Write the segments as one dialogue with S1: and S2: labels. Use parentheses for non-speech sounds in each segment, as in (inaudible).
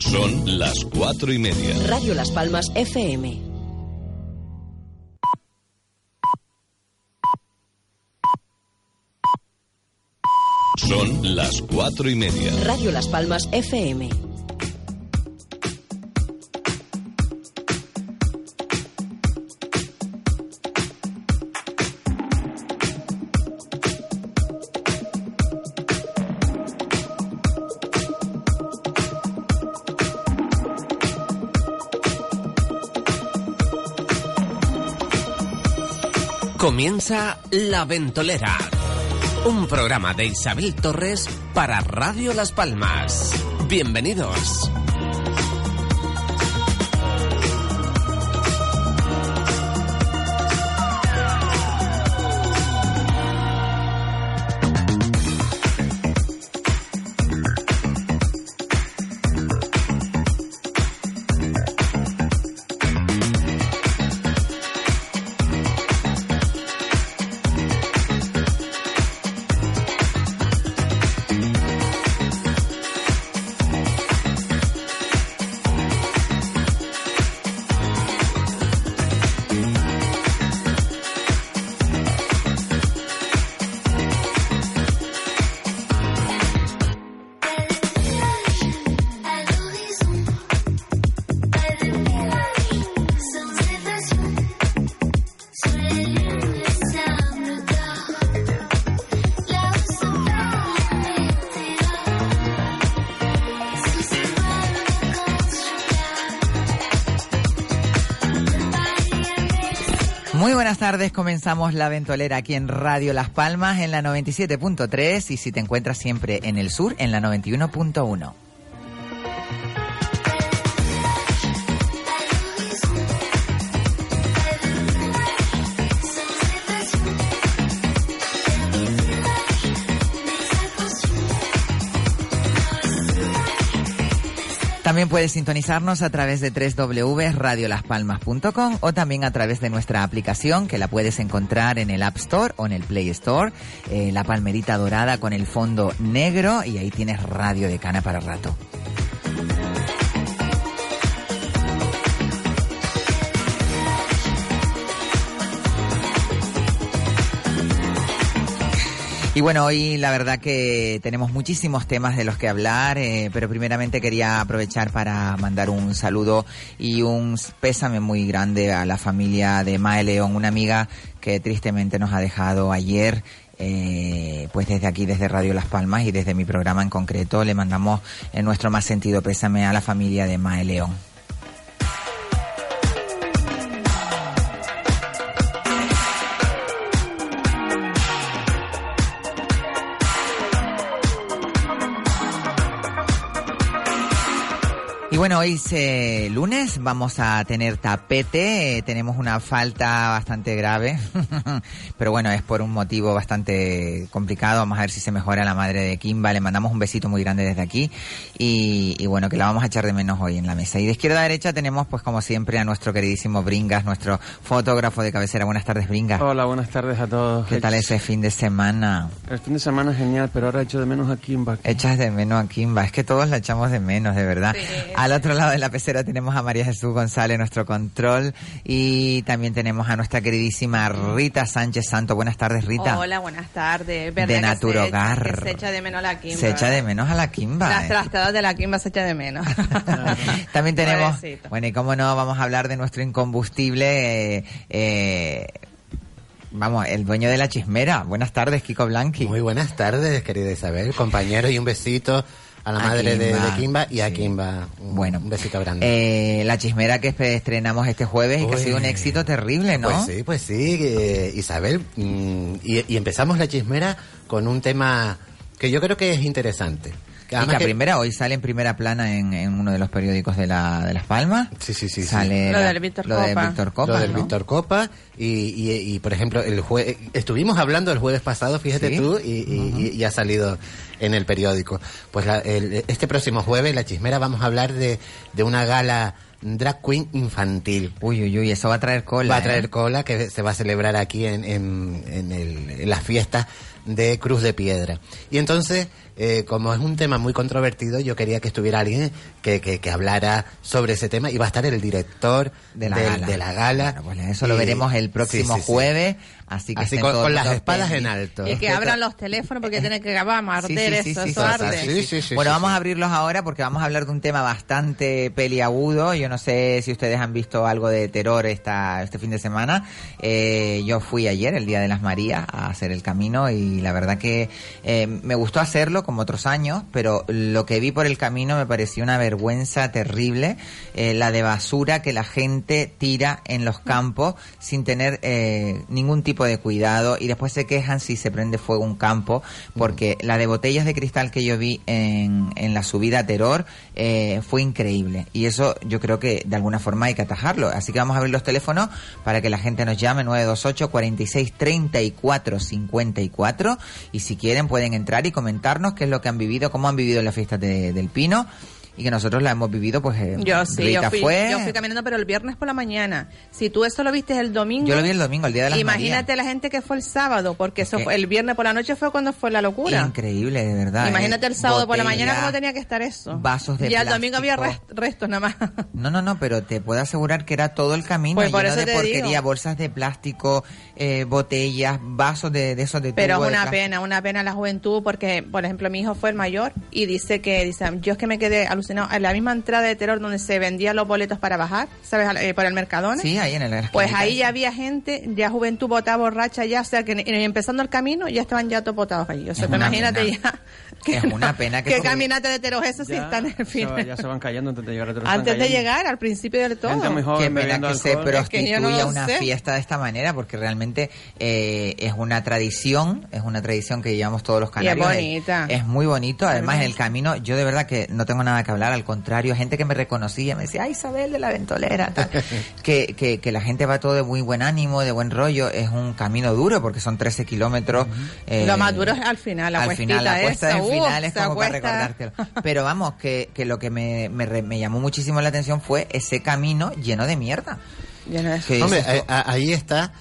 S1: Son las cuatro y media.
S2: Radio Las Palmas FM.
S1: Son las cuatro y media.
S2: Radio Las Palmas FM.
S3: Comienza La Ventolera, un programa de Isabel Torres para Radio Las Palmas. Bienvenidos.
S4: Muy buenas tardes, comenzamos La Ventolera aquí en Radio Las Palmas en la 97.3 y si te encuentras siempre en el sur en la 91.1. También puedes sintonizarnos a través de www.radiolaspalmas.com o también a través de nuestra aplicación que la puedes encontrar en el App Store o en el Play Store, eh, la palmerita dorada con el fondo negro y ahí tienes Radio de Cana para rato. Y bueno, hoy la verdad que tenemos muchísimos temas de los que hablar, eh, pero primeramente quería aprovechar para mandar un saludo y un pésame muy grande a la familia de Mae León, una amiga que tristemente nos ha dejado ayer. eh, pues desde aquí, desde Radio Las Palmas y desde mi programa en concreto, le mandamos en nuestro más sentido pésame a la familia de Mae León. Y bueno, hoy es eh, lunes, vamos a tener tapete, eh, tenemos una falta bastante grave, (laughs) pero bueno, es por un motivo bastante complicado, vamos a ver si se mejora la madre de Kimba, le mandamos un besito muy grande desde aquí y, y bueno, que la vamos a echar de menos hoy en la mesa. Y de izquierda a derecha tenemos pues como siempre a nuestro queridísimo Bringas, nuestro fotógrafo de cabecera. Buenas tardes Bringas,
S5: Hola, buenas tardes a todos.
S4: ¿qué tal ese fin de semana?
S5: El fin de semana es genial, pero ahora echo de menos a Kimba. aquí.
S4: Echas de menos a Kimba, es que todos la echamos de menos, de verdad. Al otro lado de la pecera tenemos a María Jesús González, nuestro control, y también tenemos a nuestra queridísima Rita Sánchez Santo. Buenas tardes, Rita.
S6: Hola, buenas tardes.
S4: De
S6: que se
S4: Naturogar.
S6: echa- que Se, echa de menos la quimba.
S4: Se echa de menos Ah, a la Kimba.
S6: Las
S4: eh.
S6: trastadas de la quimba se echa de menos.
S4: (laughs)
S6: (laughs)
S4: También tenemos,
S6: Pobrecito.
S4: bueno, y cómo no, vamos a hablar de nuestro incombustible, eh, eh, vamos, el dueño de la chismera. Buenas tardes, Kiko Blanqui.
S7: Muy buenas tardes, querida Isabel, compañeros, y un besito a la
S4: A
S7: madre de-
S4: Kimba.
S7: de Kimba y a
S4: Sí.
S7: Kimba. Un-
S4: Bueno,
S7: Un besito grande.
S4: eh, la chismera que estrenamos este jueves y que ha
S7: Uy.
S4: sido un éxito terrible, ¿no?
S7: Pues sí, pues sí, eh, Isabel. mm, y, y empezamos la chismera con un tema que yo creo que es interesante. Que
S4: Y
S7: además
S4: que a
S7: que-
S4: primera, hoy sale en primera plana en, en uno de los periódicos de, la, de Las Palmas.
S7: Sí, sí, sí, sí.
S4: Sale
S6: Lo
S4: la-
S6: del Víctor
S4: lo de
S6: Copa.
S4: Víctor Copa,
S7: lo del
S4: ¿no?
S7: Víctor Copa y, y- y, por ejemplo el jue- estuvimos hablando el jueves pasado fíjate
S4: Sí.
S7: tú y, y- y- y ha salido en el periódico pues la- el- este próximo jueves la chismera vamos a hablar de, de una gala drag queen infantil
S4: Uy, uy, uy, eso va a traer cola.
S7: va a
S4: ¿eh?
S7: traer cola que se va a celebrar aquí en, en, en el- en las fiestas de Cruz de Piedra. Y entonces, eh, como es un tema muy controvertido, yo quería que estuviera alguien que, que, que hablara sobre ese tema y va a estar el director
S4: de la
S7: del-
S4: gala.
S7: de la gala.
S4: Bueno, pues eso lo
S7: Y-
S4: veremos el
S7: sí,
S4: próximo
S7: sí, sí.
S4: jueves. Así que
S7: Así
S4: estén
S7: con,
S4: todo
S7: con
S4: el
S7: las
S4: mundo
S7: espadas en
S4: pendiente.
S7: alto.
S6: Y que abran los teléfonos porque tienen que vamos a
S4: Sí, sí,
S6: arder
S4: sí,
S6: eso,
S4: sí,
S6: eso
S4: sí,
S6: arde.
S7: sí, sí, sí,
S4: bueno,
S7: sí,
S4: vamos
S7: sí.
S4: a abrirlos ahora porque vamos a hablar de un tema bastante peliagudo. Yo no sé si ustedes han visto algo de terror esta, este fin de semana. Eh, yo fui ayer, el Día de las Marías, a hacer el camino y la verdad que eh, me gustó hacerlo como otros años, pero lo que vi por el camino me pareció una vergüenza terrible. eh, la de basura que la gente tira en los campos sin tener eh, ningún tipo de cuidado y después se quejan si se prende fuego un campo porque la de botellas de cristal que yo vi en, en la subida a Terror eh, fue increíble y eso yo creo que de alguna forma hay que atajarlo así que vamos a abrir los teléfonos para que la gente nos llame 928 46 34 54 y si quieren pueden entrar y comentarnos qué es lo que han vivido cómo han vivido la fiesta de- del Pino y que nosotros la hemos vivido pues eh,
S6: Yo sí,
S4: Rita
S6: yo fui,
S4: fue
S6: yo fui caminando, pero el viernes por la mañana. Si tú eso lo viste el domingo.
S4: Yo lo vi el domingo, el día de las
S6: Imagínate la gente que fue el sábado, porque eso
S4: que-
S6: fue, el viernes por la noche fue cuando fue la locura.
S4: Marías. Increíble, de verdad.
S6: Imagínate
S4: eh.
S6: el sábado por la
S4: Botella.
S6: mañana cómo tenía que estar eso.
S4: vasos de
S6: Y el domingo había
S4: plástico.
S6: rest- restos nada más.
S4: No, no, no, pero te puedo asegurar que era todo el camino
S6: Pues por
S4: lleno
S6: eso
S4: de
S6: te
S4: porquería,
S6: digo.
S4: bolsas de plástico, eh, botellas, vasos de, de esos de
S6: Pero
S4: tubo
S6: es
S4: de
S6: una
S4: plástico.
S6: pena, una pena la juventud, porque, por ejemplo, mi hijo fue el mayor y dice que, dice, yo es que me quedé alucinado en la misma entrada de terror donde se vendían los boletos para bajar, ¿sabes? Al- eh, por el Mercadona.
S4: Sí, ahí en el en la
S6: Pues
S4: esquinita.
S6: ahí ya había gente, ya juventud botada borracha ya, o sea que en- en- empezando el camino ya estaban ya todos botados allí. O sea,
S4: Es
S6: que
S4: una
S6: imagínate
S4: pena.
S6: ya.
S4: Es
S5: (laughs)
S4: una pena que
S6: que
S4: porque-
S6: caminate de teros, eso sí
S5: Ya
S6: están en
S5: se
S6: fin.
S5: va-
S6: (laughs)
S5: ya se van callando antes de llegar a otro están
S6: Antes de
S5: cayendo.
S6: llegar, al principio del todo.
S5: Gente muy joven
S4: Qué pena
S5: bebiendo
S4: que se
S5: alcohol.
S6: Es que yo
S4: prostituya
S6: no lo
S4: una
S6: sé.
S4: fiesta de esta manera, porque realmente eh, es una tradición, es una tradición que llevamos todos los
S6: Y es
S4: canarios.
S6: bonita.
S4: Es muy bonito. Además, en el camino, yo de verdad que no tengo nada que hablar, al contrario, gente que me reconocía, me decía, ay, Isabel de la Ventolera,
S6: (laughs)
S4: tal". que, que, que la gente va todo de muy buen ánimo, de buen rollo. Es un camino duro, porque son 13 kilómetros. eh,
S6: Lo más duro es al final, la
S4: al final, la
S6: cuestita
S4: cuesta
S6: esa,
S4: del
S6: uf,
S4: final es
S6: esa
S4: como para
S6: cuesta.
S4: recordártelo.
S6: (laughs)
S4: Pero vamos, que, que lo que me, me, re- me llamó muchísimo la atención fue ese camino lleno de mierda.
S6: Ya no es-
S4: Que
S7: Hombre, eh,
S4: dices tú,
S7: a- a- ahí está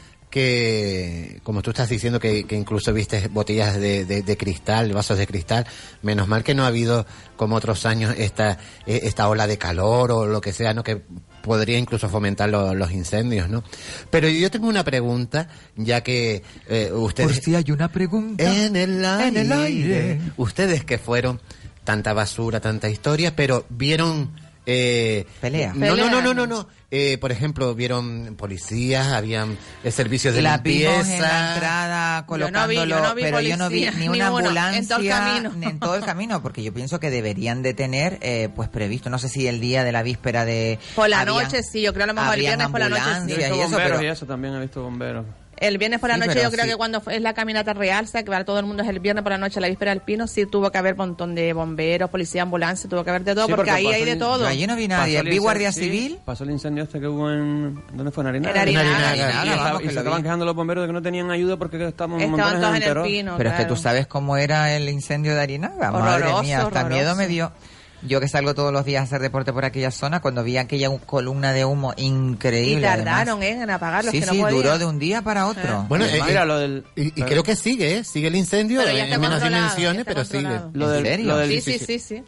S7: que, como tú estás diciendo, que, que incluso viste botellas de, de- de cristal, vasos de cristal, menos mal que no ha habido, como otros años, esta, eh, esta ola de calor o lo que sea, ¿no? Que podría incluso fomentar lo- los incendios, ¿no? Pero yo tengo una pregunta, ya que eh,
S4: por
S7: ustedes...
S4: si hay una pregunta.
S7: En el
S6: Ah,
S7: aire.
S4: En el aire.
S7: Ustedes que fueron tanta basura, tanta historia, pero vieron... Eh,
S4: Pelea.
S7: No, no, no, no, no,
S6: Pelea.
S7: no. Eh, por ejemplo, vieron policías, habían eh, servicios de
S4: la vimos en la
S7: limpieza.
S4: entrada
S6: Yo no vi,
S4: colocándolo,
S6: yo no vi
S4: pero yo no vi
S6: policía,
S4: ni
S6: (laughs) ni
S4: una
S6: uno, en todo el
S4: ambulancia
S6: camino.
S4: ni en todo el camino, porque yo pienso que deberían de tener eh, pues previsto, no sé si el día de la víspera de
S6: Por la noche, sí, yo creo a lo mejor el
S4: habrían
S6: viernes por la noche, sí.
S5: Yo he
S4: ambulancias
S5: visto
S4: y eso,
S5: bomberos
S4: pero
S5: y eso también he visto bomberos.
S6: El viernes por la
S4: Sí,
S6: noche,
S4: pero
S6: yo creo
S4: sí.
S6: que cuando fue- es la caminata real, o sea, que para todo el mundo es el viernes por la noche, la víspera del pino, sí tuvo que haber un montón de bomberos, policía, ambulancia, tuvo que haber de todo,
S5: Sí, porque
S6: porque, ahí hay
S5: pasó
S6: de
S5: el-
S6: todo.
S4: yo allí no vi
S5: Pasó
S4: nadie.
S5: el
S4: Vi
S5: incendio-
S4: Guardia
S5: sí,
S4: Civil.
S5: Pasó el incendio este que hubo en... ¿Dónde fue? En Arenal.
S6: En Arenal.
S7: En
S4: Arenal,
S5: Y,
S4: vamos,
S5: estaba-
S4: que
S5: y se
S4: lo
S5: estaban
S4: vi.
S5: quejando los bomberos de que no tenían ayuda porque estaban
S6: Estaban todos en el
S5: enteros.
S6: pino.
S4: Pero es que
S6: claro.
S4: tú sabes cómo era el incendio de Arinaga. Madre
S6: Horroroso,
S4: mía, hasta
S6: horroroso.
S4: miedo me dio. Yo que salgo todos los días a hacer deporte por aquella zona, cuando vi aquella columna de humo
S6: Y
S4: increíble.
S6: tardaron
S4: además.
S6: ¿eh? en apagarlos,
S4: Sí,
S6: que no
S4: sí,
S6: podían.
S4: duró de un día para otro.
S7: Bueno,
S5: Además,
S7: eh,
S5: mira,
S7: eh,
S5: lo del-
S7: y, y
S5: pero-
S7: creo que sigue, ¿eh? Sigue el incendio eh,
S6: Pero ya
S7: en,
S6: está
S7: en menos
S6: controlado,
S7: dimensiones,
S6: ya está
S7: pero
S6: controlado.
S7: sigue.
S5: Lo
S4: ¿En
S5: del,
S4: serio?
S5: lo del-
S6: Sí, sí, sí, sí.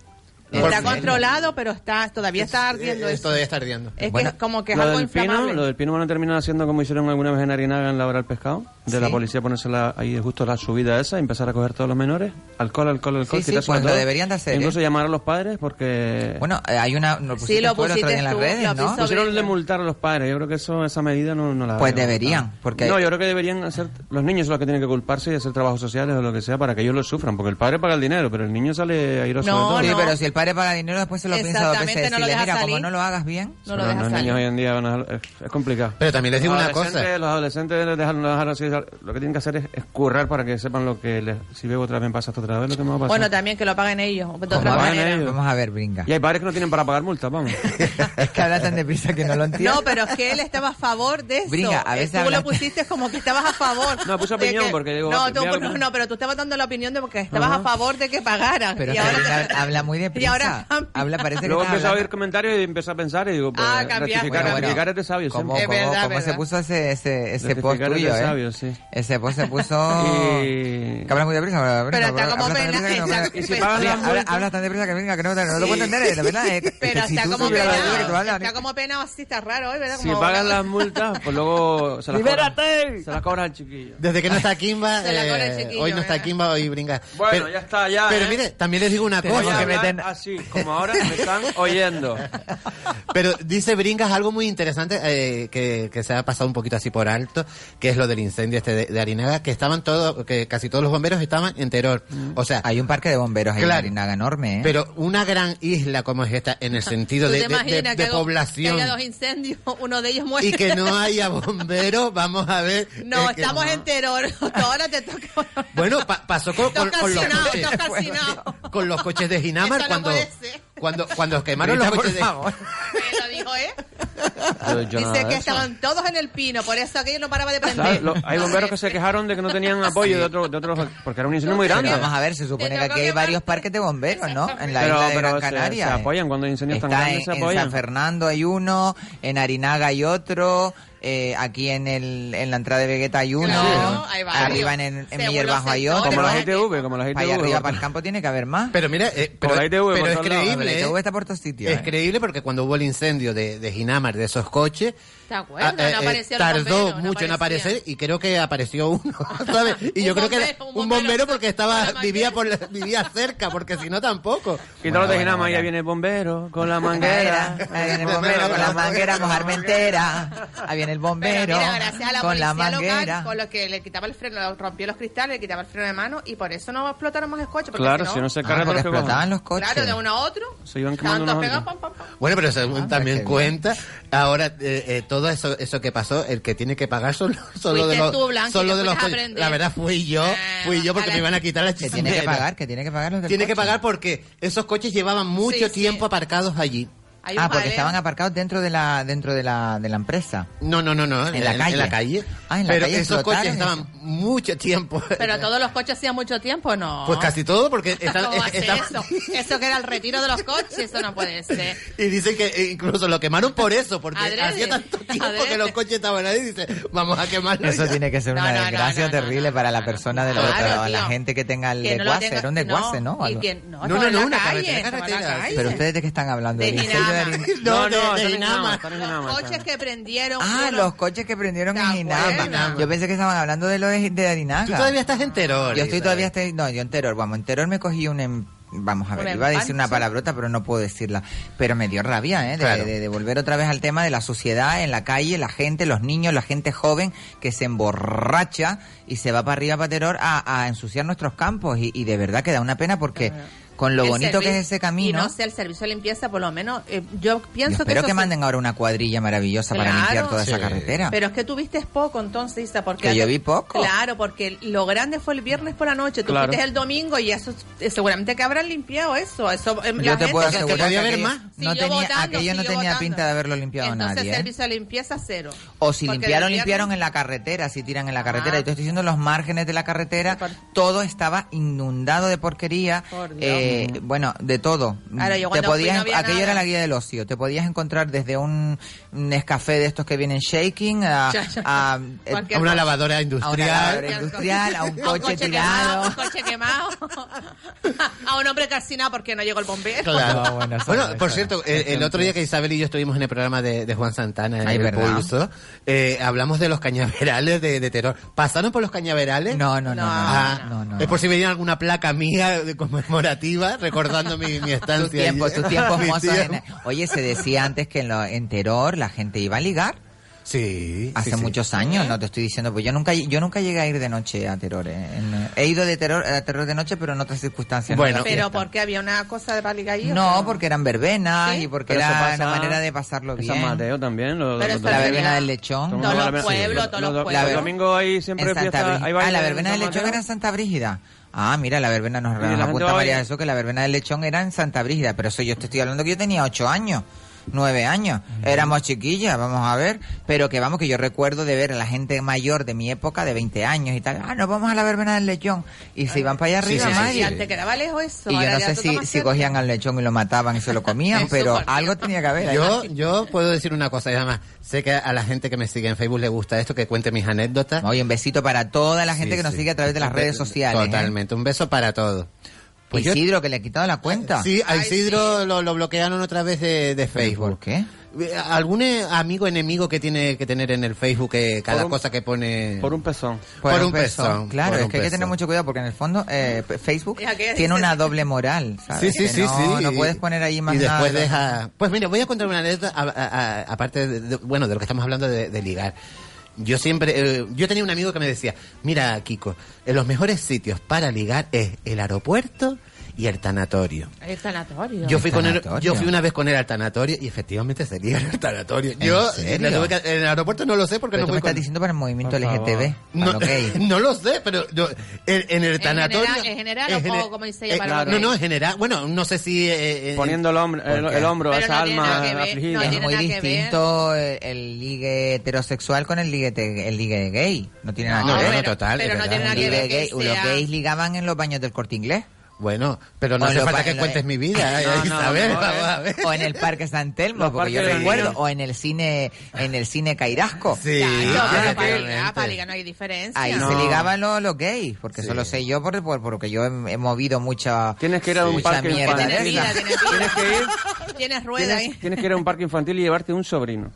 S4: ¿En
S6: Está
S4: serio?
S6: controlado, pero está todavía está ardiendo
S7: Eh, eh,
S6: eso.
S7: Todavía está ardiendo.
S6: Es
S4: Bueno,
S6: que es como que es
S5: lo
S6: algo
S5: del pino,
S6: inflamable.
S5: lo del pino van a terminar haciendo como hicieron alguna vez en Arinaga en la hora del pescado, de la
S4: Sí.
S5: policía ponérsela ahí justo la subida esa, empezar a coger todos los menores, alcohol, alcohol, alcohol,
S4: Sí, sí,
S5: quitárselo
S4: pues lo
S5: todo.
S4: deberían de hacer,
S5: e Incluso
S4: ¿eh?
S5: llamar a los padres porque
S4: Bueno, eh, hay una. Lo pusiste
S6: lo
S4: tú el otro día
S6: pusiste
S4: en las
S6: tú,
S4: redes,
S6: lo
S4: ¿no?
S6: puso-
S5: pusieron el de multar a los padres, yo creo que eso esa medida no, no la
S4: Pues
S5: veo.
S4: deberían, porque-
S5: No, yo creo que deberían hacer los niños son los que tienen que culparse y hacer trabajos sociales o lo que sea para que ellos lo sufran, porque el padre paga el dinero, pero el niño sale airoso
S6: No,
S5: de todo.
S4: Sí,
S6: no.
S4: pero si el padre paga dinero, después se lo piensa dos veces.
S6: Exactamente, no lo
S4: decirle,
S6: deja
S4: mira, como
S6: salir".
S4: no lo hagas bien.
S6: No lo
S5: Pero
S6: deja
S5: los
S6: salir.
S5: niños hoy en día van a- es, es complicado.
S7: Pero también les digo
S5: Los
S7: una cosa.
S5: adolescentes- Los adolescentes deben dejar, no dejar así, lo que tienen que hacer es, es currar para que sepan lo que les- si bebo otra vez me pasa esto otra vez lo que me va a pasar.
S6: Bueno, también que lo paguen ellos. De otra
S5: Como
S6: manera.
S5: ellos.
S4: Vamos a ver, brinca.
S5: y hay padres que no tienen para pagar multas, vamos.
S4: (laughs) Es que habla tan deprisa que no
S5: (laughs)
S4: lo entiendo.
S6: No, pero es que él estaba a favor de eso.
S4: Bringa, a
S6: Eh,
S4: veces
S6: tú
S4: habla-
S6: lo pusiste como que estabas a favor.
S5: No, puse
S6: de
S5: opinión
S6: que-
S5: porque digo,
S6: No, tú-
S5: mira,
S6: no,
S5: mira.
S6: no, pero tú estabas dando la opinión de porque estabas a favor de que pagaran.
S4: Pero
S6: y ahora,
S4: Sabrina habla muy deprisa.
S6: (laughs) y ahora cambia.
S4: habla, parece que
S5: Luego
S4: está
S5: empezó a oír
S4: hablando-
S5: comentarios y empecé a pensar y digo, pues,
S6: Ah, cambiar.
S5: rectificar,
S6: Bueno, bueno.
S5: rectificar es de sabio
S4: ¿Cómo,
S5: siempre.
S6: Es
S4: cómo-
S6: verdad,
S4: cómo se
S6: verdad.
S4: puso ese, ese, ese post
S5: Rectificar es de
S4: tuyo, eh?
S5: sabio, sí.
S4: Ese post se puso...
S5: (laughs) Y-
S4: Que habla muy deprisa. Habla,
S6: Pero
S4: habla-
S6: está
S4: habla
S6: como
S4: tan
S6: pena-
S4: deprisa que no-
S6: está-
S5: Y si pagan
S4: Mira,
S5: las
S4: habla,
S5: multas-
S4: habla tan deprisa que venga, que no, no lo puedo
S6: Sí.
S4: entender, eh, la verdad.
S5: (laughs)
S4: es que-
S6: (laughs) pero
S4: que si
S6: está
S4: tú
S6: como
S4: supieras la verdad que te
S6: penado.
S4: hablan,
S6: Está como penado así, está raro hoy, ¿verdad?
S5: Si
S6: Como-
S5: pagan las multas, pues luego se las cobran. Se las cobran al chiquillo.
S7: Desde que no está Kimba,
S6: Se la
S7: eh,
S6: corre el chiquillo,
S7: hoy no está
S6: ¿verdad?
S7: Kimba, hoy brinca.
S5: Bueno, ya está, ya,
S7: Pero
S5: ¿eh?
S7: mire, también les digo una
S5: Voy a
S7: cosa.
S4: que
S5: hablar
S4: meten-
S5: así, como ahora me están oyendo.
S7: Pero dice Bringas algo muy interesante eh, que, que se ha pasado un poquito así por alto, que es lo del incendio este de, de Arinaga, que estaban todos, que casi todos los bomberos estaban en terror. O sea,
S4: Hay un parque de bomberos ahí en
S7: Claro.
S4: Arinaga enorme, ¿eh?
S7: pero una gran isla como es esta, en el sentido
S6: ¿Tú
S7: de, de-
S6: te
S7: de-
S6: imaginas
S7: de
S6: que hago-
S7: población,
S6: Que haya dos incendios, uno de ellos muere.
S7: y que no
S6: (laughs)
S7: haya bomberos, vamos a ver.
S6: No,
S7: es que-
S6: estamos en terror. Ahora te toca.
S7: (laughs) Bueno, pa- pasó con, con-
S6: Toca
S7: con los
S6: hacinado,
S7: coches.
S6: toca hacinado.
S7: Con los coches de Ginamar
S6: Eso no
S7: cuando,
S6: puede ser.
S7: cuando, cuando quemaron
S4: Rita,
S7: los coches
S4: por
S7: de
S4: favor.
S6: Me lo dijo, ¿eh?
S5: Yo- yo nada
S6: Dice
S5: de
S6: que
S5: eso.
S6: estaban todos en el pino, por eso aquello no paraba de
S5: ¿Sabes?
S7: Ah.
S6: prender.
S5: Lo- hay bomberos que se quejaron de que no tenían apoyo de otros, de otros, porque era un incendio muy
S4: Pero
S5: grande.
S4: vamos a ver, se supone que aquí hay varios parques de bomberos, ¿no? En la
S5: Pero-
S4: isla de
S5: pero
S4: Gran
S5: se-
S4: Canaria.
S5: se
S4: eh.
S5: apoyan cuando hay incendios tan
S4: Está
S5: grandes, se
S4: en, en
S5: apoyan.
S4: San Fernando hay uno, en Arinaga hay otro, eh, aquí en el en la entrada de Vegeta hay uno,
S6: Claro, hay varios.
S4: arriba en, el- en
S6: Según
S4: Miller
S6: los
S4: Bajo hay
S6: sectores,
S4: otro.
S5: Como
S6: la
S5: las
S6: gente-
S5: ITV, como las
S4: Para
S5: ITV.
S4: allá arriba,
S5: porque-
S4: para el campo, tiene que haber más.
S7: Pero mira, eh, pero,
S5: la ITV por
S7: pero es
S5: todos lados.
S7: creíble.
S4: La
S7: eh.
S4: ITV está por todos sitios,
S7: Es
S4: eh.
S7: creíble porque cuando hubo el incendio de, de Ginamar, de esos coches, eh,
S6: ¿Te
S4: Ah,
S6: acuerdas?
S4: eh,
S6: No aparecían los
S7: tardó
S6: bomberos, no
S7: mucho en
S6: aparecían.
S7: aparecer y creo que apareció uno. (laughs)
S6: (laughs)
S7: ¿sabes? Y
S6: Un
S7: yo creo que era
S6: bombero, un
S7: un
S6: bombero
S7: bombero porque estaba
S6: con la
S7: vivía por la- vivía cerca, porque si no tampoco.
S5: Y todos los de
S4: Bueno,
S5: Ginama,
S4: bueno,
S5: ya viene el bombero con la
S4: Manguera,
S5: manguera.
S4: ahí viene el bombero con la manguera mojarme entera. Ahí viene el
S6: Pero
S4: bombero
S6: mira, gracias a la
S4: con la
S6: policía
S4: manguera.
S6: local, con lo que le quitaba el freno, rompió los cristales, le quitaba el freno de mano y por eso no explotaron más el coche. porque
S5: Claro, si no se
S4: Ah,
S5: carga
S4: porque
S5: los que
S4: explotaban
S5: cojan.
S4: los coches.
S6: Claro, de uno a otro.
S5: Se iban
S6: Estaban
S5: quemando
S6: todos
S5: unos
S6: pegados,
S5: otros.
S6: pam, pam, pam.
S7: Bueno, pero según
S4: Ah,
S7: también
S4: qué bien.
S7: cuenta, ahora eh, eh, todo eso eso que pasó, el que tiene que pagar son, son los de
S6: Fuiste
S7: los,
S6: tú, Blanqui,
S7: son los
S6: que
S7: de los
S6: fuiste a
S7: coches.
S6: aprender.
S7: La verdad fui yo, fui yo porque
S6: Ah,
S7: me iban a quitar la
S4: Que
S7: chisimera.
S4: tiene que pagar, que tiene que pagar los del
S7: Tiene que
S4: coche.
S7: pagar porque esos coches llevaban mucho
S6: Sí, sí.
S7: tiempo aparcados allí.
S6: Hay un
S4: Ah, porque
S6: jaleo.
S4: estaban aparcados dentro de la dentro de la, de la empresa.
S7: No, no, no, no.
S4: En la calle.
S7: En la calle.
S4: Ah, en la
S7: Pero
S4: calle
S7: esos coches
S4: explotaron
S7: estaban
S4: eso.
S7: mucho tiempo.
S6: Pero todos los coches hacían mucho tiempo, ¿no?
S7: Pues casi todo porque están,
S6: Ah. (laughs) ¿Cómo va a
S7: (laughs)
S6: ser
S7: están-
S6: eso? Eso que era el retiro de los coches, eso no puede ser.
S7: Y dicen que eh, incluso lo quemaron por eso, porque
S6: Adrede.
S7: hacía tanto tiempo
S6: Adrede.
S7: que los coches estaban ahí. Dice, vamos a quemarlo.
S4: Eso
S7: ya.
S4: tiene que ser
S6: No,
S4: una
S6: no, no,
S4: desgracia
S6: no, no,
S4: terrible
S6: no,
S4: para la
S6: no,
S4: persona
S6: no.
S4: de la,
S6: Claro,
S4: a la
S6: tío.
S4: gente que tenga el
S6: Que no lo
S4: desguace,
S6: tenga-
S4: era un desguace, ¿no?
S6: Y
S4: Algo.
S6: que no,
S7: No, no,
S6: estaba en
S7: no,
S6: la
S7: una
S6: calle,
S7: carretera,
S6: estaba en la
S7: carretera,
S6: calle.
S4: Pero ustedes de qué están hablando?
S6: De
S4: ¿Del incendio
S6: Ginama.
S4: Arin-
S7: No, de- de
S5: están en
S7: Inama.
S5: están en
S6: Los
S5: Inama,
S6: coches
S5: están.
S6: que prendieron.
S4: Ah,
S6: fueron-
S4: los coches que prendieron en
S6: Está bueno.
S4: Ginama. Yo pensé que estaban hablando de lo de, de Arinaga.
S7: Tú todavía estás entero.
S4: Yo estoy todavía, este- no, yo en Terror, vamos, en Terror me cogí un, em- vamos a
S6: Un
S4: ver, iba a decir una
S6: empanche.
S4: palabrota, pero no puedo decirla, pero me dio rabia, ¿eh? De,
S7: Claro.
S4: de- de volver otra vez al tema de la sociedad, en la calle, la gente, los niños, la gente joven que se emborracha y se va para arriba para Terror a, a ensuciar nuestros campos y, y de verdad que da una pena porque con lo
S6: el
S4: bonito que
S6: servi-
S4: es ese
S6: Y
S4: camino,
S6: no sé, el servicio de limpieza, por lo menos, eh,
S4: yo
S6: yo pienso que.
S4: espero
S6: eso
S4: que
S6: se-
S4: manden ahora una cuadrilla maravillosa para
S6: Claro.
S4: limpiar toda esa
S7: Sí.
S4: carretera.
S6: Pero es que tú viste poco, entonces, Isa, porque...
S4: ¿Que yo vi poco?
S6: Claro, porque lo grande fue el viernes por la noche, tú
S5: Claro.
S6: fuiste el domingo y eso eh, seguramente que habrán limpiado eso. eso eh,
S4: yo
S6: la
S4: te puedo
S6: gente-
S4: asegurar
S7: podía haber
S4: aquello-
S7: más.
S4: no
S6: Siguió
S4: tenía,
S6: votando,
S4: aquello no
S6: siguió
S4: tenía
S6: votando.
S4: pinta de haberlo limpiado
S6: Entonces,
S4: nadie. ¿eh?
S6: servicio de limpieza cero.
S4: O si
S6: Porque
S4: limpiaron,
S6: de viernes-
S4: limpiaron en la carretera, si tiran en la carretera.
S6: Ah.
S4: Y te estoy diciendo los márgenes de la carretera,
S6: Por-
S4: todo estaba inundado de porquería.
S6: Por Dios.
S4: eh, bueno, de todo.
S6: Ahora,
S4: te
S6: yo cuando fui
S4: podías,
S6: no había
S4: aquello
S6: nada.
S4: era la guía del ocio. Te podías encontrar desde un, un escafé de estos que vienen shaking a,
S6: (laughs) Ya, ya.
S4: a- eh,
S6: Cualquier
S7: A una
S6: cosa.
S7: lavadora
S4: a una
S7: industrial.
S4: lavadora industrial,
S6: (laughs)
S4: a un coche,
S6: quemado,
S4: tirado.
S6: a un coche quemado, (laughs) a un hombre calcinado porque no llegó el bombero.
S7: Claro.
S6: (laughs)
S4: No, bueno,
S7: bueno,
S4: eso no, eso
S7: por
S4: no.
S7: cierto, el, el otro día que Isabel y yo estuvimos en el programa de, de Juan Santana, en
S4: Ay,
S7: el
S4: ¿verdad?
S7: Pulso, eh, hablamos de los cañaverales de, de terror. ¿Pasaron por los cañaverales?
S4: No, no, no, no,
S7: Ah,
S4: no, no,
S7: Es
S4: no.
S7: por si veían alguna placa mía de conmemorativa recordando mi, mi estancia.
S4: Tus tiempos,
S7: allí.
S4: tus
S7: (laughs)
S5: (laughs)
S4: tiempos
S7: Mis
S4: mozos. en-
S7: tiempos.
S4: Oye, se decía antes que en, lo, en Teror la gente iba a ligar.
S7: Sí.
S4: Hace
S7: sí, sí.
S4: muchos años, no te estoy diciendo, pues yo nunca yo nunca llegué a ir de noche a terror. eh, en- he ido de terror a terror de noche, pero en otras circunstancias. no
S7: Bueno.
S4: en la
S6: Pero
S4: fiesta.
S6: porque había una cosa de paliga ahí. ¿o
S4: no,
S6: qué?
S4: porque eran verbenas
S6: ¿Sí?
S4: y porque
S5: Pero eso
S4: era
S5: pasa
S4: una manera de pasaslo
S5: en
S4: bien.
S5: San Mateo también. Lo,
S6: Pero
S5: lo-
S6: eso
S4: La
S6: Pero
S4: verbena
S6: tenía-
S4: del lechón.
S5: Todo el
S6: Todos
S5: mundo
S6: los
S5: va a la-
S6: pueblos,
S5: sí,
S6: todos
S5: lo-
S6: los
S5: lo-
S6: pueblos.
S5: los domingos hay siempre
S4: en Santa
S5: fiesta.
S4: Brígida.
S5: hay
S4: Ah,
S5: baile
S4: la
S5: en
S4: verbena del
S5: San
S4: lechón
S5: Mateo.
S4: era en Santa Brígida. Ah, mira, la verbena nos,
S5: la
S4: nos
S5: gente
S4: apunta
S5: va a
S4: María
S5: bailar.
S4: Jesús que la verbena del lechón era en Santa Brígida, pero eso yo te estoy hablando que yo tenía ocho años. Nueve años, éramos chiquillas, vamos a ver, pero que vamos, que yo recuerdo de ver a la gente mayor de mi época, de 20 años y tal, ah, nos vamos a la verbena del lechón, y se iban para allá
S7: Sí,
S4: arriba,
S7: sí, sí,
S4: madre.
S7: sí.
S6: Y antes quedaba lejos eso.
S4: Y yo
S6: ahora
S4: no
S6: ya
S4: sé
S6: tú
S4: si,
S6: tomas
S4: si
S6: cerca.
S4: cogían al lechón y lo mataban y se lo
S5: (laughs)
S4: comían,
S6: Eso
S4: pero
S6: por
S4: algo tenía que haber.
S7: Yo, yo puedo decir una cosa, y además sé que a la gente que me sigue en Facebook le gusta esto, que cuente mis anécdotas.
S4: Oye, un besito para toda la gente
S7: Sí,
S4: que nos
S7: sí.
S4: sigue a través de las
S7: Un
S4: redes
S7: be-
S4: sociales. ¿eh?
S7: Totalmente, un beso para todos. Pues yo-
S4: Isidro, que le ha quitado la cuenta.
S7: Sí, a
S6: Ay,
S7: Isidro lo, lo bloquearon otra vez de, de
S4: ¿Por
S7: Facebook.
S4: qué?
S7: Eh, ¿Algún eh, amigo enemigo que tiene que tener en el Facebook que cada
S5: un-
S7: cosa que pone...
S5: Por un pezón.
S7: Por un pezón,
S4: pues, Claro,
S7: por
S4: es
S7: un
S4: que hay que
S7: pezón.
S4: tener mucho cuidado porque en el fondo eh, p- Facebook
S6: Es aquella que
S4: tiene
S6: dice-
S4: una doble moral. ¿sabes?
S7: Sí, sí,
S4: Que
S7: sí,
S4: no,
S7: sí.
S4: No
S7: y-
S4: puedes poner ahí más
S7: Y
S4: nada
S7: después
S4: de lo-
S7: deja... Pues mira, voy a contar una anécdota, a- a- a- aparte, de, de- bueno, de lo que estamos hablando de, de ligar. Yo siempre... eh, yo tenía un amigo que me decía, mira, Kiko, eh, los mejores sitios para ligar es el aeropuerto y el tanatorio.
S6: El sanatorio.
S7: Yo fui, con él,
S4: tanatorio.
S7: yo fui una vez con él al tanatorio y efectivamente se liga en el tanatorio.
S4: ¿En
S7: Yo
S4: serio?
S7: le tuve que- en el aeropuerto no lo sé porque
S4: Pero
S7: no
S4: tú me
S7: fui
S4: estás
S7: con-
S4: diciendo para el movimiento
S5: Por favor.
S4: LGTB. para
S7: no,
S4: los gays.
S7: (laughs) no lo sé, pero yo- en, en el
S6: ¿En
S7: tanatorio.
S6: general- en general o
S7: gene- eh,
S6: como- como dice ella, para
S5: los
S7: No,
S5: gays?
S7: no, en general. Bueno, no sé si. eh, eh,
S5: Poniendo el, hombro- el,
S4: ¿Por qué?
S5: el hombro a
S6: Pero
S5: esa
S6: no tiene nada que
S5: alma
S6: ver,
S5: afligida.
S6: no
S4: es
S6: tiene
S4: muy
S6: nada que ver.
S4: distinto el, el ligue heterosexual con el ligue, te- el ligue gay. No tiene nada
S7: No,
S4: que ver.
S7: bueno, total,
S6: Pero
S7: es
S6: no
S7: verdad.
S6: tiene nada que
S4: Ligue
S6: ver que
S4: gay- los
S6: sea-
S4: gays ligaban en los baños del corte inglés.
S7: Bueno, pero no
S4: O
S7: hace
S4: lo
S7: falta
S4: pa-
S7: que
S4: lo-
S7: cuentes mi
S4: (laughs)
S7: vida.
S5: No,
S7: eh,
S5: no,
S7: Isabel,
S5: no,
S7: vamos
S5: eh.
S7: a ver.
S4: o en el parque San Telmo
S5: Los
S4: porque yo
S5: parques de
S4: recuerdo
S5: niños.
S4: o en el cine en el cine Cairasco
S7: Sí,
S6: Ya, no,
S5: Ah,
S6: pero para
S7: totalmente.
S6: ligar, para ligar no hay diferencia.
S4: ahí
S5: No.
S4: se ligaban los, los gays porque
S7: Sí.
S4: eso lo sé yo por, por- porque yo he, he movido mucha
S5: Tienes que ir a un
S4: mucha
S5: parque
S4: mierda
S5: infantil.
S4: de
S6: Tienes
S5: Tiene
S6: vida,
S4: esa.
S5: (laughs) Tienes
S6: tienes vida.
S5: que ir.
S6: (laughs) Tienes rueda
S5: Tienes,
S6: ahí.
S5: tienes que ir a un parque infantil y llevarte un sobrino.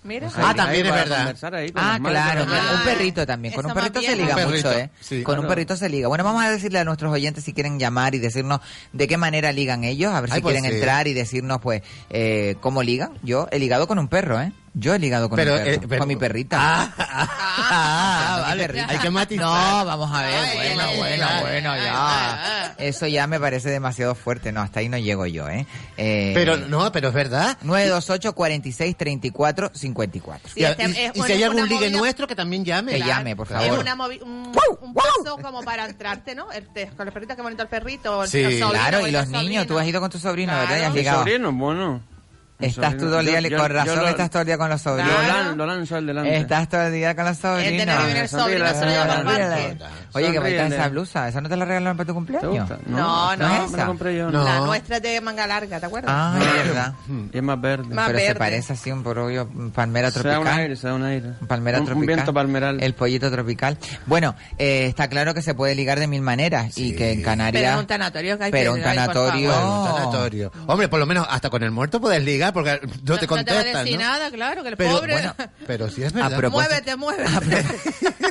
S4: Pues
S6: Mira.
S7: Ah, también es
S5: Ahí para
S7: verdad.
S5: conversar ahí con
S4: Ah,
S5: las madres,
S4: claro,
S5: con
S6: Ah,
S5: los-
S4: un perrito también. Con
S6: eso
S4: un
S6: más
S4: perrito se
S6: bien.
S4: liga
S7: Un
S4: mucho,
S7: perrito,
S4: ¿eh?
S7: sí,
S4: Con un
S5: claro.
S4: perrito se liga. Bueno, vamos a decirle a nuestros oyentes si quieren llamar y decirnos de qué manera ligan ellos, a ver si
S7: Ay, pues
S4: quieren
S7: sí.
S4: entrar y decirnos, pues, eh, cómo ligan. Yo he ligado con un perro, ¿eh? Yo he ligado con
S7: Pero,
S4: un perro,
S7: eh, pero-
S4: con mi perrita.
S7: Ah, ah, ah,
S4: con mi
S7: vale.
S4: perrita.
S7: Hay que matizar.
S4: No, vamos a ver.
S6: Ay,
S4: bueno,
S6: ay,
S4: bueno,
S6: ay,
S4: bueno,
S6: ay,
S4: ya.
S6: ay,
S4: Eso ya me parece demasiado fuerte. No, hasta ahí no llego yo, ¿eh? eh
S7: Pero no, pero es verdad.
S4: 928 46 34 54
S6: Sí,
S7: y,
S6: este-
S7: y-
S6: es-
S7: y
S6: bueno,
S7: si hay
S6: es
S7: algún
S6: una
S7: ligue
S6: movida-
S7: nuestro que también llame.
S4: Que llame, por
S7: Claro.
S4: favor.
S6: Es una movi- un,
S4: ¡Guau!
S6: un paso como para entrarte, ¿no? El te- con los perritos, qué bonito el perrito. el-
S7: Sí.
S6: los sobrinos,
S4: Claro, y
S6: bonito
S4: los niños,
S6: sobrino.
S4: tú has ido con tu sobrino,
S6: Claro.
S4: ¿verdad? Y has
S5: Mi
S4: llegado.
S5: sobrino, bueno. Mi
S4: Estás tú
S5: sobrino.
S4: todo el día,
S5: Yo- yo-
S4: con
S5: yo
S4: razón,
S5: lo-
S4: estás todo el día con los
S5: Lo,
S4: sobrinos.
S6: Claro.
S5: lan- lo lanzo al delante.
S4: Estás todo el día con los
S6: Este
S4: sobrinos.
S6: no viene el sobrino,
S5: Sonríe,
S6: se lo lleva al
S5: sonríe.
S6: parque.
S4: Oye, que bonita
S5: Sonríele.
S4: esa blusa. ¿Esa no te la regalaron para tu
S5: ¿Te
S4: cumpleaños?
S5: gusta?
S6: No, no,
S4: esa.
S5: me la compré yo.
S7: No.
S6: La nuestra es de manga larga, ¿te acuerdas?
S4: Ah, es verdad.
S5: (laughs) Y es más verde.
S6: Más
S4: Pero se
S6: verde.
S4: parece así un pollo palmera
S5: se da un
S4: tropical.
S5: aire, se da un aire.
S4: Palmera
S5: un,
S4: tropical.
S5: Un viento palmeral.
S4: El pollito tropical. Bueno, eh, está claro que se puede ligar de mil maneras y que en Canarias.
S6: Pero en un tanatorio que hay que
S4: Pero un
S6: ligar, por
S4: tanatorio.
S6: favor.
S7: Bueno, un tanatorio. Hombre, por lo menos hasta con el muerto puedes ligar porque no te
S6: No te va a
S7: contestan.
S6: decir
S7: ¿no?
S6: nada, claro, que el
S7: Pero,
S6: pobre...
S7: bueno,
S6: (laughs)
S7: pero sí es verdad.
S4: A propósito- (laughs)
S6: muévete, muévete.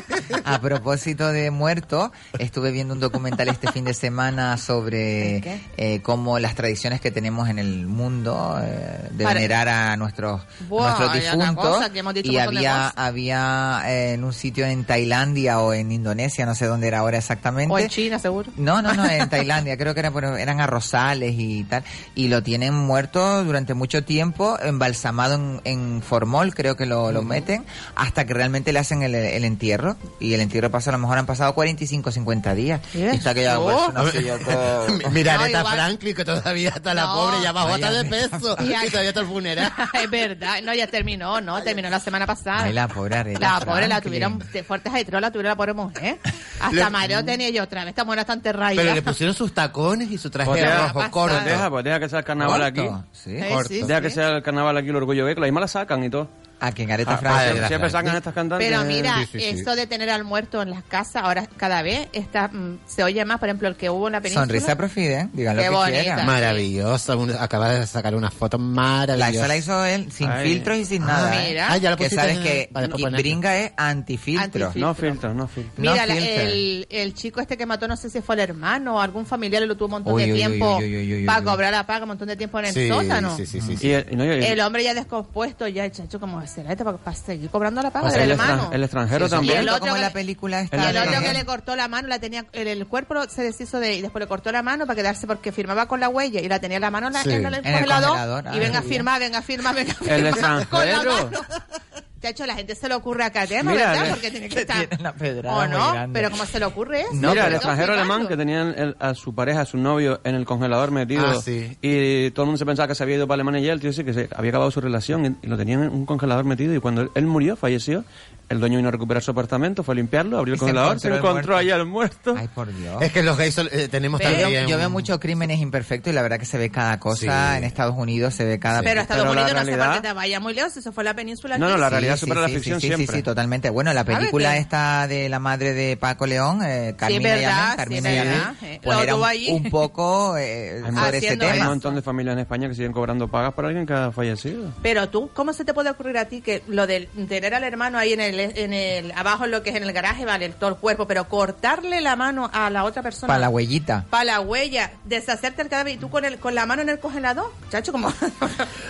S4: A propósito de muerto, estuve viendo un documental este fin de semana sobre
S6: ¿Qué?
S4: eh, cómo las tradiciones que tenemos en el mundo eh, de
S6: Para-
S4: venerar a nuestros,
S6: Buah,
S4: nuestros
S6: hay una
S4: difuntos.
S6: cosa que hemos dicho un
S4: y
S6: montón de
S4: había,
S6: cosas.
S4: había eh, en un sitio en Tailandia o en Indonesia, no sé dónde era ahora exactamente.
S6: o en China, seguro.
S4: No, no, no, en Tailandia, creo que era por- eran arrozales y tal, y lo tienen muerto durante mucho tiempo, embalsamado en, en formol, creo que lo, lo meten, hasta que realmente le hacen el, el entierro, y el entierro pasa, a lo mejor han pasado 45, 50 días, y
S6: Yes.
S4: está aquella
S6: Oh.
S4: persona así,
S7: (laughs)
S6: (laughs)
S4: ya todo-
S7: Mira,
S6: No,
S7: Aretha
S6: igual-
S7: Franklin, que todavía está la
S6: No.
S7: pobre, ya bajó hasta de peso.
S6: Y
S7: Y
S6: aquí-
S7: todavía está el funeral.
S6: (laughs) es verdad. No, ya terminó, no, terminó la semana pasada.
S4: Ay, la pobre Aretha
S6: La pobre la
S4: Franklin.
S6: tuvieron de fuertes aitros, la tuvieron la pobre mujer.
S7: Le-
S6: Hasta mareo tenía yo otra vez. Esta mujer está enterrada.
S7: Pero
S6: ya.
S7: le pusieron sus tacones y su traje
S5: Pues deja-
S7: rojo
S6: pasada.
S7: corto.
S5: Deja, pues, deja que sea el carnaval aquí.
S4: Muerto, sí.
S6: Eh,
S7: corto.
S6: sí,
S5: Deja
S6: sí.
S5: que sea el carnaval aquí el orgullo B, que la misma la sacan y todo.
S4: A quien Areta
S5: Ah,
S4: Franklin-
S5: siempre- siempre sacan estas cantantes.
S6: Pero mira,
S7: Sí, sí, sí.
S6: esto de tener al muerto en las casas, ahora cada vez está, mm, se oye más, por ejemplo, el que hubo en la península.
S4: Sonrisa Profide, ¿eh? digan lo
S6: Qué
S4: que
S6: bonita.
S4: quieran.
S7: Maravillosa. un- acaba de sacar una foto
S4: La,
S7: maravillosa.
S4: esa la hizo él sin
S5: Ay.
S4: filtros y sin nada. ¿eh?
S6: mira.
S7: Ah, ya la
S4: que
S7: pusiste
S4: sabes
S7: en-
S4: que
S7: para después
S4: y
S7: ponerla.
S4: Bringa es antifiltro.
S6: pues Antifiltro.
S5: No filtros, no filtros.
S4: No
S6: Mira, la-
S4: filter.
S6: el, el chico este que mató, no sé si fue el hermano o algún familiar, lo tuvo un montón
S4: Uy,
S6: de
S4: uy, uy,
S6: tiempo
S4: uy, uy, uy, uy,
S6: para
S4: uy.
S6: cobrar la paga, un montón de tiempo en el
S7: Sí,
S6: sótano.
S7: sí, sí, sí, sí.
S5: Y el, y no, y el-
S6: El hombre ya descompuesto, ya el chacho, como será este para, seguir cobrando la paga
S5: o sea,
S6: del
S5: el,
S6: hermano?
S5: extran- el
S4: Sí,
S5: extranjero
S4: eso
S6: Y
S5: también.
S6: el otro
S4: como
S6: que-
S4: la película
S6: Y
S4: está
S6: el otro
S5: Ajá.
S6: que le cortó la mano, la tenía, el, el cuerpo se deshizo de, y después le cortó la mano para quedarse porque firmaba con la huella y la tenía en la mano en, la-
S7: Sí.
S6: en el
S4: el
S6: congelador.
S4: congelador,
S6: y
S4: ah,
S6: venga a
S4: bien.
S6: firmar, venga a firmar, venga a firmar.
S5: El
S6: con la
S5: extranjero.
S6: mano. (laughs) Chacho, la gente se le ocurre a Catema,
S4: Mira,
S6: ¿verdad?
S4: la-
S6: Porque
S4: (laughs)
S6: tiene que
S4: que
S6: estar.
S4: (laughs) tiene una pedrada
S6: o
S4: muy
S6: no,
S4: grande.
S6: pero ¿cómo se le ocurre eso?
S4: No,
S5: Mira,
S6: Pero
S4: pero
S5: el
S6: tengo
S5: extranjero
S6: que
S5: alemán
S6: explicarlo.
S5: que tenían el- a su pareja, a su novio, en el congelador metido.
S7: Ah, sí.
S5: Y todo el mundo se pensaba que se había ido para Alemania y el tío dice que se había acabado su relación y lo tenían en un congelador metido. Y cuando él murió, falleció, el dueño vino a recuperar su apartamento, fue a limpiarlo, abrió
S4: Y se
S5: el congelador, se
S4: encontró el
S5: encontró
S4: muerto.
S5: ahí al muerto.
S4: Ay, por Dios.
S7: Es que los gays sol- eh, tenemos
S6: Pero-
S4: Yo,
S7: también...
S4: yo veo muchos crímenes imperfectos y la verdad que se ve cada cosa.
S7: Sí.
S4: En Estados Unidos se ve cada...
S6: Pero a Estados
S5: Pero la
S6: Unidos no se
S5: realidad-
S6: que te vaya muy lejos, eso fue la península.
S5: No, no, la
S6: aquí.
S5: realidad supera la ficción
S4: sí,
S5: siempre.
S4: Sí, sí, totalmente. Bueno, la película
S6: Ábrete.
S4: esta de la madre de Paco León, eh, Carmina
S6: verdad,
S4: Yamén,
S6: sí,
S4: Carmina
S6: verdad,
S4: Yamén,
S6: eh.
S4: pues
S6: Lo
S4: era
S6: tuvo
S4: un,
S6: ahí.
S4: un
S6: (laughs)
S4: poco eh,
S5: Hay,
S4: sobre ese
S6: Haciendo
S5: hay un
S4: tema.
S5: montón de familias en España que siguen cobrando pagas para alguien que ha fallecido.
S6: Pero tú, ¿cómo se te puede ocurrir a ti que lo de tener al hermano ahí en el, en el abajo, en lo que es en el garaje, vale, el- todo el cuerpo, pero cortarle la mano a la otra persona?
S4: Para la huellita.
S6: Para la huella, deshacerte el cadáver y tú con el con la mano en el congelador,
S7: (laughs)
S6: chacho, como.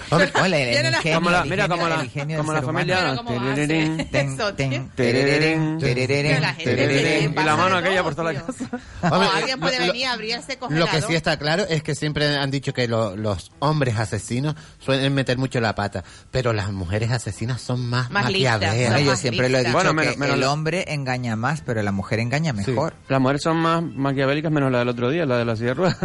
S4: Hombre, hola, el
S6: Viene la-
S4: ingenio,
S5: Como la-
S4: el
S5: mira,
S4: ingenio-
S5: como la-
S4: el ingenio del
S5: como la
S4: ser humano.
S5: familia-
S6: Pero ¿cómo va a ser
S5: Tererén,
S6: eso,
S4: Ten, ten,
S6: tío?
S4: tererén, tererén,
S6: Pero la gente
S4: tererén.
S5: Y la
S6: pasa
S5: mano
S6: de
S5: aquella
S6: todo,
S5: por toda la
S6: tío.
S5: casa.
S7: Hombre,
S6: o alguien
S7: lo-
S6: puede
S7: lo-
S6: venir, abrirse, coger
S7: Lo que sí está claro es que siempre han dicho que lo- los hombres asesinos suelen meter mucho la pata, pero las mujeres asesinas son más,
S6: Más listas,
S7: maquiaveras.
S4: Bueno,
S6: son
S4: yo
S6: más
S4: siempre lo he
S6: listas.
S4: dicho
S5: Bueno,
S4: que
S5: menos- menos
S4: el
S5: la-
S4: hombre engaña más, pero la mujer engaña mejor.
S5: Las mujeres son más maquiavélicas menos la del otro día, la de la silla de ruedas.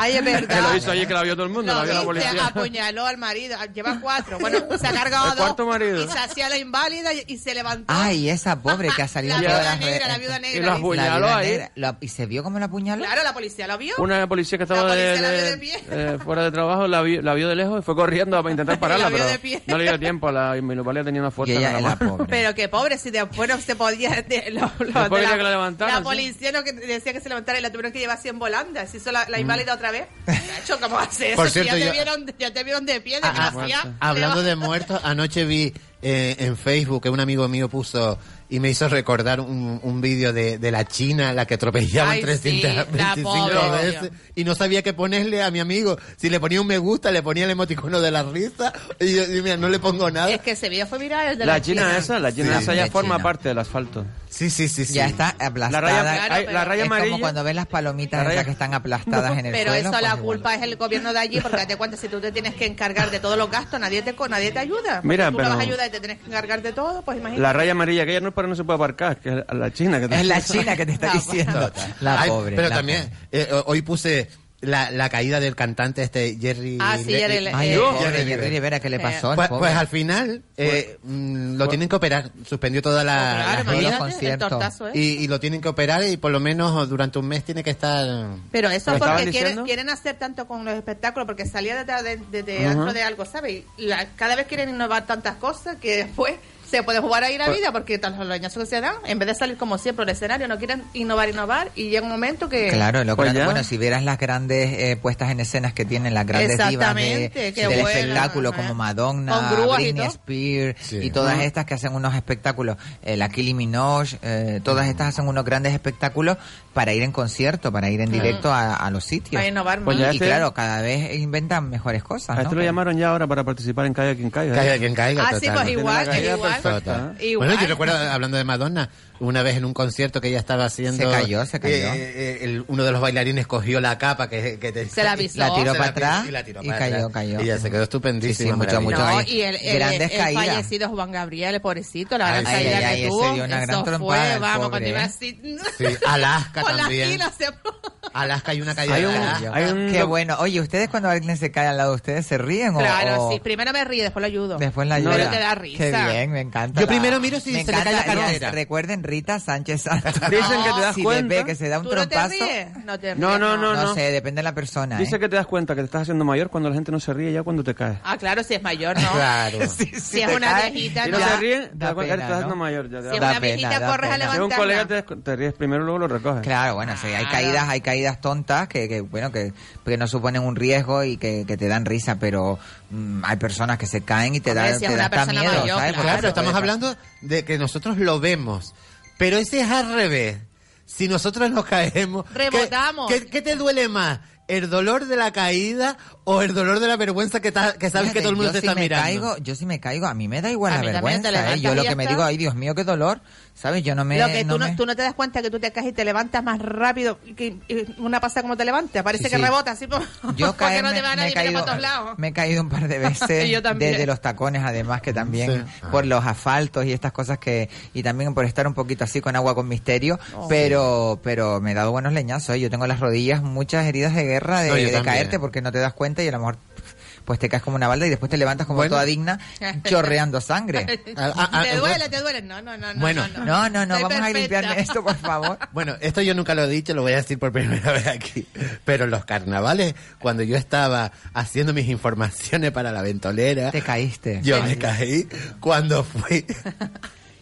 S6: Ay, es
S5: (laughs) Que lo
S6: verdad.
S5: hizo ayer que la vio todo el mundo,
S6: Lo
S5: la vio la
S6: viste, ah, pues.
S5: policía.
S6: apuñaló al marido, ah, lleva cuatro. Bueno, se ha cargado
S5: El
S6: a dos.
S5: cuarto marido.
S6: Y se hacía la inválida y, y se levantó.
S4: Ay, esa pobre que ha salido
S6: (laughs) la
S4: en todas
S6: viuda
S4: las
S6: negra, la
S4: redes.
S6: viuda negra.
S5: Y las
S6: dice.
S5: bull-
S4: La
S5: Apuñaló
S4: viuda
S5: ahí.
S4: negra. Lo- ¿Y se vio cómo la apuñaló?
S6: Claro, la policía lo vio.
S5: Una policía que
S6: La
S5: estaba de,
S6: policía la vio
S5: de-
S6: de pie.
S5: eh, fuera de trabajo la, vi- la vio de lejos y fue corriendo para intentar pararla,
S6: La vio
S5: pero
S6: de pie.
S5: no le dio tiempo. La minusvalía tenía una
S4: Y
S5: fuerza en
S4: ella
S5: la
S4: era
S5: mano.
S4: pobre.
S6: Pero que pobre, si después no se podía. de- lo- lo-
S5: Después
S6: de
S5: quería que la levantaran,
S6: la
S5: sí.
S6: policía lo que decía que se levantara y la tuvieron que llevar 100 volandas. Se hizo la, la inválida otra vez. Cacho, ¿cómo hace eso?
S7: Por
S6: Si
S7: cierto,
S6: ya, te
S7: yo-
S6: vieron, ya te vieron de pie,
S7: Ah, ah,
S6: desgraciada. Te va-
S7: Hablando de muertos, anoche vi eh, en Facebook que un amigo mío puso y me hizo recordar un, un vídeo de, de la China, la que atropellaban
S6: Ay, sí,
S7: 325
S6: la pobre.
S7: veces. Y no sabía qué ponerle a mi amigo. Si le ponía un me gusta, le ponía el emoticono de la risa. Y yo, y mira, no le pongo nada.
S6: Es que ese video fue viral. el de
S5: La,
S6: La,
S5: china, esa, la china
S7: Sí.
S5: esa ya
S4: La
S5: forma
S4: china.
S5: parte del asfalto.
S7: Sí, sí, sí, sí.
S4: Ya está aplastada.
S5: La raya,
S6: Claro,
S5: hay-
S6: pero
S5: la raya
S4: es
S5: amarilla.
S4: como cuando ves las palomitas
S5: La raya-
S4: esas que están aplastadas en el
S6: Pero
S4: suelo,
S6: eso
S4: pues
S6: la
S4: igual.
S6: culpa es el gobierno de allí, porque date cuenta, si tú te tienes que encargar de todos los gastos, nadie te, co- nadie te ayuda.
S5: Mira,
S6: tú
S5: pero-
S6: no vas a ayudar y te tienes que encargar de todo, pues imagínate.
S5: La raya amarilla que ella no, pero no se puede aparcar, que es la china que te-
S4: (laughs) Es la china que te está
S6: No,
S4: diciendo. La
S7: Ay,
S4: pobre.
S7: Pero
S4: la
S7: también,
S4: pobre.
S7: eh, ho- hoy puse la, la caída del cantante este Jerry.
S6: Ah, sí,
S7: Le-
S6: Jerry Le-
S4: Ay,
S6: Eh,
S4: el
S6: yo-
S4: pobre
S7: Jerry
S4: Jerry
S7: Rivera.
S4: Rivera, ¿qué le
S6: Eh,
S4: pasó? al
S7: Pues,
S4: pobre? Pues,
S7: pues al final eh, mm, lo tienen que operar. Suspendió toda la,
S6: Claro,
S7: la
S4: los
S7: gira
S6: imagínate, el
S4: conciertos.
S6: tortazo, ¿eh?
S7: y, y lo tienen que operar y por lo menos durante un mes tiene que estar.
S6: Pero
S4: Pues
S6: eso
S5: ¿Lo estaban
S6: porque quieren,
S5: diciendo?
S6: quieren hacer tanto con los espectáculos, porque salía de, de, de teatro
S5: Ujú.
S6: de algo, ¿sabes? Y la- cada vez quieren innovar tantas cosas que después se puede jugar ahí
S4: Pues
S6: la vida, porque tantos los años que se dan, en vez de salir como siempre al escenario, no quieren innovar, innovar, y llega un momento que...
S4: Claro, lo
S5: Pues
S4: grande-
S5: ya.
S4: bueno, si vieras las grandes eh, puestas en escenas que tienen las grandes divas de-
S6: Exactamente, qué
S4: del
S6: bueno,
S4: espectáculo,
S6: ¿eh?
S4: como Madonna,
S6: Con grúas y
S4: Britney
S6: todo.
S4: Spears
S7: Sí.
S4: y todas
S5: Ajá.
S4: estas que hacen unos espectáculos, eh, la Kylie Minogue, eh, todas estas hacen unos grandes espectáculos para ir en concierto, para ir en directo a, a los sitios.
S6: Para innovar
S5: Pues ya
S6: más.
S4: Y
S5: este-
S4: claro, cada vez inventan mejores cosas.
S5: A este
S4: ¿no?
S5: lo llamaron ya ahora para participar en Caiga quien caiga. ¿eh?
S7: Caiga quien caiga.
S6: Ah, sí,
S7: total.
S6: pues
S5: Tiene
S6: igual,
S5: la
S6: es
S5: caída
S6: igual.
S5: perfecta, ¿eh?
S7: Total.
S6: Igual.
S7: Bueno, yo recuerdo, hablando de Madonna, una vez en un concierto que ella estaba haciendo...
S4: Se cayó, se cayó.
S7: eh, eh, el- uno de los bailarines cogió la capa que, que te-
S6: Se la avisó.
S4: La tiró para
S7: se la
S4: atrás
S7: pi- y la tiró
S4: y
S7: para
S4: cayó,
S7: atrás.
S4: cayó.
S7: Y ella se quedó
S4: Sí,
S7: estupendísima.
S4: sí, mucho,
S7: maravilla.
S4: mucho.
S6: No,
S4: ahí.
S6: y el, el-
S4: Grandes
S6: el
S4: caídas.
S6: fallecido Juan Gabriel, el pobrecito, la gran
S7: Ay,
S6: caída
S7: sí.
S4: Ay, ay,
S6: que
S4: ay,
S6: tuvo.
S4: ese dio una gran
S6: eso
S4: trompada,
S6: fue,
S4: el
S6: vamos,
S4: pobre,
S6: cuando iba
S4: ¿eh?
S6: así. (laughs)
S7: Sí, Alaska
S6: Con las
S7: también.
S6: pilas se...
S7: Alaska hay una caída
S5: Hay
S7: de
S5: un-
S7: Alaska.
S5: hay un-
S4: Qué bueno. Oye, ¿ustedes cuando alguien se cae al lado de ustedes se ríen o-
S6: Claro,
S4: o,
S6: sí, primero me ríe, después lo ayudo.
S4: Después la
S5: No,
S4: ayuda.
S6: Pero te da risa.
S4: Qué bien, me encanta.
S7: Yo
S4: la-
S7: primero miro si
S4: me
S7: se le cae la
S4: encanta- no,
S7: cartera.
S4: recuerden Rita Sánchez
S7: (laughs)
S4: Santos.
S5: Dicen que te das
S4: si
S5: cuenta.
S4: le ve que se da un
S6: ¿Tú no te
S4: trompazo.
S6: ríes? No te ríes.
S5: No, no, no,
S4: no,
S5: no.
S4: sé, depende de la persona.
S5: Dice
S4: ¿eh?
S5: que te das cuenta que te estás haciendo mayor cuando la gente no se ríe ya cuando te caes.
S6: Ah, claro, si es mayor, ¿no?
S7: Claro.
S4: si
S6: Si es
S4: te
S6: una
S4: cae,
S6: viejita,
S5: Si no
S6: Ya, ya.
S5: se ríen, te
S4: Da
S5: das cuenta que te
S4: pena,
S5: estás haciendo
S4: ¿no?
S5: mayor. Ya, te
S6: Si
S5: da
S6: es
S4: Da
S6: una
S4: pena,
S6: viejita,
S4: da
S6: corres a
S4: pena.
S5: Si un
S6: levantarla.
S5: colega te, te ríes primero, luego lo recoges.
S4: Claro, bueno, sí, hay caídas, hay caídas tontas que, que bueno, que, que no suponen un riesgo y que, que te dan risa, pero mm, hay personas que se caen y te
S6: Hombre,
S4: dan
S6: si es
S4: te da
S6: una
S4: hasta
S6: persona
S4: miedo,
S6: mayor,
S4: ¿sabes? Porque
S7: Claro,
S4: eso
S7: pero estamos
S4: puede
S7: hablando de que nosotros lo vemos, pero ese es al revés. Si nosotros nos caemos, ¿qué-
S6: Rebotamos.
S7: ¿qué, qué te duele más? ¿El dolor de la caída o el dolor de la vergüenza que, ta- que
S4: Fíjate,
S7: sabes que todo el mundo
S4: yo
S7: te
S4: si
S7: está
S4: me
S7: mirando?
S4: Caigo, yo si me caigo, a mí me da igual
S6: A
S4: la
S6: mí también
S4: vergüenza.
S6: te
S4: ¿eh?
S6: levantas
S4: Yo lo
S6: y
S4: que
S6: ya
S4: me
S6: está.
S4: digo, ay Dios mío, qué dolor, ¿Sabes? Yo no me...
S6: Lo que
S4: no
S6: tú, no,
S4: me-
S6: tú no te das cuenta que tú te caes y te levantas más rápido que y una pasa como te levantes, parece
S7: Sí,
S6: que
S7: sí.
S6: rebota así como
S4: Yo
S6: (laughs) porque no
S4: caerme-
S6: te va
S4: me, he
S6: nadie mira
S4: caído,
S6: para todos lados. (laughs)
S4: me he caído un par de veces
S6: Yo también.
S4: desde los tacones, además que también
S7: Sí. Ah.
S4: por los asfaltos y estas cosas que y también por estar un poquito así con agua con misterio,
S6: Oh.
S4: pero pero me he dado buenos leñazos. ¿eh? Yo tengo las rodillas muchas heridas de guerra de,
S7: No, yo
S4: de
S7: también.
S4: caerte porque no te das cuenta y a lo mejor pues te caes como una balda y después te levantas como
S7: Bueno.
S4: toda digna chorreando sangre.
S7: Ah, ah, ah, bueno.
S6: te duele, te duele. No, no, no. no,
S7: Bueno.
S6: no,
S4: No, no, no,
S6: Soy
S4: vamos a
S6: perfecta.
S4: limpiarme esto, por favor.
S7: Bueno, esto yo nunca lo he dicho, lo voy a decir por primera (laughs) vez aquí. Pero los carnavales, cuando yo estaba haciendo mis informaciones para la ventolera,
S4: Te caíste.
S7: yo me caí cuando fui.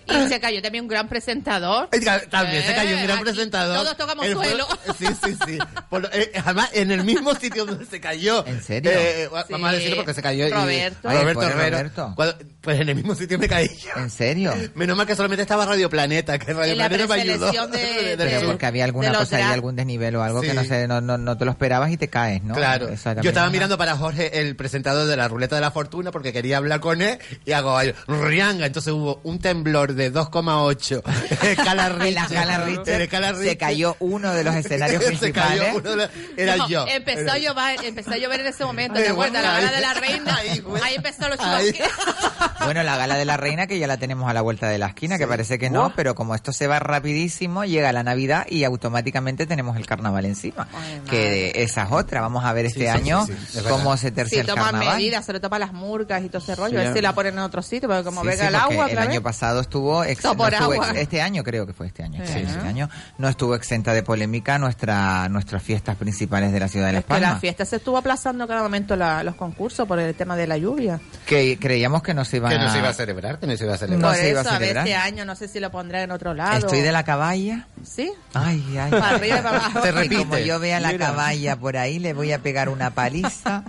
S6: Y se cayó también un gran presentador.
S7: También se cayó un gran
S6: aquí
S7: presentador.
S6: todos tocamos
S7: Él fue-
S6: suelo.
S7: (laughs) Sí, sí, sí. Por lo- eh, además, en el mismo sitio donde se cayó.
S4: ¿En serio?
S7: Eh, va-
S6: Sí.
S7: Vamos a decirlo porque se cayó. y-
S6: Roberto.
S4: Ay,
S7: Roberto
S4: pobre
S7: Herrero.
S4: Roberto.
S7: Cuando- pues en el mismo sitio me caí yo.
S4: ¿En serio?
S7: Menos mal que solamente estaba Radio Planeta, que Radio
S6: En la
S7: Planeta me ayudó.
S6: preselección
S7: (laughs)
S6: de-
S7: Del
S6: de-
S7: sur.
S4: Pero porque había alguna
S6: de los
S4: cosa ahí,
S6: drag.
S4: algún desnivel o algo que
S7: Sí.
S4: no, sé, no, no, no te lo esperabas y te caes, ¿no?
S7: Claro.
S4: Eso era
S7: Yo estaba
S4: menos-
S7: mirando para Jorge, el presentador de la ruleta de la fortuna, porque quería hablar con él y hago ahí, rianga. Entonces hubo un temblor de
S4: (laughs)
S7: 2,8 escala Richter.
S4: (laughs) En la escala Richter,
S7: En escala
S4: se
S7: Richter.
S4: cayó uno de los escenarios
S7: (laughs) Se cayó
S4: principales.
S7: uno de los- Era
S6: No,
S7: yo.
S6: Empezó
S7: Era
S6: a llover, empezó a llover en ese momento,
S7: Ay,
S6: ¿te acuerdas? La
S7: bueno,
S6: gala de la
S7: ahí-
S6: reina.
S7: ahí,
S6: Ahí,
S7: bueno.
S6: empezó los
S7: Ahí.
S6: chubasqueros.
S4: Bueno, la gala de la reina que ya la tenemos a la vuelta de la esquina, que parece que no, pero como esto se va rapidísimo, llega la Navidad y automáticamente tenemos el carnaval encima. que esa es otra. Vamos a ver este
S7: sí,
S4: año
S7: sí, sí, es
S4: cómo
S7: verdad.
S4: se tercia
S6: Sí,
S4: el
S6: toman
S4: carnaval.
S6: medidas, sobre todo para las murcas y todo ese rollo.
S5: Sí,
S6: a ver
S5: ya.
S6: si la ponen en otro sitio, porque como
S4: Sí,
S6: venga
S4: sí,
S6: el
S4: porque
S6: agua
S4: el
S6: otra
S4: año
S6: vez.
S4: pasado estuvo, ex-
S6: Sopor
S4: no estuvo ex-
S6: agua.
S4: este año creo que fue este año,
S6: Sí.
S4: este año no estuvo exenta de polémica nuestra nuestras fiestas principales de la ciudad de Las
S6: Es que la
S4: Palmas.
S6: fiesta se estuvo aplazando cada momento la- los concursos por el tema de la lluvia.
S4: Que creíamos que no se iban
S7: Que no se iba
S4: a
S7: a celebrar, que no se iba a celebrar.
S4: No
S6: por
S4: se iba
S6: eso,
S4: a
S6: a ver,
S4: celebrar.
S6: este año no sé si lo pondrá en otro lado.
S4: Estoy de la caballa.
S6: ¿Sí?
S4: Ay, ay.
S6: Para arriba
S4: (laughs)
S6: y para abajo.
S7: Te
S4: Y Como
S7: repite.
S4: yo vea la caballa por ahí, le voy a pegar una
S7: (laughs)
S4: paliza.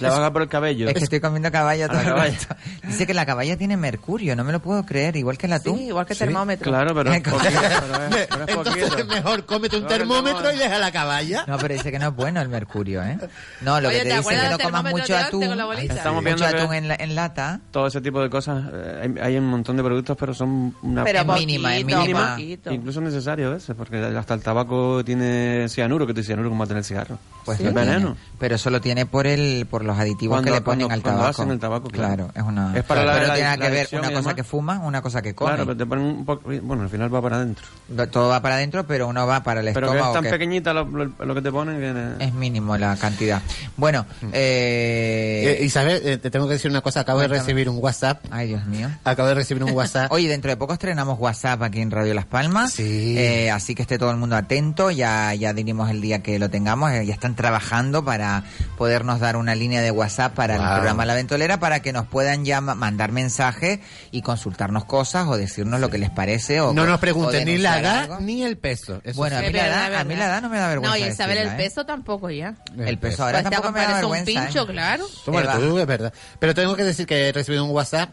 S5: Le vas a dar por el cabello.
S4: Es que estoy comiendo caballa todo
S5: A la
S4: el
S5: caballa.
S4: rato. Dice que la caballa tiene mercurio, no me lo puedo creer, igual que la
S6: Sí,
S4: tú.
S6: igual que termómetro.
S4: (laughs)
S5: Claro, pero,
S4: Ay,
S5: es poquito, pero es- pero es
S7: Entonces
S5: poquito.
S7: mejor cómete un
S5: Ahora
S7: termómetro
S5: estamos-
S7: y deja la caballa.
S4: No, pero dice que no es bueno el mercurio, ¿eh? No, lo
S6: Oye,
S4: que
S6: ¿te
S4: te, dice
S6: acuerdas
S4: que no
S6: del
S4: comas
S6: termómetro
S4: mucho
S6: de antes con
S4: atún.
S6: la bolita?
S5: Estamos
S4: mucho
S5: viendo que-
S4: atún en, la- en lata.
S5: Todo ese tipo de cosas. eh, hay, hay un montón de productos, pero son una
S6: Pero
S4: Es
S6: poquito,
S4: mínima, es mínima.
S6: poquito.
S5: Incluso es necesario a veces, porque hasta el tabaco tiene cianuro, que tiene cianuro como va a tener el cigarro.
S4: Pues
S5: es
S4: lo tiene.
S5: veneno.
S4: Pero solo tiene por el por los aditivos
S5: Cuando-
S4: que le ponen
S5: cuando-
S4: al
S5: cuando
S4: tabaco.
S5: hacen el tabaco, claro.
S4: es una.
S5: Es para la-
S4: pero
S5: la-
S4: tiene
S5: la
S4: que ver
S5: adicción
S4: una
S5: y
S4: cosa
S5: demás.
S4: que fuma, una cosa que come.
S5: Claro, pero te ponen un poco. Bueno, al final va para adentro.
S4: Todo va para adentro, pero uno va para el
S5: Pero que
S4: estómago.
S5: es tan
S4: que es
S5: pequeñita lo, lo- lo que te ponen que.
S4: Es mínimo la cantidad. Bueno, eh,
S7: Eh, Isabel, eh, te tengo que decir una cosa. Acabo de
S4: Cuéntame.
S7: recibir un WhatsApp.
S4: ay Dios mío.
S7: Acabo de recibir un WhatsApp.
S4: Oye, dentro de poco estrenamos WhatsApp aquí en Radio Las Palmas.
S7: Sí.
S4: Eh, así que esté todo el mundo atento. Ya, ya dirimos el día que lo tengamos. Eh, ya están trabajando para podernos dar una línea de WhatsApp para el
S7: Wow.
S4: programa La Ventolera para que nos puedan ya ma- mandar mensajes y consultarnos cosas o decirnos lo que les parece. O,
S7: No nos
S4: o
S7: pregunten ni la
S4: denunciar
S7: edad
S4: algo.
S7: ni el peso. Eso
S4: Bueno, a
S7: sí.
S4: mí,
S6: Es
S4: la
S6: verdad,
S4: edad, a mí
S6: verdad.
S4: la edad no me da vergüenza.
S6: No, y Isabel, el
S4: decirla, ¿eh?
S6: peso tampoco ya.
S4: El peso ahora
S6: Pues te
S4: tampoco me da
S6: acompañas un
S4: vergüenza. ¿eh?
S6: pincho, claro. Em,
S7: Bueno,
S4: Eva.
S7: tú, es verdad. Pero tengo que decir que he recibido un WhatsApp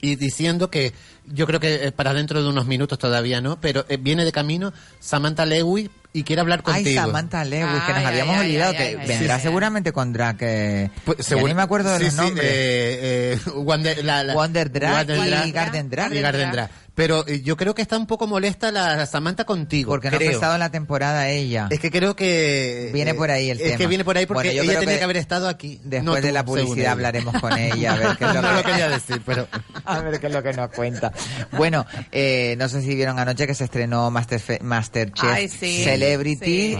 S7: y diciendo que yo creo que eh, para dentro de unos minutos todavía no, pero eh, viene de camino Samantha Lewy y quiere hablar contigo.
S4: Ay, Samantha Lewis, que nos
S6: Ay,
S4: habíamos
S6: ay, ay,
S4: olvidado,
S6: ay,
S4: que
S6: ay, ay,
S4: vendrá
S6: ay, ay.
S4: seguramente con Drag. Eh,
S7: Pues,
S4: ya
S7: seguro-
S4: ni me acuerdo de
S7: sí,
S4: los
S7: sí,
S4: nombres.
S7: eh, (laughs) eh, Wonder, la- la-
S4: Wonder Drag y
S7: Drag.
S4: Garden Drag.
S7: Y Garden Drag. Pero eh, yo creo que está un poco molesta la, la Samantha contigo.
S4: porque no ha
S7: creo.
S4: empezado la temporada ella.
S7: Es que creo que...
S4: Viene
S7: eh,
S4: por ahí el
S7: es
S4: tema.
S7: que viene por ahí porque
S4: Bueno, yo
S7: ella
S4: creo
S7: tenía
S4: que
S7: que haber estado aquí.
S4: Después
S7: No
S4: de
S7: tú,
S4: la
S7: según
S4: publicidad
S7: ella.
S4: hablaremos con ella,
S7: (laughs)
S4: a ver qué es lo
S7: no
S4: que-
S7: lo quería decir, pero...
S4: (laughs) A ver qué es lo que nos cuenta. Bueno, eh, no sé si vieron anoche que se estrenó Masterfe- Masterchef
S6: Ay, sí.
S4: Celebrity
S6: Sí.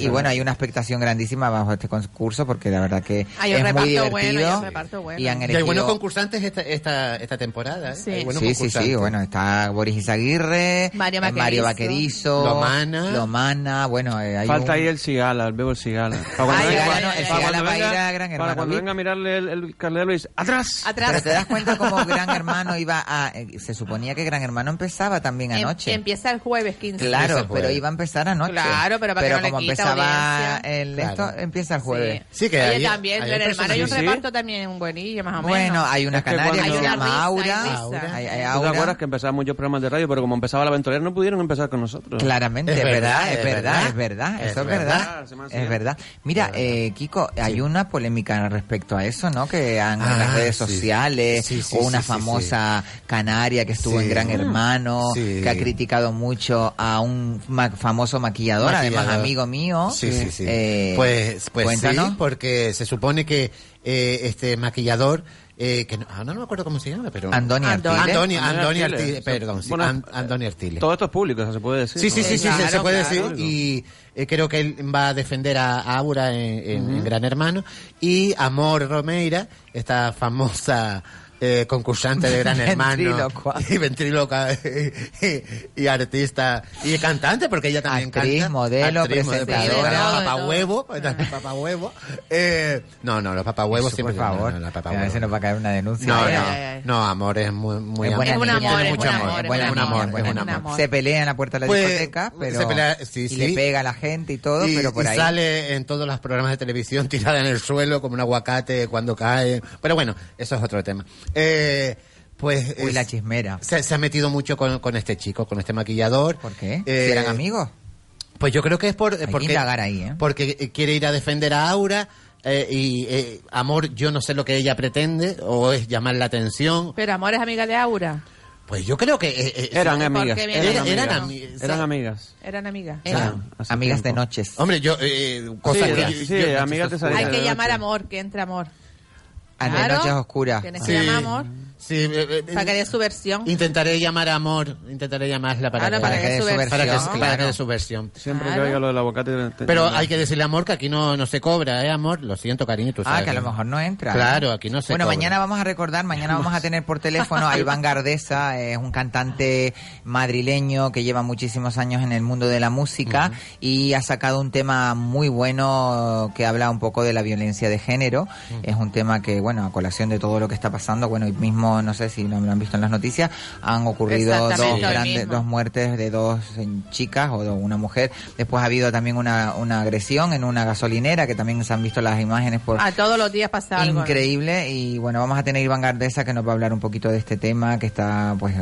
S4: y- Y, bueno, hay una expectación grandísima bajo este concurso porque la verdad que
S6: Hay un
S4: es muy divertido
S6: reparto bueno, hay un reparto bueno.
S4: y han
S7: Y hay
S4: elegido-
S7: buenos concursantes esta, esta, esta temporada. ¿eh?
S6: Sí.
S7: Hay buenos
S4: sí, sí, sí,
S7: concursantes.
S4: bueno, está Boris Izaguirre,
S6: Mario
S4: eh, Mario
S6: Vaquerizo.
S4: Vaquerizo,
S7: Lomana.
S4: Lomana, bueno, eh, hay
S5: Falta
S4: un-
S5: ahí el cigala, el bebo el cigala. Para
S4: Ah,
S5: venga-
S4: Cigala, no, el
S5: para
S4: Cigala
S5: cuando
S4: va a ir
S5: venga-
S4: a Gran
S5: para
S4: Hermano Eh,
S5: cuando
S4: VIP.
S5: venga a mirarle el, el carnero y dice, ¡atrás!
S4: Pero
S6: Atrás.
S4: te das cuenta como Gran Hermano iba a... eh, se suponía que Gran Hermano empezaba también
S6: Em-
S4: anoche.
S6: empieza el jueves 15.
S4: Claro,
S7: Ese jueves.
S4: pero iba a empezar anoche.
S6: Claro, pero para que no le
S4: como
S6: quita
S4: empezaba
S6: audiencia.
S4: el
S7: Claro.
S4: esto, empieza el
S6: Sí.
S4: jueves.
S7: Sí, que
S6: Oye,
S7: ayer-
S6: también,
S7: ayer
S6: pero hermano, hay un
S5: personas- Sí.
S6: reparto también, un buenillo, más o menos.
S4: Bueno, hay una
S5: Es que
S4: canaria que
S5: cuando-
S4: se
S5: Hay una
S4: llama
S6: risa,
S4: Aura.
S6: hay
S4: Hay,
S6: risa.
S4: hay
S5: ¿Tú te
S4: Aura.
S5: acuerdas que empezaba muy muchos programas de radio, pero como empezaba la ventolera no pudieron empezar con nosotros.
S4: Claramente,
S7: Es
S4: es verdad,
S7: verdad,
S4: es
S7: es
S4: verdad,
S7: verdad.
S4: es verdad,
S7: Es
S4: eso es
S7: verdad,
S4: verdad,
S5: se me hace
S4: es
S5: bien.
S4: verdad. Mira, eh, Kiko, hay una polémica respecto a eso, ¿no? Que han en las
S7: Ah,
S4: redes
S7: sí.
S4: sociales,
S7: Sí, sí,
S4: o
S7: sí,
S4: una
S7: sí, sí,
S4: famosa canaria que estuvo
S7: Sí.
S4: en Gran Hermano,
S7: Sí.
S4: que ha criticado mucho a un ma- famoso maquillador, además
S7: Maquillador.
S4: amigo mío.
S7: Sí, sí, sí.
S4: Eh,
S7: pues pues
S4: cuéntanos.
S7: sí, porque se supone que eh, este maquillador, eh, que no, ah, no, no me acuerdo cómo se llama, pero...
S4: Andoni
S6: Andoni.
S4: Artiles.
S7: Andoni, Andoni
S5: Andoni Artiles.
S7: Artiles, perdón, sí,
S5: Bueno,
S7: An- Andoni Artiles.
S5: Todo esto es público, o sea, se puede decir.
S7: Sí, sí,
S5: ¿no?
S7: sí, sí,
S4: Claro,
S7: se- se puede
S4: claro.
S7: decir. Y eh, creo que él va a defender a, a Aura en, en- en Gran Hermano. Y Amor Romeira, esta famosa eh, concursante
S4: (laughs)
S7: de Gran Hermano.
S4: Ventrílocua.
S7: y ventríloca. (laughs) y, y artista. Y cantante, porque ella también
S4: Actriz,
S7: canta.
S4: modelo, presentadora.
S6: Sí, de todo, de
S7: Papá
S6: todo.
S7: huevo.
S4: (laughs)
S7: Papá huevo. Eh, no, no, los papá huevos
S4: Eso,
S7: siempre.
S4: por favor,
S7: No, no, la
S4: a
S7: papahuevo
S4: veces nos va a caer una denuncia.
S7: no,
S4: Eh,
S7: no,
S6: ay, ay.
S7: no, amor es muy, muy
S4: Es buena
S6: Es un
S4: niña,
S6: amor,
S4: tiene
S6: es
S4: mucho
S6: un amor,
S4: es buena
S6: es un
S4: niña,
S6: amor,
S4: es buena
S6: es un
S4: niña.
S6: amor.
S4: Se pelea en la puerta de la
S7: Pues,
S4: discoteca, pero
S7: se pelea, sí,
S4: y
S7: sí.
S4: le pega a la gente y todo,
S7: y,
S4: pero por
S7: y
S4: ahí
S7: sale en todos los programas de televisión (laughs) tirada en el suelo como un aguacate cuando cae. Pero bueno, eso es otro tema. Eh, pues
S4: uy
S7: es-
S4: la chismera.
S7: se, se ha metido mucho con, con este chico, con este maquillador.
S4: ¿Por qué?
S7: Eh,
S4: ¿Si eran amigos?
S7: Pues yo creo que es por,
S4: que
S7: porque,
S4: indagar ahí, ¿eh?
S7: porque eh, quiere ir a defender a Aura. eh, y eh, amor, yo no sé lo que ella pretende, o es llamar la atención.
S6: Pero Amor es amiga de Aura.
S7: Pues yo creo que. eh, eh,
S5: Eran
S6: Porque
S5: amigas.
S6: viene-
S5: Eran,
S6: Eran-
S5: amigas.
S7: eran ami-
S5: Eran amigas.
S6: Eran amigas.
S4: Eran
S5: hace
S4: amigas de
S5: tiempo.
S4: noches.
S7: Hombre, yo. eh, cosas
S5: Sí,
S7: que-
S5: sí,
S7: yo- yo-
S5: amigas te salen
S6: Hay
S5: de
S6: que
S5: noche.
S6: llamar Amor, que entre Amor.
S4: Ah, de
S6: Claro,
S4: noches oscuras.
S6: Tienes
S7: Sí.
S6: que llamar Amor
S7: Sí, eh, eh,
S6: para que dé su versión.
S7: Intentaré llamar a amor, intentaré llamarla para,
S6: Ahora
S7: que,
S4: para que dé su
S6: versión.
S7: para que-
S4: versión,
S7: para que
S4: claro.
S7: dé su versión.
S5: Siempre
S6: Claro.
S5: que oiga lo del aguacate. te-
S7: Pero
S5: te-
S7: hay que decirle amor que aquí no, no se cobra, ¿eh, amor? Lo siento, cariño, tú sabes.
S4: Ah, que a lo mejor no entra.
S7: Claro, aquí no se
S4: Bueno,
S7: cobra.
S4: mañana vamos a recordar, mañana vamos a tener por teléfono a Iván Gardesa, eh, es un cantante madrileño que lleva muchísimos años en el mundo de la música y ha sacado un tema muy bueno que habla un poco de la violencia de género. Es un tema que, bueno, a colación de todo lo que está pasando, bueno, hoy mismo, no sé si lo han visto en las noticias, han ocurrido dos,
S6: Exactamente, hoy
S4: grandes,
S6: mismo.
S4: dos muertes de dos eh, chicas o de una mujer. Después ha habido también una, una agresión en una gasolinera, que también se han visto las imágenes por,
S6: A todos los días pasa algo. ¿no?
S4: Increíble y bueno, vamos a tener a Iván Gardesa que nos va a hablar un poquito de este tema que está pues... eh,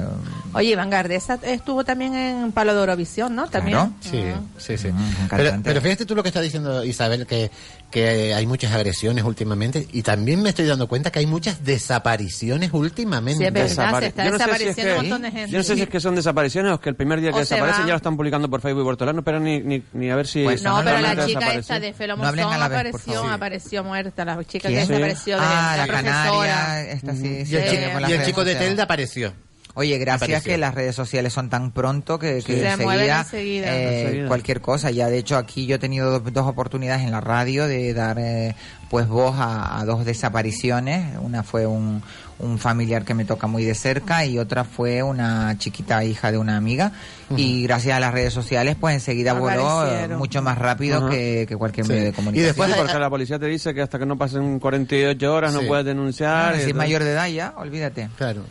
S6: Oye, Iván Gardesa estuvo también en Palo de Eurovisión, ¿no? También.
S4: Claro.
S7: Sí, sí, sí.
S4: Mm, un
S7: Pero,
S4: cantante.
S7: pero fíjate tú lo que está diciendo Isabel, que, que hay muchas agresiones últimamente y también me estoy dando cuenta que hay muchas desapariciones últimamente.
S6: Sí, es verdad.
S5: Desapare-
S6: se está
S5: Yo no sé si es
S6: desapareciendo un montón de gente.
S5: Yo no sé si es que son desapariciones o es que el primer día que
S6: O se
S5: desaparecen
S6: van.
S5: ya lo están publicando por Facebook y por todos lados, no esperan ni, ni, ni a ver si...
S4: Pues
S6: No,
S4: no,
S6: pero
S4: no,
S6: la
S4: no,
S6: chica
S5: desapareció.
S6: esta de
S4: No hablen
S6: Felomozón
S4: a la vez, por
S6: apareció,
S4: favor.
S6: apareció muerta. La chica
S4: ¿Quién?
S6: que desapareció de
S4: ah,
S6: la,
S4: la
S6: profesora. Mm.
S4: canaria, esta sí, sí,
S7: Y el
S4: sí,
S7: chico,
S4: con las
S7: y el
S4: redes
S7: chico de
S4: sociales.
S7: Telda apareció.
S4: Oye, gracias
S7: Apareció.
S4: que las redes sociales son tan pronto que, que
S6: Sí. Se
S4: enseguida,
S6: mueven enseguida.
S4: eh,
S5: Enseguida.
S4: cualquier cosa. Ya de hecho aquí yo he tenido dos, dos oportunidades en la radio de dar eh, pues voz a, a dos desapariciones. Una fue un, un familiar que me toca muy de cerca y otra fue una chiquita hija de una amiga. Y gracias a las redes sociales pues enseguida voló eh,
S6: Aparecieron.
S4: mucho más rápido
S5: Ajá.
S4: que, que cualquier
S7: Sí.
S4: medio de
S7: Y
S4: comunicación.
S7: después
S5: Sí,
S7: hay-
S5: porque la policía te dice que hasta que no pasen 48 horas
S7: Sí.
S5: no puedes denunciar.
S4: Ah,
S5: y
S4: si es
S5: tal.
S4: mayor de edad ya, olvídate.
S7: Claro.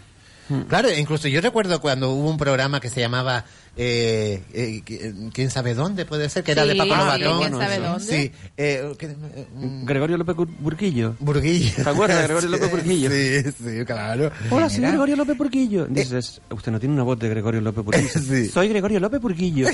S7: Mm. Claro, incluso yo recuerdo cuando hubo un programa que se llamaba eh, eh, qui- quién sabe dónde puede ser que era
S6: Sí,
S7: de Paco
S6: sí,
S7: Lobatón.
S5: quién sabe
S7: Sí,
S6: dónde.
S7: Sí, eh, que- eh, mm,
S5: Gregorio López Cur- Burquillo.
S7: Burguillo.
S5: ¿Te acuerdas de Gregorio López
S7: (laughs)
S5: Burguillo?
S7: Sí, sí, claro.
S5: Hola, soy
S4: Mira.
S5: Gregorio López Burquillo. Dices, usted no tiene una voz de Gregorio López Burquillo.
S7: (laughs) Sí.
S5: Soy Gregorio
S7: (laughs)
S5: López Burquillo.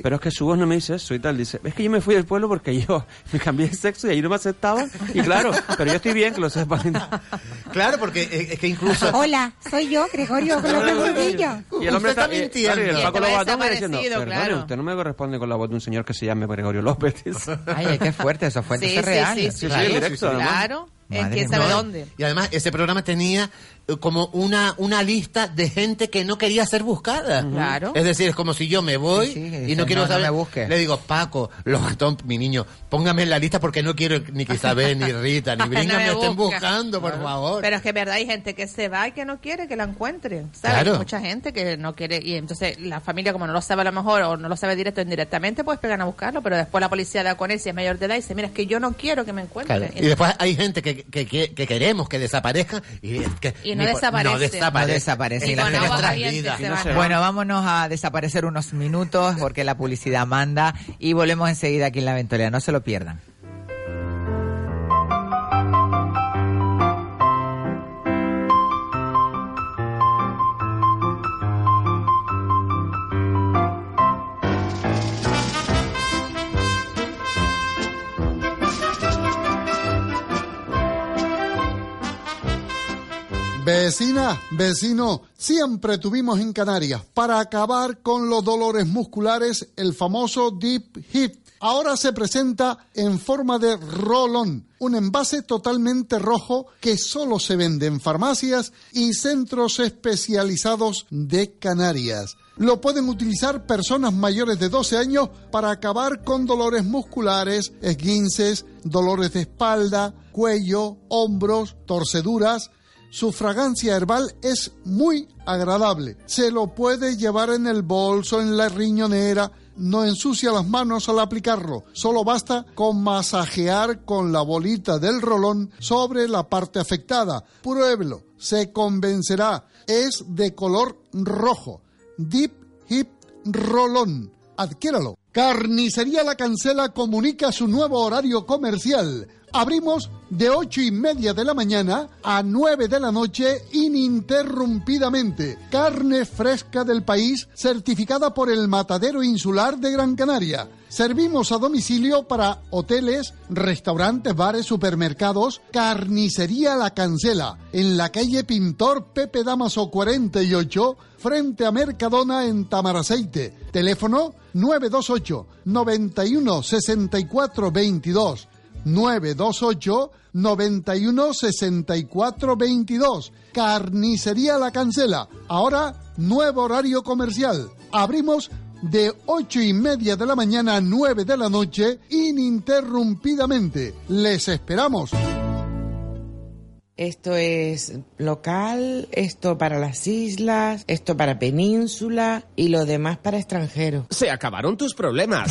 S5: Pero es que su voz no me dice eso y tal. Dice, es que yo me fui del pueblo porque yo (laughs) me cambié de sexo y ahí no me aceptaban. Y claro, pero yo estoy bien, que lo sepan.
S7: (laughs) Claro, porque eh, es que incluso
S8: Hola, soy yo,
S7: (laughs)
S8: Gregorio López Burguillo.
S5: (laughs) Y el hombre
S7: Usted está
S5: y-
S7: mintiendo.
S5: claro, y el
S6: Y
S5: Paco
S6: estaba
S5: Lobatón está diciendo,
S6: desaparecido,
S5: perdone,
S6: claro.
S5: usted no me corresponde con la voz de un señor que se llame
S7: (laughs)
S5: Gregorio López. dice.
S4: Ay, qué fuerte, eso fue entonces real.
S6: sí, sí,
S5: Sí, sí,
S6: claro.
S5: directo, además.
S6: Claro. En
S4: Madre
S6: quién
S4: mía.
S6: sabe
S7: No, eh.
S6: dónde.
S7: Y además ese programa tenía eh, como una, una lista de gente que no quería ser buscada.
S6: Claro.
S7: Es decir, es como si yo me voy
S4: Sí, sí,
S7: y
S4: dice,
S7: no quiero
S4: "No, no
S7: saber.
S4: me busques".
S7: Le digo, Paco, Lobatón, mi niño, póngame en la lista porque no quiero ni que Isabel,
S6: (laughs)
S7: ni Rita, ni Brinca
S6: No me
S7: me estén
S6: busca.
S7: buscando, por favor.
S6: Pero es que es verdad hay gente que se va y que no quiere que la encuentren, ¿sabes?
S7: Claro.
S6: Hay mucha gente que no quiere y entonces la familia como no lo sabe a lo mejor o no lo sabe directo o indirectamente, pues pegan a buscarlo, pero después la policía da con él si es mayor de edad y dice, mira, es que yo no quiero que me encuentren.
S7: Claro. Y después hay gente que, que, que- que queremos que desaparezca y, es que
S6: Y no
S7: ni por-
S6: desaparece.
S7: No desaparece.
S4: No desaparece.
S7: Está
S4: Y con
S7: en
S4: agua
S7: nuestras
S6: caliente
S7: vidas.
S6: se va.
S5: se va.
S4: Bueno, vámonos a desaparecer unos minutos porque la publicidad manda y volvemos enseguida aquí en la ventolera. No se lo pierdan.
S9: Vecina, vecino, siempre tuvimos en Canarias para acabar con los dolores musculares el famoso Deep Hit. Ahora se presenta en forma de rolón, un envase totalmente rojo que solo se vende en farmacias y centros especializados de Canarias. Lo pueden utilizar personas mayores de 12 años para acabar con dolores musculares, esguinces, dolores de espalda, cuello, hombros, torceduras. Su fragancia herbal es muy agradable. Se lo puede llevar en el bolso, en la riñonera. No ensucia las manos al aplicarlo. Solo basta con masajear con la bolita del rolón sobre la parte afectada. Pruébelo. Se convencerá. Es de color rojo. Deep Hip Rolón. Adquiéralo. Carnicería La Cancela comunica su nuevo horario comercial. Abrimos de ocho y media de la mañana a 9 de la noche ininterrumpidamente. Carne fresca del país certificada por el Matadero Insular de Gran Canaria. Servimos a domicilio para hoteles, restaurantes, bares, supermercados. Carnicería La Cancela en la calle Pintor Pepe Damaso 48 frente a Mercadona en Tamaraceite. Teléfono 928 91 64 22 928 91 64 22. Carnicería La Cancela. Ahora, nuevo horario comercial. Abrimos de 8 y media de la mañana a 9 de la noche ininterrumpidamente. Les esperamos.
S10: Esto es local, esto para las islas, esto para península y lo demás para extranjeros.
S3: Se acabaron tus problemas.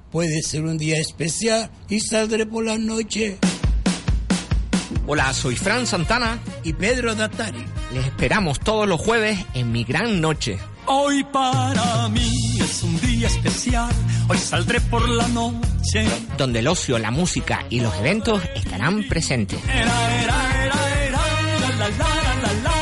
S11: puede ser un día especial y saldré por la noche.
S12: Hola, soy Fran Santana
S11: y Pedro Dattari.
S12: Les esperamos todos los jueves en mi gran noche.
S13: Hoy para mí es un día especial, hoy saldré por la noche.
S12: Donde el ocio, la música y los eventos estarán presentes.
S13: Era, era, era, era, la, la, la, la, la.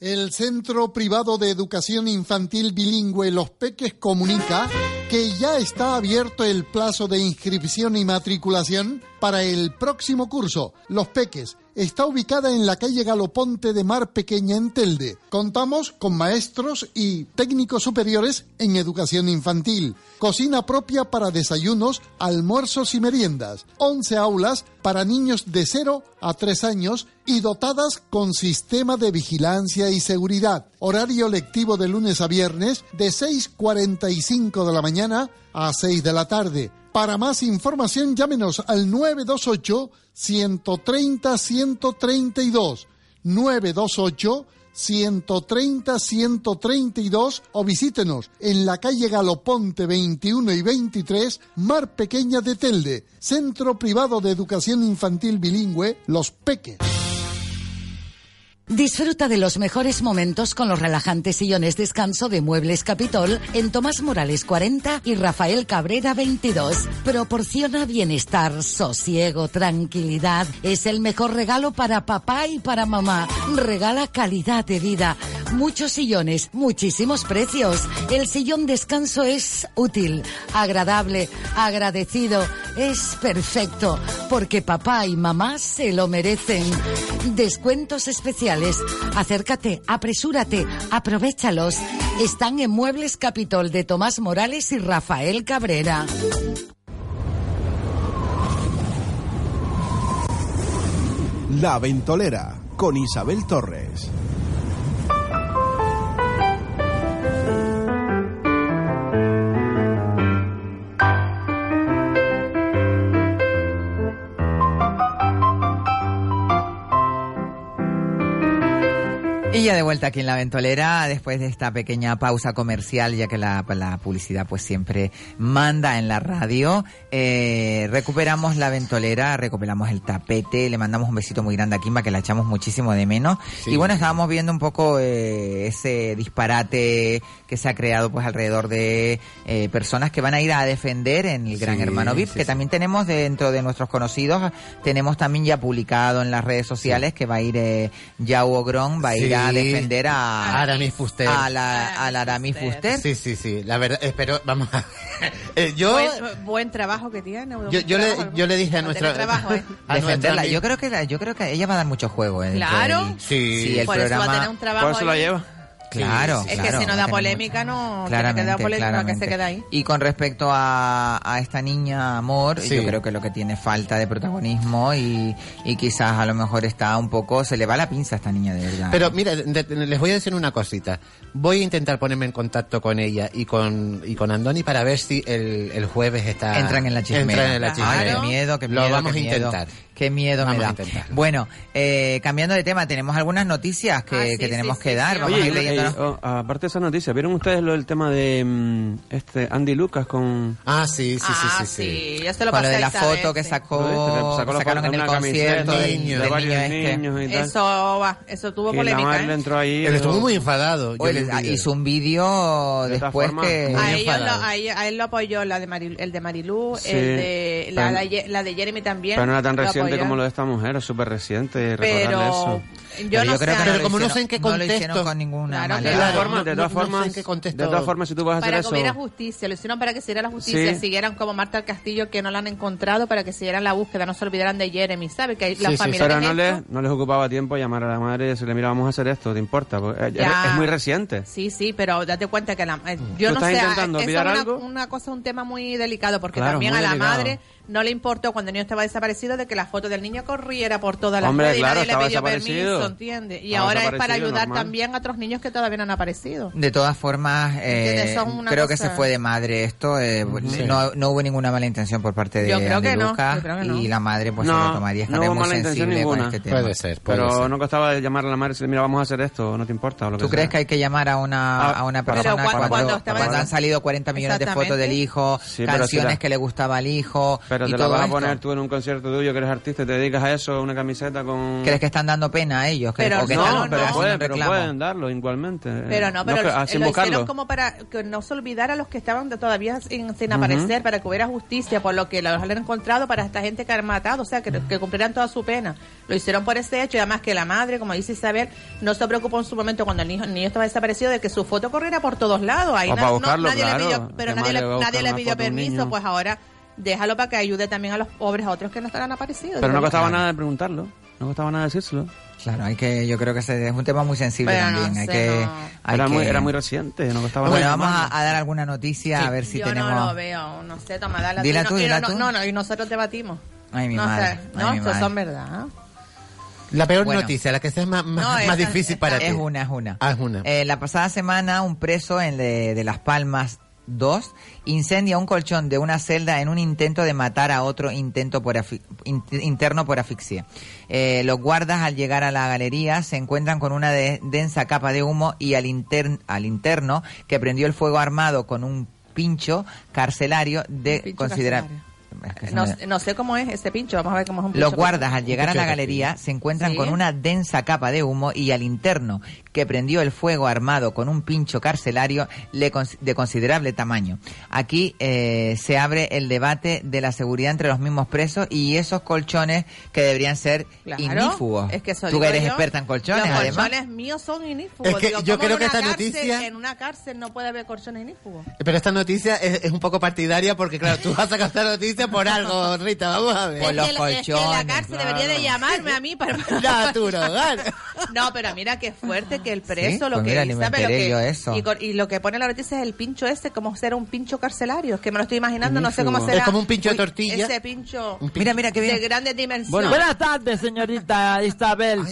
S9: El Centro Privado de Educación Infantil Bilingüe Los Peques comunica que ya está abierto el plazo de inscripción y matriculación para el próximo curso. Los Peques está ubicada en la calle Galoponte de Mar Pequeña en Telde. Contamos con maestros y técnicos superiores en educación infantil. Cocina propia para desayunos, almuerzos y meriendas. 11 aulas para niños de 0 a 3 años y dotadas con sistema de vigilancia y seguridad. Horario lectivo de lunes a viernes de 6.45 de la mañana a 6 de la tarde. Para más información llámenos al 928 130 132 928 130 132 o visítenos en la calle Galoponte 21 y 23, Mar Pequeña de Telde, Centro Privado de Educación Infantil Bilingüe, Los Peques.
S14: Disfruta de los mejores momentos con los relajantes sillones descanso de Muebles Capitol en Tomás Morales 40 y Rafael Cabrera 22. Proporciona bienestar, sosiego, tranquilidad. Es el mejor regalo para papá y para mamá. Regala calidad de vida. Muchos sillones, muchísimos precios. El sillón descanso es útil, agradable, agradecido. Es perfecto porque papá y mamá se lo merecen. Descuentos especiales Acércate, apresúrate, aprovechalos. Están en Muebles Capitol de Tomás Morales y Rafael Cabrera.
S15: La Ventolera con Isabel Torres.
S4: Y ya de vuelta aquí en la ventolera, después de esta pequeña pausa comercial, ya que la, la publicidad pues siempre manda en la radio, eh, recuperamos la ventolera, recuperamos el tapete, le mandamos un besito muy grande a Kimba, que la echamos muchísimo de menos.
S7: Sí.
S4: Y bueno, estábamos viendo un poco eh, ese disparate que se ha creado pues alrededor de eh, personas que van a ir a defender en el Gran
S7: Sí,
S4: Hermano VIP,
S7: sí,
S4: que también tenemos dentro de nuestros conocidos, tenemos también ya publicado en las redes sociales que va a ir eh, Yao Grón va a ir a
S7: Sí.
S4: defender a
S7: Aramis Fuster.
S4: A la, a la Aramis Fuster.
S7: Sí, sí, sí. La verdad, espero, vamos a... (laughs) Eh, yo,
S6: Buen, buen trabajo que tiene.
S7: yo, yo le, yo le dije a nuestra...
S6: trabajo, ¿eh?
S7: a nuestra
S4: Defenderla.
S7: amiga-
S4: Yo creo que la- yo creo que ella va a dar mucho juego. eh, dentro
S6: Claro.
S4: del-
S7: Sí.
S4: sí, el
S6: Por eso va a
S4: programa.
S6: tener un trabajo Por eso la ahí. lleva.
S4: Claro,
S6: es
S4: claro,
S6: que si
S4: va
S6: no
S4: a
S6: da
S4: tener
S6: polémica, no. que
S4: Claramente,
S6: Que da polémica
S4: claramente.
S6: que se queda ahí.
S4: Y con respecto a, a esta niña Amor,
S7: Sí.
S4: yo creo que lo que tiene es falta de protagonismo y, y quizás a lo mejor está un poco, se le va la pinza a esta niña de verdad.
S7: Pero mira, de- de- les voy a decir una cosita. Voy a intentar ponerme en contacto con ella y con, y con Andoni para ver si el, el jueves está...
S4: entran en la chismera.
S7: Entran en la
S4: Ay,
S7: chismera.
S4: qué miedo, qué
S7: Lo
S4: miedo,
S7: vamos
S4: qué
S7: a
S4: miedo.
S7: intentar.
S4: Qué miedo
S7: Vamos
S4: me
S7: a
S4: da.
S7: intentarlo.
S4: Bueno, eh, cambiando de tema, tenemos algunas noticias que,
S6: Ah, sí,
S4: que
S6: sí,
S4: tenemos
S6: sí,
S4: que
S6: sí,
S4: dar.
S6: sí.
S4: Vamos a
S5: Oye,
S4: ir
S5: eh,
S4: leyéndonos.
S5: oh, aparte de esa noticia, ¿vieron ustedes lo del tema de mm, este Andy Lucas con...
S7: Ah, sí, sí, sí, sí.
S6: Sí, yo se lo
S4: Con lo
S6: pasé
S4: de
S6: a
S4: la
S6: Isabel,
S4: foto que
S6: sí.
S4: sacó, que sacaron en el concierto del,
S7: niño,
S4: del
S7: de
S4: niño este.
S5: y tal.
S6: Eso va, eso tuvo
S5: Que la
S6: polémica.
S5: madre
S6: ¿eh?
S5: entró ahí.
S7: Él
S5: eh,
S7: estuvo muy enfadado. yo
S4: Oye,
S7: vi un video.
S4: hizo un vídeo
S5: De esta
S4: después
S5: forma,
S4: que...
S6: A,
S7: muy
S6: ellos lo,
S7: enfadado.
S6: a, ella- a él lo apoyó la de Marilu- el de Marilú,
S5: Sí,
S6: el de, la,
S5: pero-
S6: la Ye- la de Jeremy también.
S5: Pero no era tan
S6: lo
S5: reciente
S6: apoyó.
S5: como lo de esta mujer, es súper reciente recordarle
S6: Pero
S5: eso.
S6: yo
S4: Pero
S6: no
S4: yo creo
S6: sé.
S4: que
S7: Pero
S4: lo
S7: como no
S4: hicieron-
S7: sé en qué
S4: No lo hicieron
S7: contexto.
S4: con ninguna
S6: Claro,
S4: manera.
S5: De todas
S7: Claro,
S5: formas, de
S7: no-
S5: todas
S7: no sé en
S5: formas,
S7: qué contexto-
S5: de todas formas, si tú vas a hacer
S6: para que
S5: eso...
S6: hubiera justicia, lo hicieron para que se diera la justicia,
S5: Sí.
S6: siguieran como Marta del Castillo que no la han encontrado para que siguieran la búsqueda, no se olvidaran de Jeremy, ¿sabe? Que hay- la
S7: Sí, sí,
S6: familia
S5: Pero
S6: de
S5: no
S6: Néstor-
S5: les, no les ocupaba tiempo llamar a la madre y decirle, mira, vamos a hacer esto, ¿te importa? Porque, eh,
S6: Ya.
S5: Es muy reciente.
S6: Sí, sí, pero date cuenta que la,
S5: Mm.
S6: eh, yo
S5: ¿Tú
S6: no
S5: estás
S6: sé,
S5: intentando
S6: eso es
S5: olvidar
S6: una,
S5: algo?
S6: una cosa, un tema muy delicado, porque
S5: Claro,
S6: también
S5: muy
S6: a la
S5: delicado.
S6: madre no le importó cuando el niño estaba desaparecido de que la foto del niño corriera por todas las
S5: Hombre,
S6: redes
S5: claro,
S6: y nadie
S5: estaba
S6: le pidió
S5: desaparecido.
S6: permiso, ¿entiendes? Y
S5: Estaba
S6: ahora es para
S5: desaparecido,
S6: ayudar
S5: normal.
S6: también a otros niños que todavía no han aparecido.
S4: De todas formas, eh,
S6: Eso es una
S4: creo que
S6: cosa-
S4: se fue de madre esto. eh, no, no hubo ninguna mala intención por parte de
S6: Yo creo
S4: Andy
S6: que no,
S4: Lucas,
S6: yo creo que no.
S4: y la madre pues se
S5: No,
S4: lo tomaría.
S5: no
S4: Estaría
S5: hubo
S4: muy
S5: mala intención
S4: sensible con
S5: ninguna.
S4: este tema.
S7: Puede ser, puede
S5: Pero
S7: ser.
S5: no costaba llamar a la madre y decirle, mira, vamos a hacer esto, no te importa. o lo
S4: ¿Tú crees que hay que llamar a una,
S5: Ah,
S4: a una
S5: pero
S4: persona
S6: cuan-
S4: cuando,
S6: cuando estaba-
S4: cuando han salido 40 millones de fotos del
S6: Exactamente.
S4: hijo,
S5: Sí, pero si
S4: canciones
S5: la-
S4: que le gustaba al hijo
S5: Pero
S4: y
S5: te la
S4: todo
S5: vas a
S4: esto?
S5: poner tú en un concierto tuyo que eres artista y te dedicas a eso, una camiseta con...
S4: ¿Crees que están dando pena a ellos? ¿Que-
S6: Pero
S4: o que
S6: no,
S4: están
S5: no,
S6: no,
S5: pero,
S4: haciendo
S5: pueden,
S4: un
S5: pero
S4: reclamo?
S5: pueden darlo igualmente. eh,
S6: Pero no, pero
S5: que- ah,
S6: lo-
S5: sin
S6: lo hicieron
S5: buscarlo.
S6: como para que no se olvidara los que estaban de- todavía sin, sin aparecer, para que hubiera justicia por lo que los han encontrado para esta gente que han matado, o sea, que, que cumplieran toda su pena. Lo hicieron por ese hecho y además que la madre, como dice Isabel, no se preocupó en su momento cuando el niño, el niño estaba desaparecido de que su foto corriera por todos lados. Ahí
S5: O
S6: na-
S5: Ah, para
S6: no-
S5: buscarlo,
S6: nadie
S5: claro.
S6: le pidió, pero
S5: ¿Qué madre
S6: nadie le,
S5: va a buscar
S6: nadie le
S5: una
S6: pidió
S5: foto a un
S6: permiso,
S5: niño?
S6: pues ahora déjalo para que ayude también a los pobres, a otros que no están aparecidos.
S5: Pero no
S6: Déjalo.
S5: costaba nada de preguntarlo, no costaba nada decírselo.
S4: Claro, hay que, yo creo que ese es un tema muy sensible
S6: Pero no
S4: también. hay
S6: sé,
S4: que,
S6: no.
S4: hay
S5: era, muy,
S4: que-
S5: era muy reciente, no costaba
S4: Bueno,
S5: nada.
S4: vamos a, a dar alguna noticia a ver si
S6: Yo
S4: tenemos.
S6: no lo veo, no sé, toma, dale
S4: Dila
S6: no,
S4: tú,
S6: y no-
S4: dila
S6: no,
S4: tú.
S6: no, no, y nosotros debatimos.
S4: Ay, mi
S6: no
S4: madre.
S6: sé,
S4: ay,
S6: no,
S4: mi
S6: estos
S4: madre.
S6: son verdad.
S7: La peor
S4: Bueno.
S7: noticia, la que sea más, más,
S6: No,
S7: más
S6: esa-
S7: difícil
S6: esa-
S7: para ti.
S4: Es una, es una.
S7: Ah, es una.
S4: Eh, la pasada semana, un preso en de, de Las Palmas 2 incendia un colchón de una celda en un intento de matar a otro intento por afi- in- interno por asfixia. Eh, los guardas, al llegar a la galería, se encuentran con una de- densa capa de humo y al, intern- al interno, que prendió el fuego armado con un pincho carcelario de
S6: Un pincho
S4: considerar. Es que se
S6: No,
S4: me-
S6: no sé cómo es ese pincho, vamos a ver cómo es un pincho.
S4: los guardas al llegar a la galería se encuentran
S6: Sí.
S4: con una densa capa de humo y al interno, que prendió el fuego armado con un pincho carcelario le cons- de considerable tamaño. Aquí eh, se abre el debate de la seguridad entre los mismos presos y esos colchones que deberían ser
S6: Claro,
S4: ignífugos.
S6: es que eso
S4: Tú
S6: digo
S4: que eres
S6: yo.
S4: experta en colchones,
S6: Los
S4: además.
S6: colchones míos son inífugos.
S7: Es que
S6: Digo,
S7: yo
S6: ¿cómo
S7: creo
S6: en
S7: que
S6: una
S7: esta
S6: cárcel-
S7: noticia-
S6: En una cárcel no puede haber colchones inífugos.
S7: Pero esta noticia es, es un poco partidaria porque, claro, tú vas a contar noticia por algo, Rita, vamos a ver.
S4: Por los
S6: Es que- es que la
S4: colchones,
S6: cárcel debería de llamarme a mí para...
S7: (laughs) Ya, tú no, dale.
S6: No, pero mira qué fuerte que el preso,
S4: Sí,
S6: lo
S4: pues
S6: que
S4: mira,
S6: él
S4: ni me
S6: sabe, lo
S4: enteré
S6: que-
S4: yo de eso.
S6: Y, con- y lo que pone la noticia es el pincho ese, como será un pincho carcelario. Es que me lo estoy imaginando, no sé cómo
S7: Es
S6: será.
S7: como un pincho de tortilla.
S6: Ese pincho,
S7: Un pincho.
S4: Mira, mira, qué bien.
S6: de grandes dimensiones.
S16: Buenas tardes, señorita Isabel.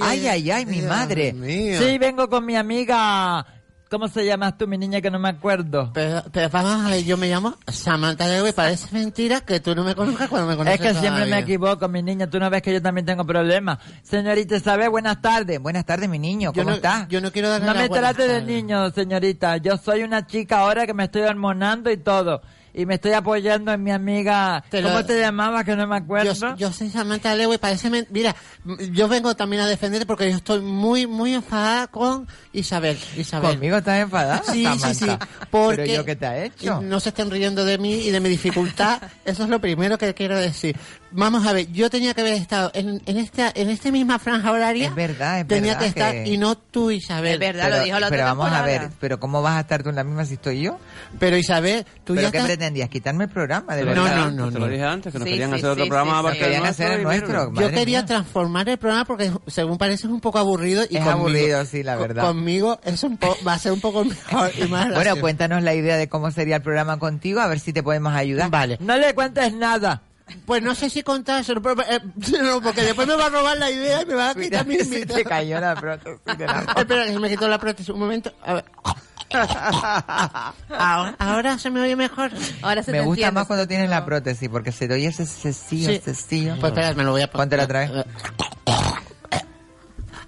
S4: Ay, ay, ay, mi madre.
S7: Dios mío.
S16: Sí, vengo con mi amiga ¿Cómo se llamas tú, mi niña, que no me acuerdo?
S7: Pero, pero vamos a ver, yo me llamo Samantha Diego y parece mentira que tú no me conozcas cuando me conoces
S16: Es que siempre
S7: todavía.
S16: me equivoco, mi niña. Tú no ves que yo también tengo problemas. Señorita Isabel, buenas tardes. Buenas tardes, mi niño.
S7: Yo
S16: ¿Cómo
S7: no-
S16: estás?
S7: yo no quiero darle
S16: No
S7: las
S16: me
S7: buenas
S16: trate de
S7: tardes.
S16: niño, señorita. Yo soy una chica ahora que me estoy hormonando y todo. Y me estoy apoyando en mi amiga.
S7: Te lo-
S16: ¿Cómo te llamabas? Que no me acuerdo.
S7: Yo, yo soy Samantha Leo y parece men- Mira, m- yo vengo también a defender porque yo estoy muy, muy enfadada con Isabel. Isabel.
S4: Conmigo estás enfadada.
S7: Sí, sí, sí.
S4: Samantha.
S7: Porque
S4: ¿Pero yo qué te ha hecho?
S7: No se estén riendo de mí y de
S4: (laughs)
S7: mi dificultad. Eso es lo primero que quiero decir. Vamos a ver, yo tenía que haber estado en, en esta en esta misma franja horaria.
S4: Es verdad, es
S7: tenía
S4: verdad
S7: que estar
S4: que-
S7: y no tú, Isabel.
S4: pero, Pero vamos a ver, pero ¿cómo vas a estar tú en la misma si estoy yo?
S7: Pero Isabel, tú
S4: ¿Pero
S7: ya
S4: qué
S7: estás-
S4: pretendías? ¿Quitarme el programa, de
S5: Te lo
S4: verdad.
S5: dije- te lo dije antes, que nos
S4: Sí,
S5: querían
S4: sí,
S5: hacer otro
S4: sí,
S5: programa
S4: sí,
S5: aparte
S4: sí. Querían
S5: del
S4: hacer el
S5: y
S4: nuestro,
S5: vieron.
S7: Yo quería transformar el programa porque, según parece, es un poco aburrido. Y
S4: Es
S7: conmigo-
S4: aburrido, sí, la
S7: con-
S4: verdad.
S7: Conmigo es un po- va a ser un poco mejor y más
S4: Bueno,
S7: gracioso.
S4: cuéntanos la idea de cómo sería el programa contigo, a ver si te podemos ayudar.
S7: Vale.
S16: No le cuentes nada.
S7: Pues no sé si contárselo, pero, eh, (laughs) no, porque después me va a robar la idea y me va a quitar mi
S4: (laughs)
S7: invitación.
S4: Se cayó la prótesis de
S7: (laughs)
S4: la
S7: Espera, que se me quitó la prótesis. Un momento. A
S4: (laughs)
S7: ver. Ahora, ahora se me oye mejor.
S6: Ahora
S4: Me gusta más cuando tienes la prótesis, porque se te oye ese cecillo,
S7: Sí.
S4: cecillo.
S7: Pues espera, me lo voy a poner.
S4: Póntelo
S7: Eh,
S4: otra vez.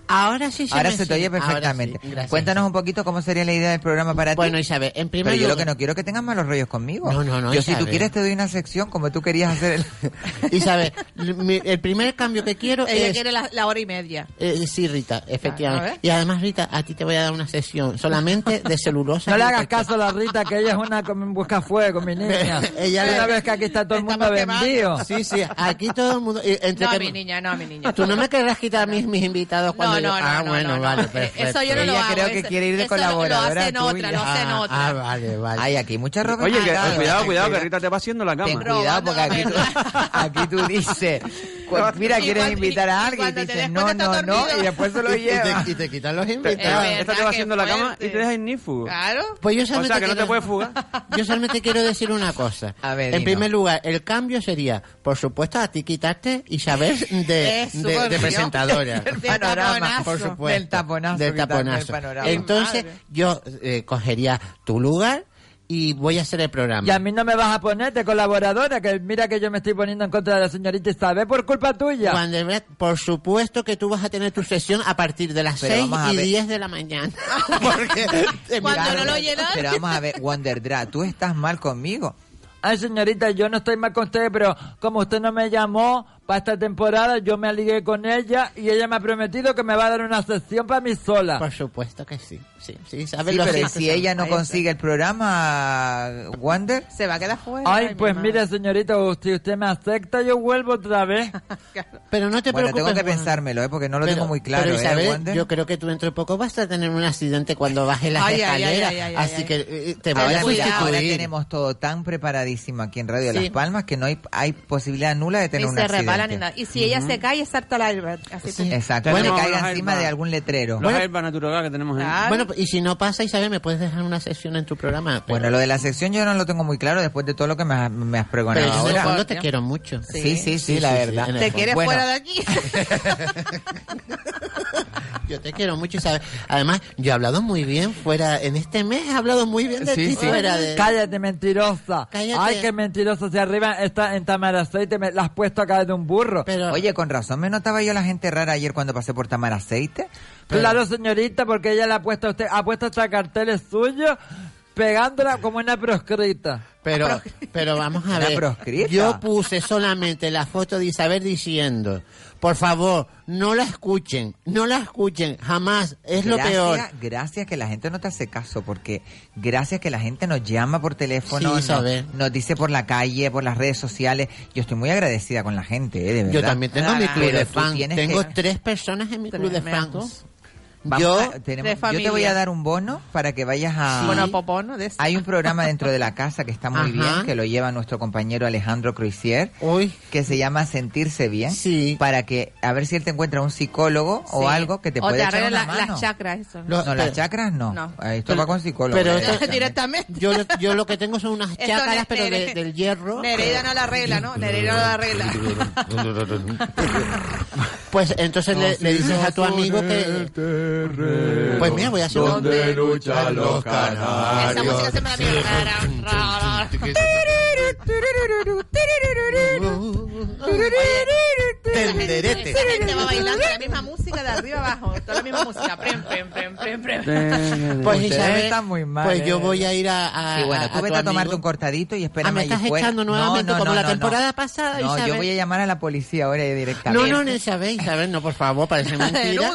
S7: Ahora sí se
S4: Ahora
S7: me
S4: se te oye
S7: sigue. Ahora
S4: perfectamente.
S7: sí, gracias.
S4: Cuéntanos un poquito cómo sería la idea del programa para ti.
S7: Bueno, Isabel, en primer
S4: Pero yo lo
S7: lugar-
S4: que no quiero es que tengas malos rollos conmigo.
S7: No, no, no,
S4: Yo si
S7: Isabel.
S4: tú quieres te doy una sección como tú querías hacer. el-
S6: (laughs)
S7: Isabel, mi-
S4: (laughs)
S7: el primer cambio que quiero
S6: Ella
S7: es...
S6: quiere la, la hora y media.
S7: Eh, sí, Rita,
S6: Ah, a
S7: efectivamente.
S6: ver.
S7: y además, Rita, a ti te voy a dar una sesión solamente de celulosa.
S6: (laughs)
S16: No le hagas caso a la Rita, que ella es una com- busca fuego, mi niña.
S7: (laughs) Ella le-
S16: Una vez que aquí está todo el mundo vendido.
S7: Sí, sí, aquí todo el mundo... y entre
S6: No,
S7: que-
S6: mi niña,
S4: (laughs)
S6: no, mi niña.
S7: Tú no me querrás quitar a mis, mis invitados cuando yo-
S6: no, no,
S7: Ah,
S6: no,
S7: bueno,
S6: no, no.
S7: vale,
S6: Eh,
S7: perfecto.
S6: (laughs) eso yo no lo
S4: Ella
S6: hago,
S4: creo que
S6: eso-
S4: quiere ir de
S6: eso lo-
S4: colaboradora
S6: Lo hacen
S4: tuya.
S6: otra, lo hacen
S4: Ah,
S6: otra.
S7: Ah, vale, vale.
S4: Ay, aquí mucha ropa.
S5: Oye, que- cuidado, cuidado, que Rita te va haciendo la
S4: Ten
S5: cama.
S4: cuidado porque aquí tú, aquí tú
S6: (laughs)
S4: dices, cu- mira,
S6: Y
S4: quieres
S6: cuando-
S4: invitar
S6: y-
S4: a
S6: y
S4: alguien y
S6: cuando te
S4: dices,
S6: des
S4: no,
S6: cuenta
S4: no,
S6: está
S4: no,
S6: dormido.
S4: y después se lo
S7: Y te-
S4: lleva.
S7: Y te quitan los
S5: Esta,
S7: invitados.
S6: Es
S5: esta te
S6: verdad,
S5: va
S6: qué
S5: haciendo la cama y
S6: fuerte.
S5: te deja ignífugo.
S6: Claro.
S7: Pues yo
S5: O
S7: solamente
S5: sea, que no te
S7: quiero-
S5: puedes fugar.
S7: (laughs) Yo solamente quiero decir una cosa.
S4: A ver,
S7: en
S4: dino.
S7: primer lugar, el cambio sería, por supuesto, a ti quitarte
S4: (laughs)
S7: y saber de,
S6: Eso,
S7: de,
S6: por
S7: de
S6: Dios.
S7: presentadora.
S6: Del panorama.
S7: por supuesto.
S4: Del taponazo
S7: Del
S4: que está en el
S7: taponazo.
S4: panorama.
S7: Entonces,
S6: Madre.
S7: yo eh, cogería tu lugar y voy a hacer el programa.
S16: Y a mí no me vas a poner de colaboradora, que mira que yo me estoy poniendo en contra de la señorita Isabel por culpa tuya.
S7: Juan de Bret, por supuesto que tú vas a tener tu sesión a partir de las
S4: Pero
S7: 6
S4: vamos a
S7: y
S4: ver.
S7: 10 de
S4: (laughs)
S7: la mañana. (laughs) Porque te
S6: Cuando
S7: miraron.
S6: no lo llenas.
S4: Pero vamos a ver, Wonderdra, tú estás mal conmigo.
S16: Ay, señorita, yo no estoy mal con usted, pero como usted no me llamó para esta temporada, yo me aligué con ella y ella me ha prometido que me va a dar una sesión para mí sola.
S7: Por supuesto que sí. Sí, sí, sabes
S4: Sí,
S7: lo
S4: pero
S7: que-
S4: si ella no consigue el programa, Wonder,
S6: Se va a quedar fuera.
S16: Ay, pues
S6: mi madre.
S16: mire, señorita, si usted me acepta, yo vuelvo otra vez.
S7: Pero no te
S4: bueno,
S7: preocupes.
S4: tengo que
S7: Juan.
S4: pensármelo, ¿eh? porque no lo
S7: Pero-
S4: tengo muy claro.
S7: Pero
S4: ¿eh,
S7: Isabel,
S4: Wander?
S7: yo creo que tú dentro de poco vas a tener un accidente cuando bajes las
S6: Ay, ay, ay,
S7: escaleras.
S6: ay, ay,
S7: así
S6: ay.
S7: que eh, te voy
S4: Ahora,
S7: a
S4: mira,
S7: sustituir.
S4: ahora tenemos todo tan preparadísimo aquí en Radio de
S7: Sí.
S4: Las Palmas que no hay, hay posibilidad nula de tener
S6: Ni
S4: un
S6: se resbala ni
S4: accidente.
S6: nada. Y si ella se cae, salta al aire. Así
S7: Sí.
S6: tú.
S4: Exacto,
S7: Bueno,
S4: que
S5: vamos
S4: caiga
S5: a
S4: encima
S5: ir,
S4: de
S5: va.
S4: algún letrero.
S5: Los Airbag natural que tenemos ahí.
S6: Claro.
S7: Bueno, y si no pasa, Isabel, ¿me puedes dejar una sesión en tu programa? Pero-
S4: Bueno, lo de la sección yo no lo tengo muy claro después de todo lo que me, has- me has pregonado
S7: pero yo en el
S4: ahora.
S7: fondo te quiero mucho.
S4: Sí, sí, sí,
S7: Sí,
S4: la
S7: sí, sí,
S4: verdad.
S7: en el
S6: Te
S7: fondo.
S6: quieres
S4: Bueno.
S6: fuera de aquí.
S7: Yo te quiero mucho, Isabel. Además, yo he hablado muy bien fuera. En este mes he hablado muy bien de
S4: Sí,
S7: ti
S4: sí.
S7: fuera de.
S16: Cállate, mentirosa.
S7: Cállate.
S16: Ay, qué mentirosa. Si arriba está en Tamaraceite, me la has puesto a caer de un burro.
S7: Pero-
S4: Oye, con razón me notaba yo la gente rara ayer cuando pasé por Tamar Aceite.
S16: Claro, señorita, porque ella le ha puesto a usted, ha puesto este hasta carteles suyos pegándola como una proscrita.
S7: Pero, pero vamos a
S4: Una
S7: ver.
S4: proscrita.
S7: Yo puse solamente la foto de Isabel diciendo, por favor, no la escuchen, no la escuchen, jamás, es lo
S4: Gracias-
S7: peor.
S4: Gracias que la gente no te hace caso, porque gracias que la gente nos llama por
S7: Sí,
S4: teléfono,
S7: Isabel.
S4: nos, nos dice por la calle, por las redes sociales. Yo estoy muy agradecida con la gente, eh, de verdad.
S7: Yo también tengo mi
S4: Pero
S7: club de
S4: tú
S7: fans,
S4: tienes
S7: tengo
S4: que-
S7: tres personas en mi club de fans.
S4: Vamos
S7: Yo,
S4: a- tenemos-
S6: de
S4: yo te
S6: familia.
S4: voy a dar un bono para que vayas a...
S6: Bueno, pues, popono de eso.
S4: Hay un programa dentro de la casa que está muy
S7: Ajá.
S4: bien, que lo lleva nuestro compañero Alejandro Cruisier,
S7: uy,
S4: que se llama Sentirse Bien,
S7: Sí.
S4: para que a ver si él te encuentra un psicólogo
S6: Sí.
S4: o algo que te
S6: O
S4: pueda echar
S6: arregla
S4: una
S6: la-
S4: mano.
S6: las chakras, eso.
S7: Lo-
S4: No,
S7: Pero-
S4: las chakras no.
S6: No.
S4: Eh, Esto
S7: Pero-
S4: va con psicólogo.
S7: pero
S4: eh,
S7: esto-
S6: (laughs) Directamente.
S7: yo, lo- yo lo que tengo son unas
S6: Eso
S7: chácaras,
S6: Nere-
S7: pero de-
S6: Nere-
S7: del hierro.
S6: Nereida no la arregla, ¿no? Nereida no la arregla.
S7: Pues entonces le, le dices a tu amigo que... Pues mira, voy a hacer un-
S17: Donde luchan los
S7: Esa música
S17: canarios.
S7: se me la vio.
S6: Esa gente va bailando la misma música de arriba abajo. Toda la misma música. Prem, prem, prem, prem, prem.
S7: Pues
S4: Ustedes
S7: Isabel,
S4: están muy mal,
S7: pues
S4: ¿eh?
S7: yo voy a ir a- a-
S4: Sí, bueno,
S7: a-
S4: tú
S7: a tu
S4: vete a
S7: amigo.
S4: tomarte un cortadito y espérame
S7: Ah, me
S4: ahí
S7: estás
S4: después.
S7: echando nuevamente como la temporada pasada,
S4: No, yo
S7: Isabel.
S4: voy a llamar a la policía ahora directamente.
S7: No, no, no, Isabel, Isabel, no, por
S4: (laughs)
S7: favor, parece mentira.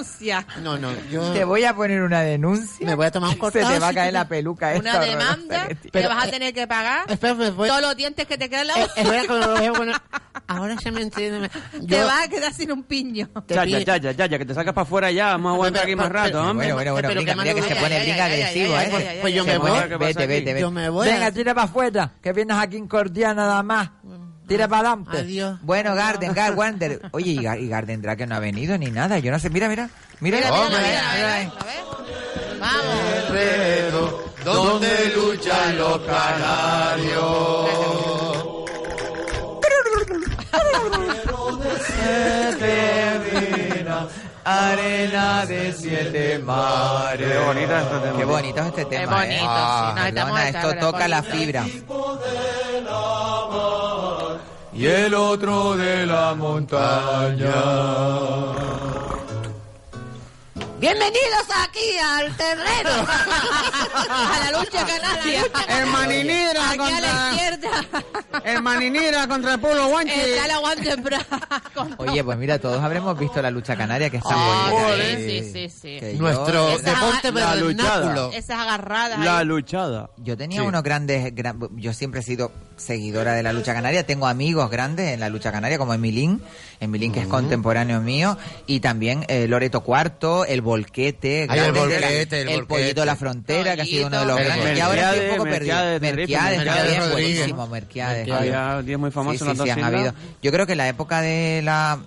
S7: No, no, yo...
S4: Te voy a poner una denuncia. Me
S7: voy a tomar un cortado,
S4: Se te va a
S7: sí,
S4: caer
S7: tú-
S4: la peluca esta.
S6: Una demanda que
S7: Pero,
S6: vas a
S7: eh,
S6: tener que pagar
S7: Espera, voy-
S6: todos los dientes que te quedan en la
S7: Eh,
S6: boca.
S7: espera que me lo veo, bueno, ahora se me entiende. Yo-
S6: Te vas a quedar sin un piño.
S5: Ya, ya, ya, ya, ya, ya, que te sacas para afuera ya, vamos a aguantar aquí más rato, hombre.
S4: Bueno, bueno, mira, mira que se pone bien agresivo, ¿eh?
S16: ay,
S5: Pues yo
S4: Se
S5: me
S4: pone-
S5: voy.
S4: Vete, vete, vete.
S16: Venga, tira para afuera, que vienes aquí en Cordia nada
S17: Mm.
S16: más. Tira para adelante.
S4: Bueno, Garden, Gar, Wander. Oye, y, Gar- y Garden Drake no ha venido ni nada. Yo no sé. Mira, mira. Mira,
S17: Mira, mira, mira, Guerrero, donde luchan los canarios.
S4: Arena de siete mares. Qué bonito es este tema. Qué bonito es este tema.
S17: Qué bonito,
S4: ¿eh?
S17: sí. Nos
S4: Ah,
S17: estamos
S4: perdona,
S17: acá,
S4: esto
S17: ¿verdad?
S4: toca la
S17: Bonito.
S4: fibra.
S17: Y el otro de la montaña.
S18: Bienvenidos aquí al
S7: (laughs)
S18: terreno. a la lucha canaria.
S19: El Maninira
S18: Aquí a la
S19: contra-
S18: izquierda.
S19: El maninira contra el pueblo guanche.
S18: Está la guante
S4: Oye, pues mira, todos habremos visto la lucha canaria que está
S6: Ah,
S4: bonita.
S6: sí,
S4: ¿eh?
S6: sí, sí, sí.
S4: Que
S7: Nuestro
S4: yo-
S7: deporte La luchada. vernáculo.
S6: Esas agarradas.
S4: La
S6: ahí.
S5: luchada.
S4: Yo tenía
S6: Sí.
S4: unos grandes, gran- yo siempre he sido seguidora de la lucha canaria, tengo amigos grandes en la lucha canaria como Emilín, Emilín que es contemporáneo mío, y también eh, Loreto Cuarto, el Volquete,
S7: Ay, el
S4: grandes de la-
S7: Volquete, el
S4: el
S7: Volquete.
S4: Pollito de la Frontera, que ha sido uno de los
S5: El
S4: grandes, y ahora estoy un poco
S5: Merquiades,
S4: perdido.
S5: Merquiades, Tenerife,
S4: Merquiades,
S5: Merquiades
S4: Merquiades,
S5: Rodríguez.
S4: buenísimo, Merquiades.
S5: Merquiades. Había diez muy famosos
S4: Sí,
S5: en las
S4: sí,
S5: dos
S4: sí, han
S5: islas.
S4: habido. Yo creo que en la época de la...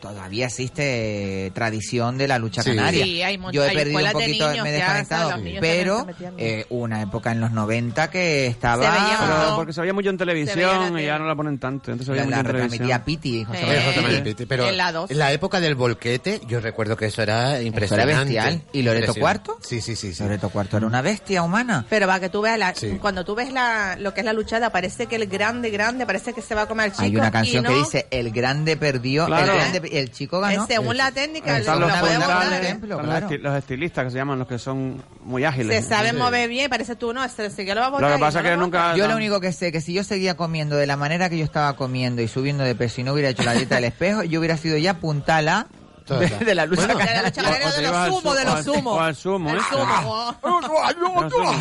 S4: Todavía existe eh, tradición de la lucha
S5: Sí.
S4: canaria.
S6: Sí, hay mon-
S4: Yo he
S6: hay
S4: perdido un
S6: escuelas de
S4: poquito,
S6: niños
S4: me he
S6: que hacen,
S4: desconectado,
S6: los niños también se
S4: pero
S6: metían.
S4: eh, una época en los 90 que estaba...
S5: Pero porque se veía mucho en televisión y ya no la ponen tanto. ¿eh? Entonces se veía
S4: La-
S5: mucho
S4: la
S5: en televisión.
S4: retransmitía Piti, José
S7: Pero eso también, Piti, Pero
S4: En la dos.
S7: la época del volquete, yo recuerdo que eso era impresionante.
S4: bestial. ¿Y Loreto
S7: Impresionante.
S4: Cuarto?
S7: Sí, sí, sí. sí.
S4: Loreto Cuarto era una bestia humana. Ah,
S6: Pero para que tú veas, la,
S4: Sí.
S6: cuando tú ves la, lo que es la luchada, parece que el grande, grande, parece que se va a comer al chico.
S4: Hay una canción
S6: y no,
S4: que dice, el grande perdió,
S5: Claro.
S4: el, grande, el chico ganó.
S6: eh, según la técnica,
S5: Están
S6: lo-
S5: los,
S6: lo podemos
S5: puntales,
S6: dar, ¿eh?
S5: están los
S4: claro.
S5: esti- los estilistas que se llaman, los que son muy
S6: se
S5: ágiles.
S6: sabe
S5: Sí.
S6: mover bien, parece tú no, se, se- que lo va a
S5: Lo
S6: botar
S5: que
S6: y
S5: pasa
S6: no
S5: es que
S6: lo
S5: nunca...
S4: Yo lo único que sé que si yo seguía comiendo de la manera que yo estaba comiendo y subiendo de peso y no hubiera hecho la dieta del espejo, yo hubiera sido ya puntala de, (laughs) de la lucha
S5: Bueno,
S4: canaria.
S5: o- o te ibas al
S6: sumo,
S5: su-
S6: de los
S5: o al-
S6: sumos.
S5: O al sumo, ¿eh?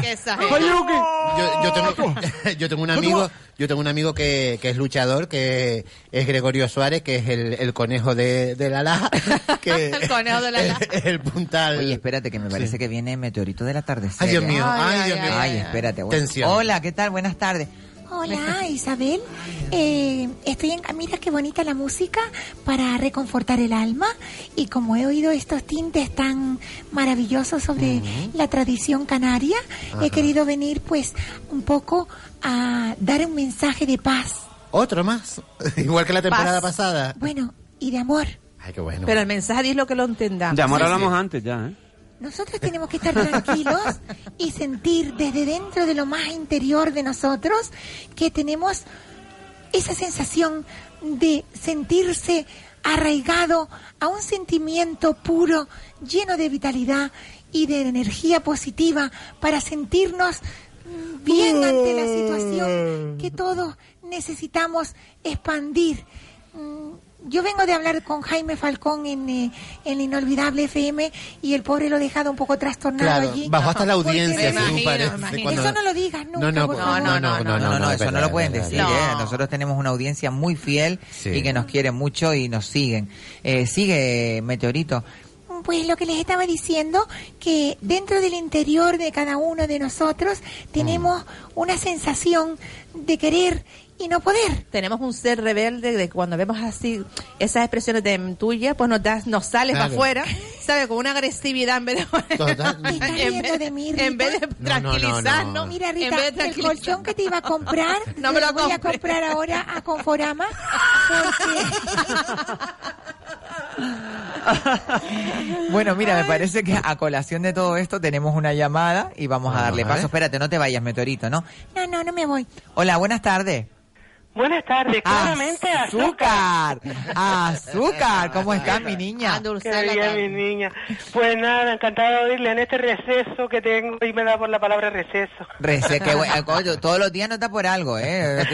S6: Qué exagerado.
S7: Yo, yo tengo, (laughs) yo tengo un amigo, yo tengo un amigo que, que es luchador, que es Gregorio Suárez, que es el, el conejo de, de la laja, (laughs)
S4: (laughs)
S7: que
S6: El conejo de la laja.
S7: (laughs) el puntal.
S4: Oye, espérate, que me parece que viene meteorito del atardecer.
S7: Ay, Dios
S4: ¿eh?
S7: mío, ay, Dios mío.
S4: Ay, espérate. bueno.
S7: Tensión.
S4: Hola, ¿qué tal? Buenas tardes.
S8: Hola Isabel, Eh, estoy en... Mira qué bonita la música para reconfortar el alma y como he oído estos tintes tan maravillosos sobre la tradición canaria, he
S7: Ajá.
S8: querido venir pues un poco a dar un mensaje de paz.
S7: Otro más, (laughs) igual que la temporada
S8: Paz.
S7: pasada.
S8: Bueno, y de amor.
S7: Ay, qué bueno.
S6: Pero el mensaje es lo que lo entendamos.
S5: De amor hablamos antes ya, ¿eh?
S8: Nosotros tenemos que estar tranquilos y sentir desde dentro de lo más interior de nosotros que tenemos esa sensación de sentirse arraigado a un sentimiento puro, lleno de vitalidad y de energía positiva para sentirnos mm, bien ante la situación que todos necesitamos expandir. Mm, Yo vengo de hablar con Jaime Falcón en, eh, en la Inolvidable FM y el pobre lo he dejado un poco trastornado
S7: Claro,
S8: allí.
S7: bajó hasta la
S8: Porque
S7: audiencia,
S8: de
S7: según
S8: verdad-
S7: parece, cuando-
S8: Eso no lo digas nunca.
S7: No, no,
S8: por
S7: no,
S8: favor.
S7: no, no, no, no, no, es
S4: eso no
S7: verdad,
S4: lo pueden
S7: es verdad.
S4: decir. ¿eh? Nosotros tenemos una audiencia muy fiel
S7: Sí.
S4: y que nos quiere mucho y nos siguen. Eh, sigue, Meteorito.
S8: Pues lo que les estaba diciendo, que dentro del interior de cada uno de nosotros tenemos
S6: Mm.
S8: una sensación de querer y no poder.
S6: Tenemos un ser rebelde de cuando vemos así esas expresiones de tuya, pues nos das, nos sales
S7: Claro.
S6: para afuera, ¿sabes? Con una agresividad (laughs) en vez de en vez de, en vez de tranquilizarnos.
S8: Mira,
S6: en vez
S8: Rita,
S6: de
S8: el
S6: tranquilizarnos.
S8: colchón que te iba a (laughs) comprar,
S6: (laughs) No me lo
S8: voy a
S6: compré. (laughs)
S8: comprar ahora a Conforama porque
S4: Bueno, mira, me parece que a colación de todo esto tenemos una llamada y vamos a darle
S8: a
S4: paso.
S8: ver.
S4: Espérate, no te vayas, Meteorito, ¿no?
S8: (laughs) No, no, no me voy.
S4: Hola, buenas tardes. Ah,
S20: Buenas tardes,
S6: Ah.
S20: claramente
S4: azúcar. (laughs) Azúcar, ¿cómo estás, mi niña?
S20: Qué bien, mi niña. Pues nada, encantado de oírle en este receso que tengo y me da por la palabra receso.
S4: Rece- que bueno, coño, todos los días no está por algo, ¿eh?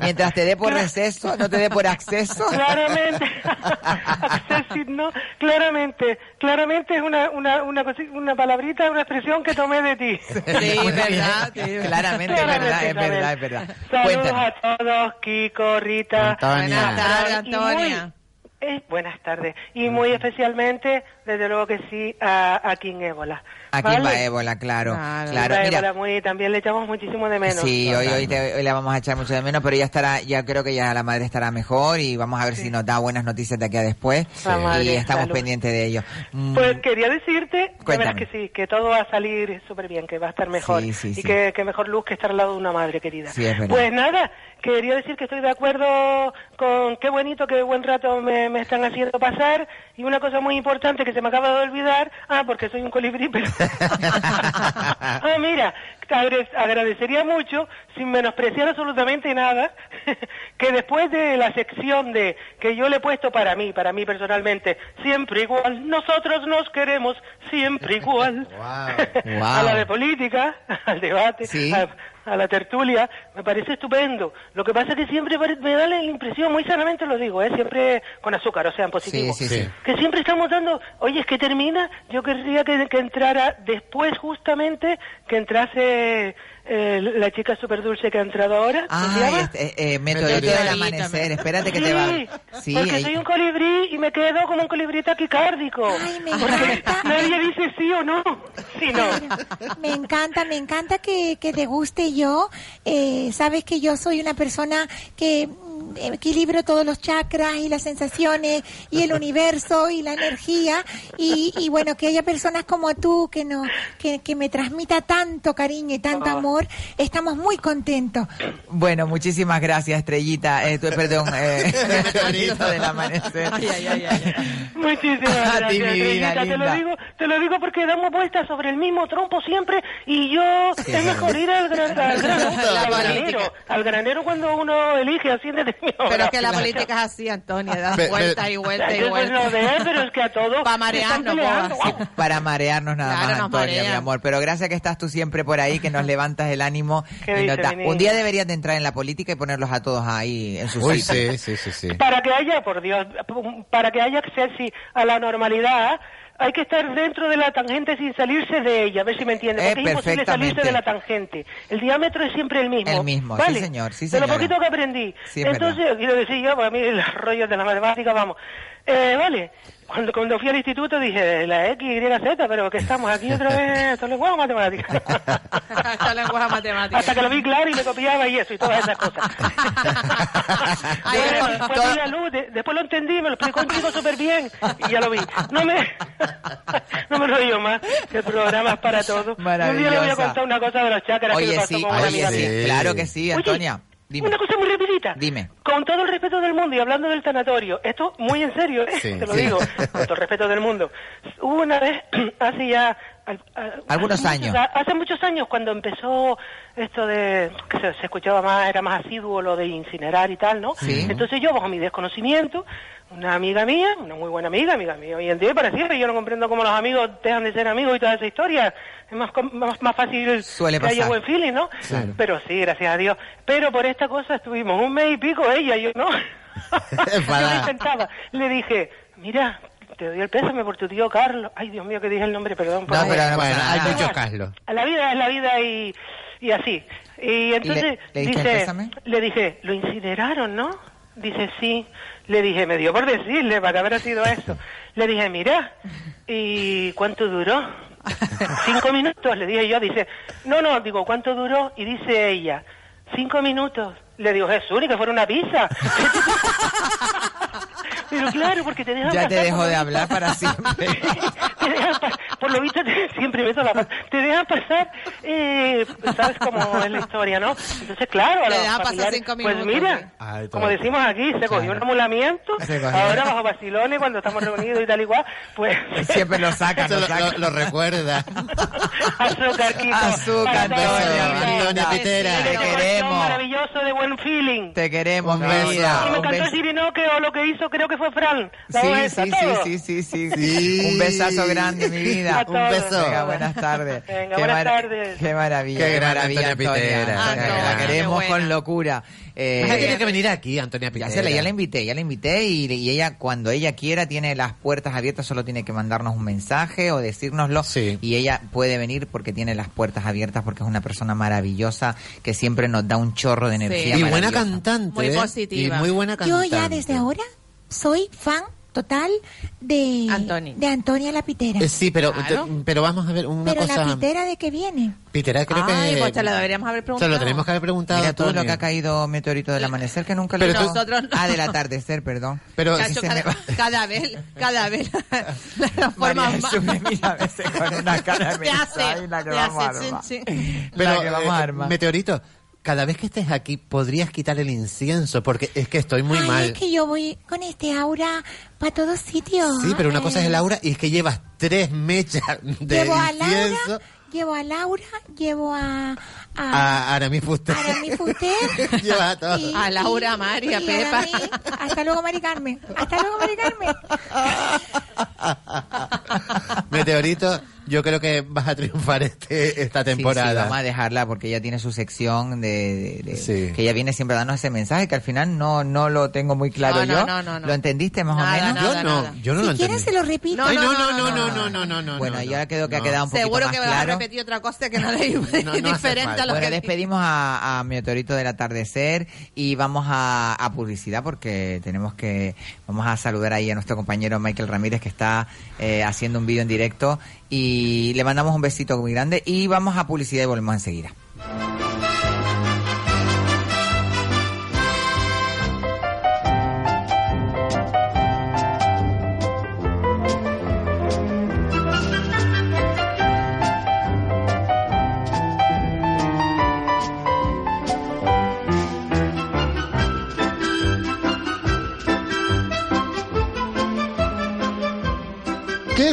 S4: Mientras te dé por receso, no te dé por acceso.
S20: (laughs) Claramente. (laughs) Accessit, ¿no? Claramente, claramente es una, una, una, cosi- una palabrita, una expresión que tomé de ti. Sí,
S4: verdad, Claramente, es verdad, es verdad, es verdad.
S20: Saludos
S4: Cuéntame.
S20: a todos, Kiko, Rita.
S4: Antonia. Buenas
S20: Fran,
S4: tardes,
S20: y
S4: Antonia.
S20: muy- eh, buenas tardes. Y muy especialmente, desde luego que sí, a, a King Ébola.
S4: Aquí en va
S20: ¿vale?
S4: ébola, claro. Claro,
S20: King
S4: mira.
S20: Ébola muy, también le echamos muchísimo de menos.
S4: Sí, hoy, hoy, te- hoy la vamos a echar mucho de menos, pero ya estará, ya creo que ya la madre estará mejor y vamos a ver si nos da buenas noticias de aquí a después.
S20: La
S4: Y
S20: madre,
S4: estamos
S20: salud.
S4: pendientes de ello. Mm,
S20: Pues quería decirte, de
S4: Cuéntame.
S20: verdad que sí, que todo va a salir súper bien, que va a estar mejor.
S4: Sí, sí,
S20: y
S4: sí.
S20: Que, que mejor luz que estar al lado de una madre querida.
S4: Sí, es verdad.
S20: pues nada, quería decir que estoy de acuerdo con qué bonito, qué buen rato me, me están haciendo pasar. Y una cosa muy importante que se me acaba de olvidar, ah, porque soy un
S4: (laughs)
S20: colibrí, pero... ah, mira, agre- agradecería mucho, sin menospreciar absolutamente nada, (laughs) que después de la sección de que yo le he puesto para mí, para mí personalmente, siempre igual, nosotros nos queremos siempre igual. (laughs) a la de política, (laughs) al debate, a, a la tertulia, me parece estupendo. Lo que pasa es que siempre pare- me da la impresión, muy sanamente lo digo, ¿eh? siempre con azúcar, o sea, en positivo,
S4: Sí, sí, sí.
S20: que siempre estamos dando, oye, es que termina, yo querría que, que entrara después justamente que entrase eh, la chica súper dulce que ha entrado ahora. ¿cómo se
S4: Ay,
S20: llama?
S4: este, eh, meteorito del amanecer, espérate que te va. Sí,
S20: porque
S4: ahí-
S20: soy un colibrí y me quedo como un colibrí taquicárdico. Porque nadie dice sí o no. Sí, no.
S8: (laughs) Me encanta, me encanta que, que te guste yo. Eh, sabes que yo soy una persona que mm, equilibro todos los chakras y las sensaciones y el universo y la energía y, y bueno que haya personas como tú que no que, que me transmita tanto cariño y tanto amor estamos muy contentos
S4: Bueno, muchísimas gracias, Estrellita. Eh, tú- perdón, eh,
S20: (laughs)
S4: meteorito del amanecer.
S20: Este. Muchísimas
S6: Ah,
S4: A ti,
S20: gracias,
S4: mi vida
S20: Andreita, te lo
S4: linda.
S20: digo, te lo digo porque damos vueltas sobre el mismo trompo siempre y yo
S4: Sí,
S20: es
S4: es
S20: mejor
S4: verdad.
S20: ir al, gran-
S6: (laughs)
S20: al grano,
S6: La
S20: al granero,
S6: política.
S20: al granero cuando uno elige así de
S6: Pero es que la política es así, Antonia, da
S4: Ve- ve-
S6: vuelta y vuelta y
S20: Eso
S6: vuelta.
S20: no ve, pero
S6: (laughs)
S20: es que
S4: (laughs)
S20: a todos
S6: Para
S20: se
S6: marearnos,
S20: están peleando.
S6: boba.
S4: Para marearnos nada
S6: Claro,
S4: más,
S6: nos
S4: Antonia, mi
S6: marean.
S4: amor. Pero gracias que estás tú siempre por ahí,
S20: (laughs)
S4: que nos levantas el ánimo.
S20: ¿Qué
S4: y nos
S20: dice
S4: da-
S20: mi
S4: Un día
S20: niña?
S4: deberías de entrar en la política y ponerlos a todos ahí en su
S7: Uy,
S4: sitio.
S7: sí, sí, sí, sí.
S20: Para que haya, por Dios, para que haya acceso a la normalidad, hay que estar dentro de la tangente sin salirse de ella, a ver si me entiende,
S4: Eh,
S20: porque es imposible salirse
S4: perfectamente.
S20: de la tangente. El diámetro es siempre el mismo.
S4: El mismo, sí,
S20: ¿vale?
S4: señor, sí,
S20: De lo
S4: señora.
S20: poquito que aprendí.
S4: Sí, es
S20: Entonces, quiero decir yo, para mí los rollos de la matemática, vamos. Eh, vale, cuando, cuando fui al instituto dije, la X, Y, Z, pero que estamos aquí otra vez, esto es lenguaje o (laughs) matemática.
S6: Hasta lenguaje matemático.
S20: Hasta que lo vi claro y me copiaba y eso, y todas esas cosas. Bueno, después vi la luz, de- después lo entendí, me lo explicó un chico súper bien y ya lo vi. No me, (laughs) no me río más, que el programa es para todos. Y Un día le voy a
S4: Maravillosa.
S20: contar una cosa de los chakras que
S4: Oye,
S20: me pasó
S4: sí,
S20: con una
S4: oye,
S20: amiga
S4: sí,
S20: mía.
S4: claro que sí,
S20: Oye,
S4: Antonia. Dime,
S20: Una cosa muy rapidita.
S4: dime.
S20: Con todo el respeto del mundo y hablando del tanatorio, esto muy en serio, ¿eh?
S4: Sí,
S20: te lo
S4: sí.
S20: digo, con todo el respeto del mundo. Hubo una vez, (clears throat) hace ya... al- al-
S4: Algunos
S20: hace
S4: años.
S20: muchos a- hace muchos años cuando empezó esto de que se, se escuchaba más, era más asiduo lo de incinerar y tal, ¿no?
S4: Sí.
S20: Entonces yo, bajo mi desconocimiento, una amiga mía, una muy buena amiga, amiga mía hoy en día y para siempre, yo no comprendo cómo los amigos dejan de ser amigos y toda esa historia, es más, com- más, más fácil
S4: Suele
S20: que haya
S4: pasar.
S20: buen feeling, ¿no?
S4: Claro.
S20: Pero sí, gracias a Dios. Pero por esta cosa estuvimos un mes y pico ella y yo,
S7: (laughs)
S20: ¿no? yo lo
S4: Enfadada.
S20: intentaba. Le dije, mira, te doy el pésame por tu tío Carlos. Ay, Dios mío, que dije el nombre, perdón. por
S7: No,
S20: favor.
S7: pero no
S20: Bueno,
S7: pasa nada. Hay
S20: igual.
S7: muchos Carlos.
S20: La vida es la vida y, y así. Y entonces
S7: le diste el
S20: dice,
S7: pésame?
S20: le dije, lo incineraron, ¿no? Dice, sí. Le dije, me dio por decirle, para que habrá sido eso.
S7: (laughs)
S20: Le dije, mira, ¿y cuánto duró?
S7: (laughs)
S20: Cinco minutos, le dije yo. Dice, no, no, digo, ¿cuánto duró? Y dice ella, cinco minutos. Le digo, Jesús, ni que fuera
S7: (laughs)
S20: una pizza. (laughs) Pero claro, porque te dejan
S4: Ya te
S20: pasar
S4: dejo
S20: como-
S4: de hablar para siempre.
S20: te dejan, pa- por lo visto te- siempre meto la pata. Te dejan pasar, eh, sabes cómo es la historia, ¿no? Entonces, claro, a
S6: Le
S20: los
S6: dejan pasar
S20: familiares,
S6: cinco
S20: pues
S6: minutos,
S20: mira,
S7: Ay,
S20: como decimos aquí, se cogió un amulamiento,
S7: Se cogió.
S20: ahora bajo vacilones cuando estamos reunidos y tal igual, pues...
S4: (laughs) Siempre lo sacan,
S20: Eso
S4: lo
S20: lo-
S4: sacan.
S20: lo- lo
S4: recuerda.
S20: (laughs) Azúcar, Kiko.
S4: Azúcar,
S20: Para todos,
S4: Doña, Doña
S20: Te
S4: Pitera, te queremos.
S20: Maravilloso, de buen feeling.
S4: Te queremos, mi
S20: Y me
S4: vida. Un
S20: encantó el
S4: beso.
S20: Sirinoque o lo que hizo, creo que fue Fran. La voz
S4: Sí,
S20: esa,
S4: sí,
S20: todo.
S4: sí, sí, sí, sí,
S20: Sí.
S4: Un besazo grande, mi vida.
S20: A todos.
S4: Venga, buenas tardes.
S20: Venga,
S4: Qué
S20: buenas
S4: mara-
S20: tardes.
S4: Qué maravilla.
S7: Qué
S4: Qué,
S7: gran
S4: maravilla,
S7: Antonia Pitera.
S4: Antonia.
S7: Ah,
S4: La
S7: no,
S4: queremos
S7: qué buena.
S4: con locura. Eh,
S7: Ella tiene que venir aquí, Antonia Pitera.
S4: Ya se la, ya la invité, ya la invité y, y ella cuando ella quiera tiene las puertas abiertas, solo tiene que mandarnos un mensaje o decírnoslo y ella puede venir porque tiene las puertas abiertas porque es una persona maravillosa que siempre nos da un chorro de energía.
S7: Y buena
S4: maravillosa.
S7: cantante. ¿eh? Y muy buena
S8: Yo
S7: cantante.
S8: ya desde ahora soy fan total de de Antonia la pitera.
S7: Eh, Sí, pero,
S8: Claro.
S7: te- pero vamos a ver una
S8: Pero
S7: cosa.
S8: la pitera de que viene.
S7: Pitera, creo
S6: Ay,
S7: que. eh,
S6: pues te lo deberíamos haber
S7: Se
S6: preguntado.
S7: lo tenemos que haber preguntado.
S4: Mira todo lo que
S7: Antonio.
S4: ha caído meteorito del amanecer que nunca
S7: Pero
S4: lo
S7: tú-
S6: Nosotros no.
S4: Ah, del atardecer, perdón.
S7: Pero-
S4: Casi
S6: Cacho,
S4: se me
S6: cada,
S4: va.
S6: cada vez, cada vez la, la forma
S4: María
S6: más...
S4: Jesús me mira a veces con
S6: (laughs)
S4: una cara de
S6: Te hace,
S4: la que
S6: te
S4: vamos a
S6: hace,
S4: armar.
S6: chin,
S4: La
S6: chin.
S7: Pero,
S4: que vamos a
S7: eh,
S4: armar.
S7: Meteorito, cada vez que estés aquí, podrías quitar el incienso porque es que estoy muy
S8: Ay,
S7: mal.
S8: es que yo voy con este aura para todos sitios.
S7: Sí, pero una cosa es el
S8: Ay.
S7: aura y es que llevas tres mechas de
S8: llevo a
S7: incienso
S8: Laura, llevo a Laura, llevo a, a,
S7: a Aramis Fuster.
S8: mi
S7: (laughs)
S8: Fuster.
S7: Llevas a todos.
S8: y-
S6: A Laura,
S8: y-
S6: María,
S8: y a
S6: Pepa.
S8: mí. Hasta luego, Mari Carmen. Hasta luego, Mari Carmen.
S7: Meteorito, yo creo que vas a triunfar este, esta
S4: Sí,
S7: temporada.
S4: sí, vamos a dejarla porque ella tiene su sección de, de- de-
S7: Sí.
S4: que ella viene siempre a darnos ese mensaje que al final no no lo tengo muy claro
S6: No, no,
S4: yo.
S6: no, no, no.
S4: ¿Lo entendiste más
S6: Nada,
S4: o menos?
S6: nada, Yo no, nada.
S4: yo no lo entendí.
S8: Se lo repito.
S6: No, no, no, no, no,
S7: no, no, no, no.
S4: Bueno, ya quedó que ha quedado un poquito
S6: Seguro
S4: más
S6: que me va a
S4: claro.
S6: repetir otra cosa que no
S4: (laughs)
S6: le (laughs) diferente a lo
S4: Bueno,
S6: que...
S4: despedimos a, a Meteorito del Atardecer y vamos a, a publicidad porque tenemos que vamos a saludar ahí a nuestro compañero Michael Ramírez que está eh, haciendo un vídeo en directo y le mandamos un besito muy grande y vamos a publicidad y volvemos enseguida.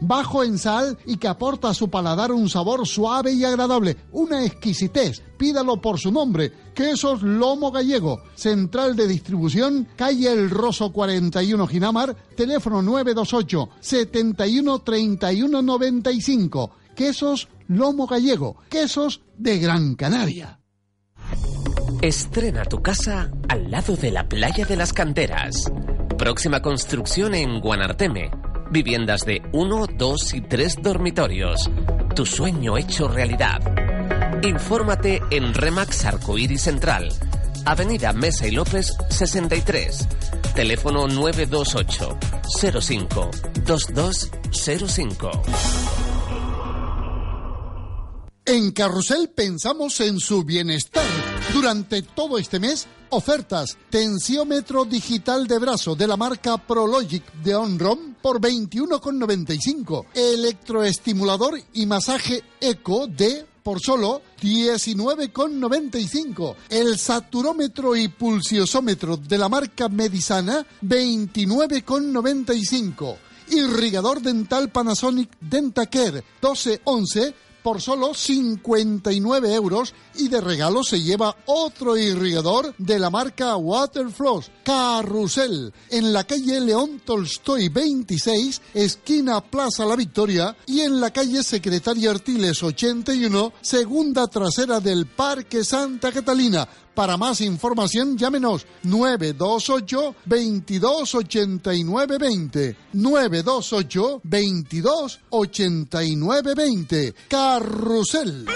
S9: bajo en sal y que aporta a su paladar un sabor suave y agradable, una exquisitez. Pídalo por su nombre, Quesos Lomo Gallego, Central de Distribución, calle El Rosso 41 Ginamar, teléfono 928 71 31 95. Quesos Lomo Gallego, quesos de Gran Canaria.
S21: Estrena tu casa al lado de la playa de las canteras. Próxima construcción en Guanarteme. Viviendas de 1, 2 y 3 dormitorios. Tu sueño hecho realidad. Infórmate en Remax Arcoíris Central. Avenida Mesa y López 63. Teléfono 928 05 2205.
S9: En Carrusel pensamos en su bienestar. Durante todo este mes, ofertas. Tensiómetro digital de brazo de la marca Prologic de Onrom por 21,95. Electroestimulador y masaje eco de por solo 19,95. El saturómetro y pulsiosómetro de la marca Medisana 29,95. Irrigador dental Panasonic DentaCare 1211 por solo 59 euros y de regalo se lleva otro irrigador de la marca Waterfloss Carrusel en la calle León Tolstoy 26 esquina Plaza La Victoria y en la calle Secretaria Artiles 81 segunda trasera del Parque Santa Catalina para más información llámenos 928 228920 928 228920 Carrusel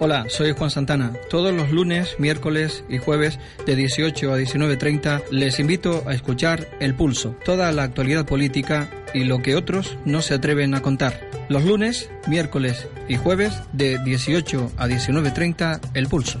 S1: Hola, soy Juan Santana. Todos los lunes, miércoles y jueves de 18 a 19.30 les invito a escuchar El Pulso, toda la actualidad política y lo que otros no se atreven a contar. Los lunes, miércoles y jueves de 18 a 19.30 El Pulso.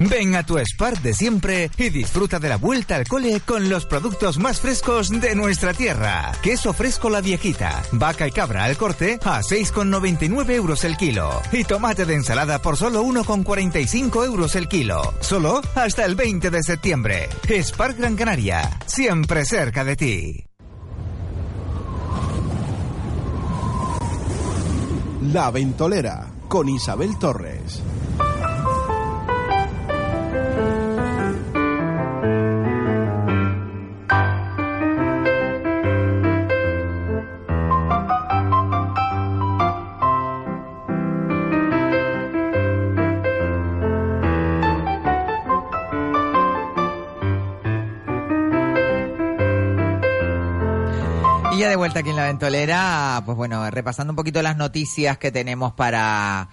S22: Ven a tu Spar de siempre y disfruta de la vuelta al cole con los productos más frescos de nuestra tierra. Queso fresco la viejita, vaca y cabra al corte a 6,99 euros el kilo. Y tomate de ensalada por solo 1,45 euros el kilo. Solo hasta el 20 de septiembre. Spar Gran Canaria, siempre cerca de ti.
S15: La Ventolera con Isabel Torres.
S4: Y ya de vuelta aquí en la ventolera, pues bueno, repasando un poquito las noticias que tenemos para,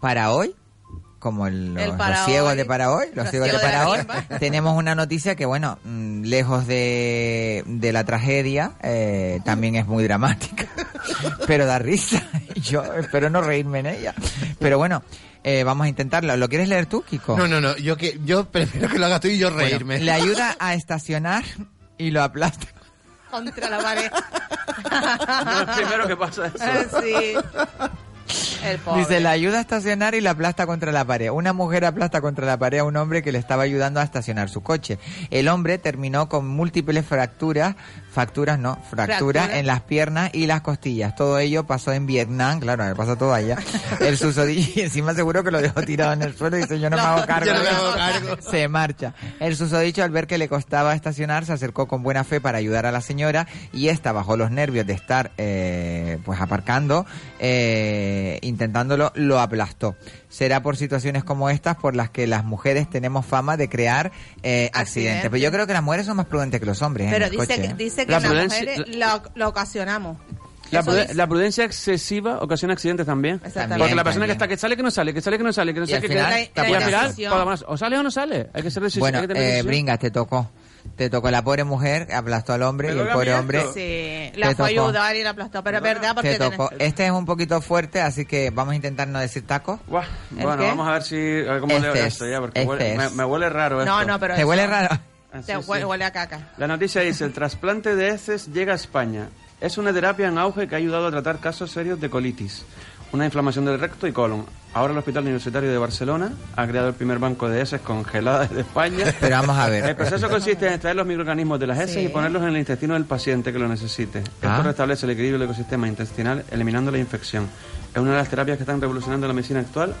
S4: para hoy. como el- los,
S6: El para
S4: los ciegos
S6: hoy.
S4: de para hoy, los,
S6: Los
S4: ciegos de
S6: ciegos de
S4: para
S6: la
S4: hoy, (laughs)
S6: timba.
S4: tenemos una noticia que, bueno, mm, lejos de, de la tragedia, eh, también es muy dramática, (laughs) pero da risa. (laughs) Yo espero no reírme en ella. Pero bueno, eh, vamos a intentarlo. ¿Lo quieres leer tú, Kiko?
S7: Oh. No, no, no. Yo, que, yo prefiero que lo hagas tú y yo
S4: Bueno,
S7: reírme. (laughs)
S4: le ayuda a estacionar y lo aplasta.
S6: (laughs) Contra la pared. (laughs)
S5: primero que pasa eso.
S6: sí. Ah, El pobre.
S4: Dice, la ayuda a estacionar y la aplasta contra la pared. Una mujer aplasta contra la pared a un hombre que le estaba ayudando a estacionar su coche. El hombre terminó con múltiples fracturas, facturas no, fracturas
S23: Fractura.
S4: en las piernas y las costillas. Todo ello pasó en Vietnam, claro, me pasa todo allá. El susodicho, y encima seguro que lo dejó tirado en el suelo y dice, yo no, me hago cargo.
S7: yo no
S4: de
S7: me
S4: esto".
S7: hago cargo.
S4: Se marcha. El susodicho, al ver que le costaba estacionar, se acercó con buena fe para ayudar a la señora y esta, bajo los nervios de estar eh, pues aparcando, eh, intentándolo, lo aplastó. Será por situaciones como estas por las que las mujeres tenemos fama de crear eh, accidentes.
S6: Accidentes.
S4: Pero yo creo que las mujeres son más prudentes que los hombres. en
S6: Pero
S4: el
S6: dice,
S4: coche, ¿eh?
S6: que- dice que
S5: La
S6: las
S5: prudencia-
S6: mujeres lo, lo ocasionamos.
S5: La,
S6: Eso
S5: prude-
S6: dice.
S5: la prudencia excesiva ocasiona accidentes también.
S6: Exactamente.
S5: Porque la persona
S6: También,
S5: que está que sale, que no sale, que sale, que no sale, que no
S4: Y
S5: sale,
S4: al
S5: que,
S4: final,
S5: que-
S4: la
S5: y al final,
S4: polación.
S5: por lo menos, o sale o no sale. Hay que ser decisivo.
S4: Bueno,
S5: hay que tener
S4: eh,
S5: decisión.
S4: Bringas, te tocó. Te tocó la pobre mujer, aplastó al hombre y el pobre hombre.
S6: Sí,
S4: te
S6: la fue a
S4: tocó.
S6: ayudar y la aplastó. Pero es verdad, porque
S4: Te tocó. Este es un poquito fuerte, así que vamos a intentar no decir taco.
S5: Bueno, vamos a ver si a ver cómo
S4: Este
S5: leo
S4: es,
S5: esto ya, porque
S4: este
S5: huele- me,
S4: es.
S5: me huele raro
S6: tenés-
S5: esto.
S6: No, no, pero. eso- Te
S5: Así,
S6: hue-
S5: sí.
S6: huele a caca.
S5: La noticia dice, el trasplante de heces llega a España. Es una terapia en auge que ha ayudado a tratar casos serios de colitis, una inflamación del recto y colon. Ahora el Hospital Universitario de Barcelona ha creado el primer banco de heces congeladas de España.
S4: (laughs) Pero vamos a ver.
S5: El proceso consiste en extraer los microorganismos de las heces y ponerlos en el intestino del paciente que lo necesite.
S4: Ah.
S5: Esto restablece el equilibrio del ecosistema intestinal, eliminando la infección. Es una de las terapias que están revolucionando la medicina actual.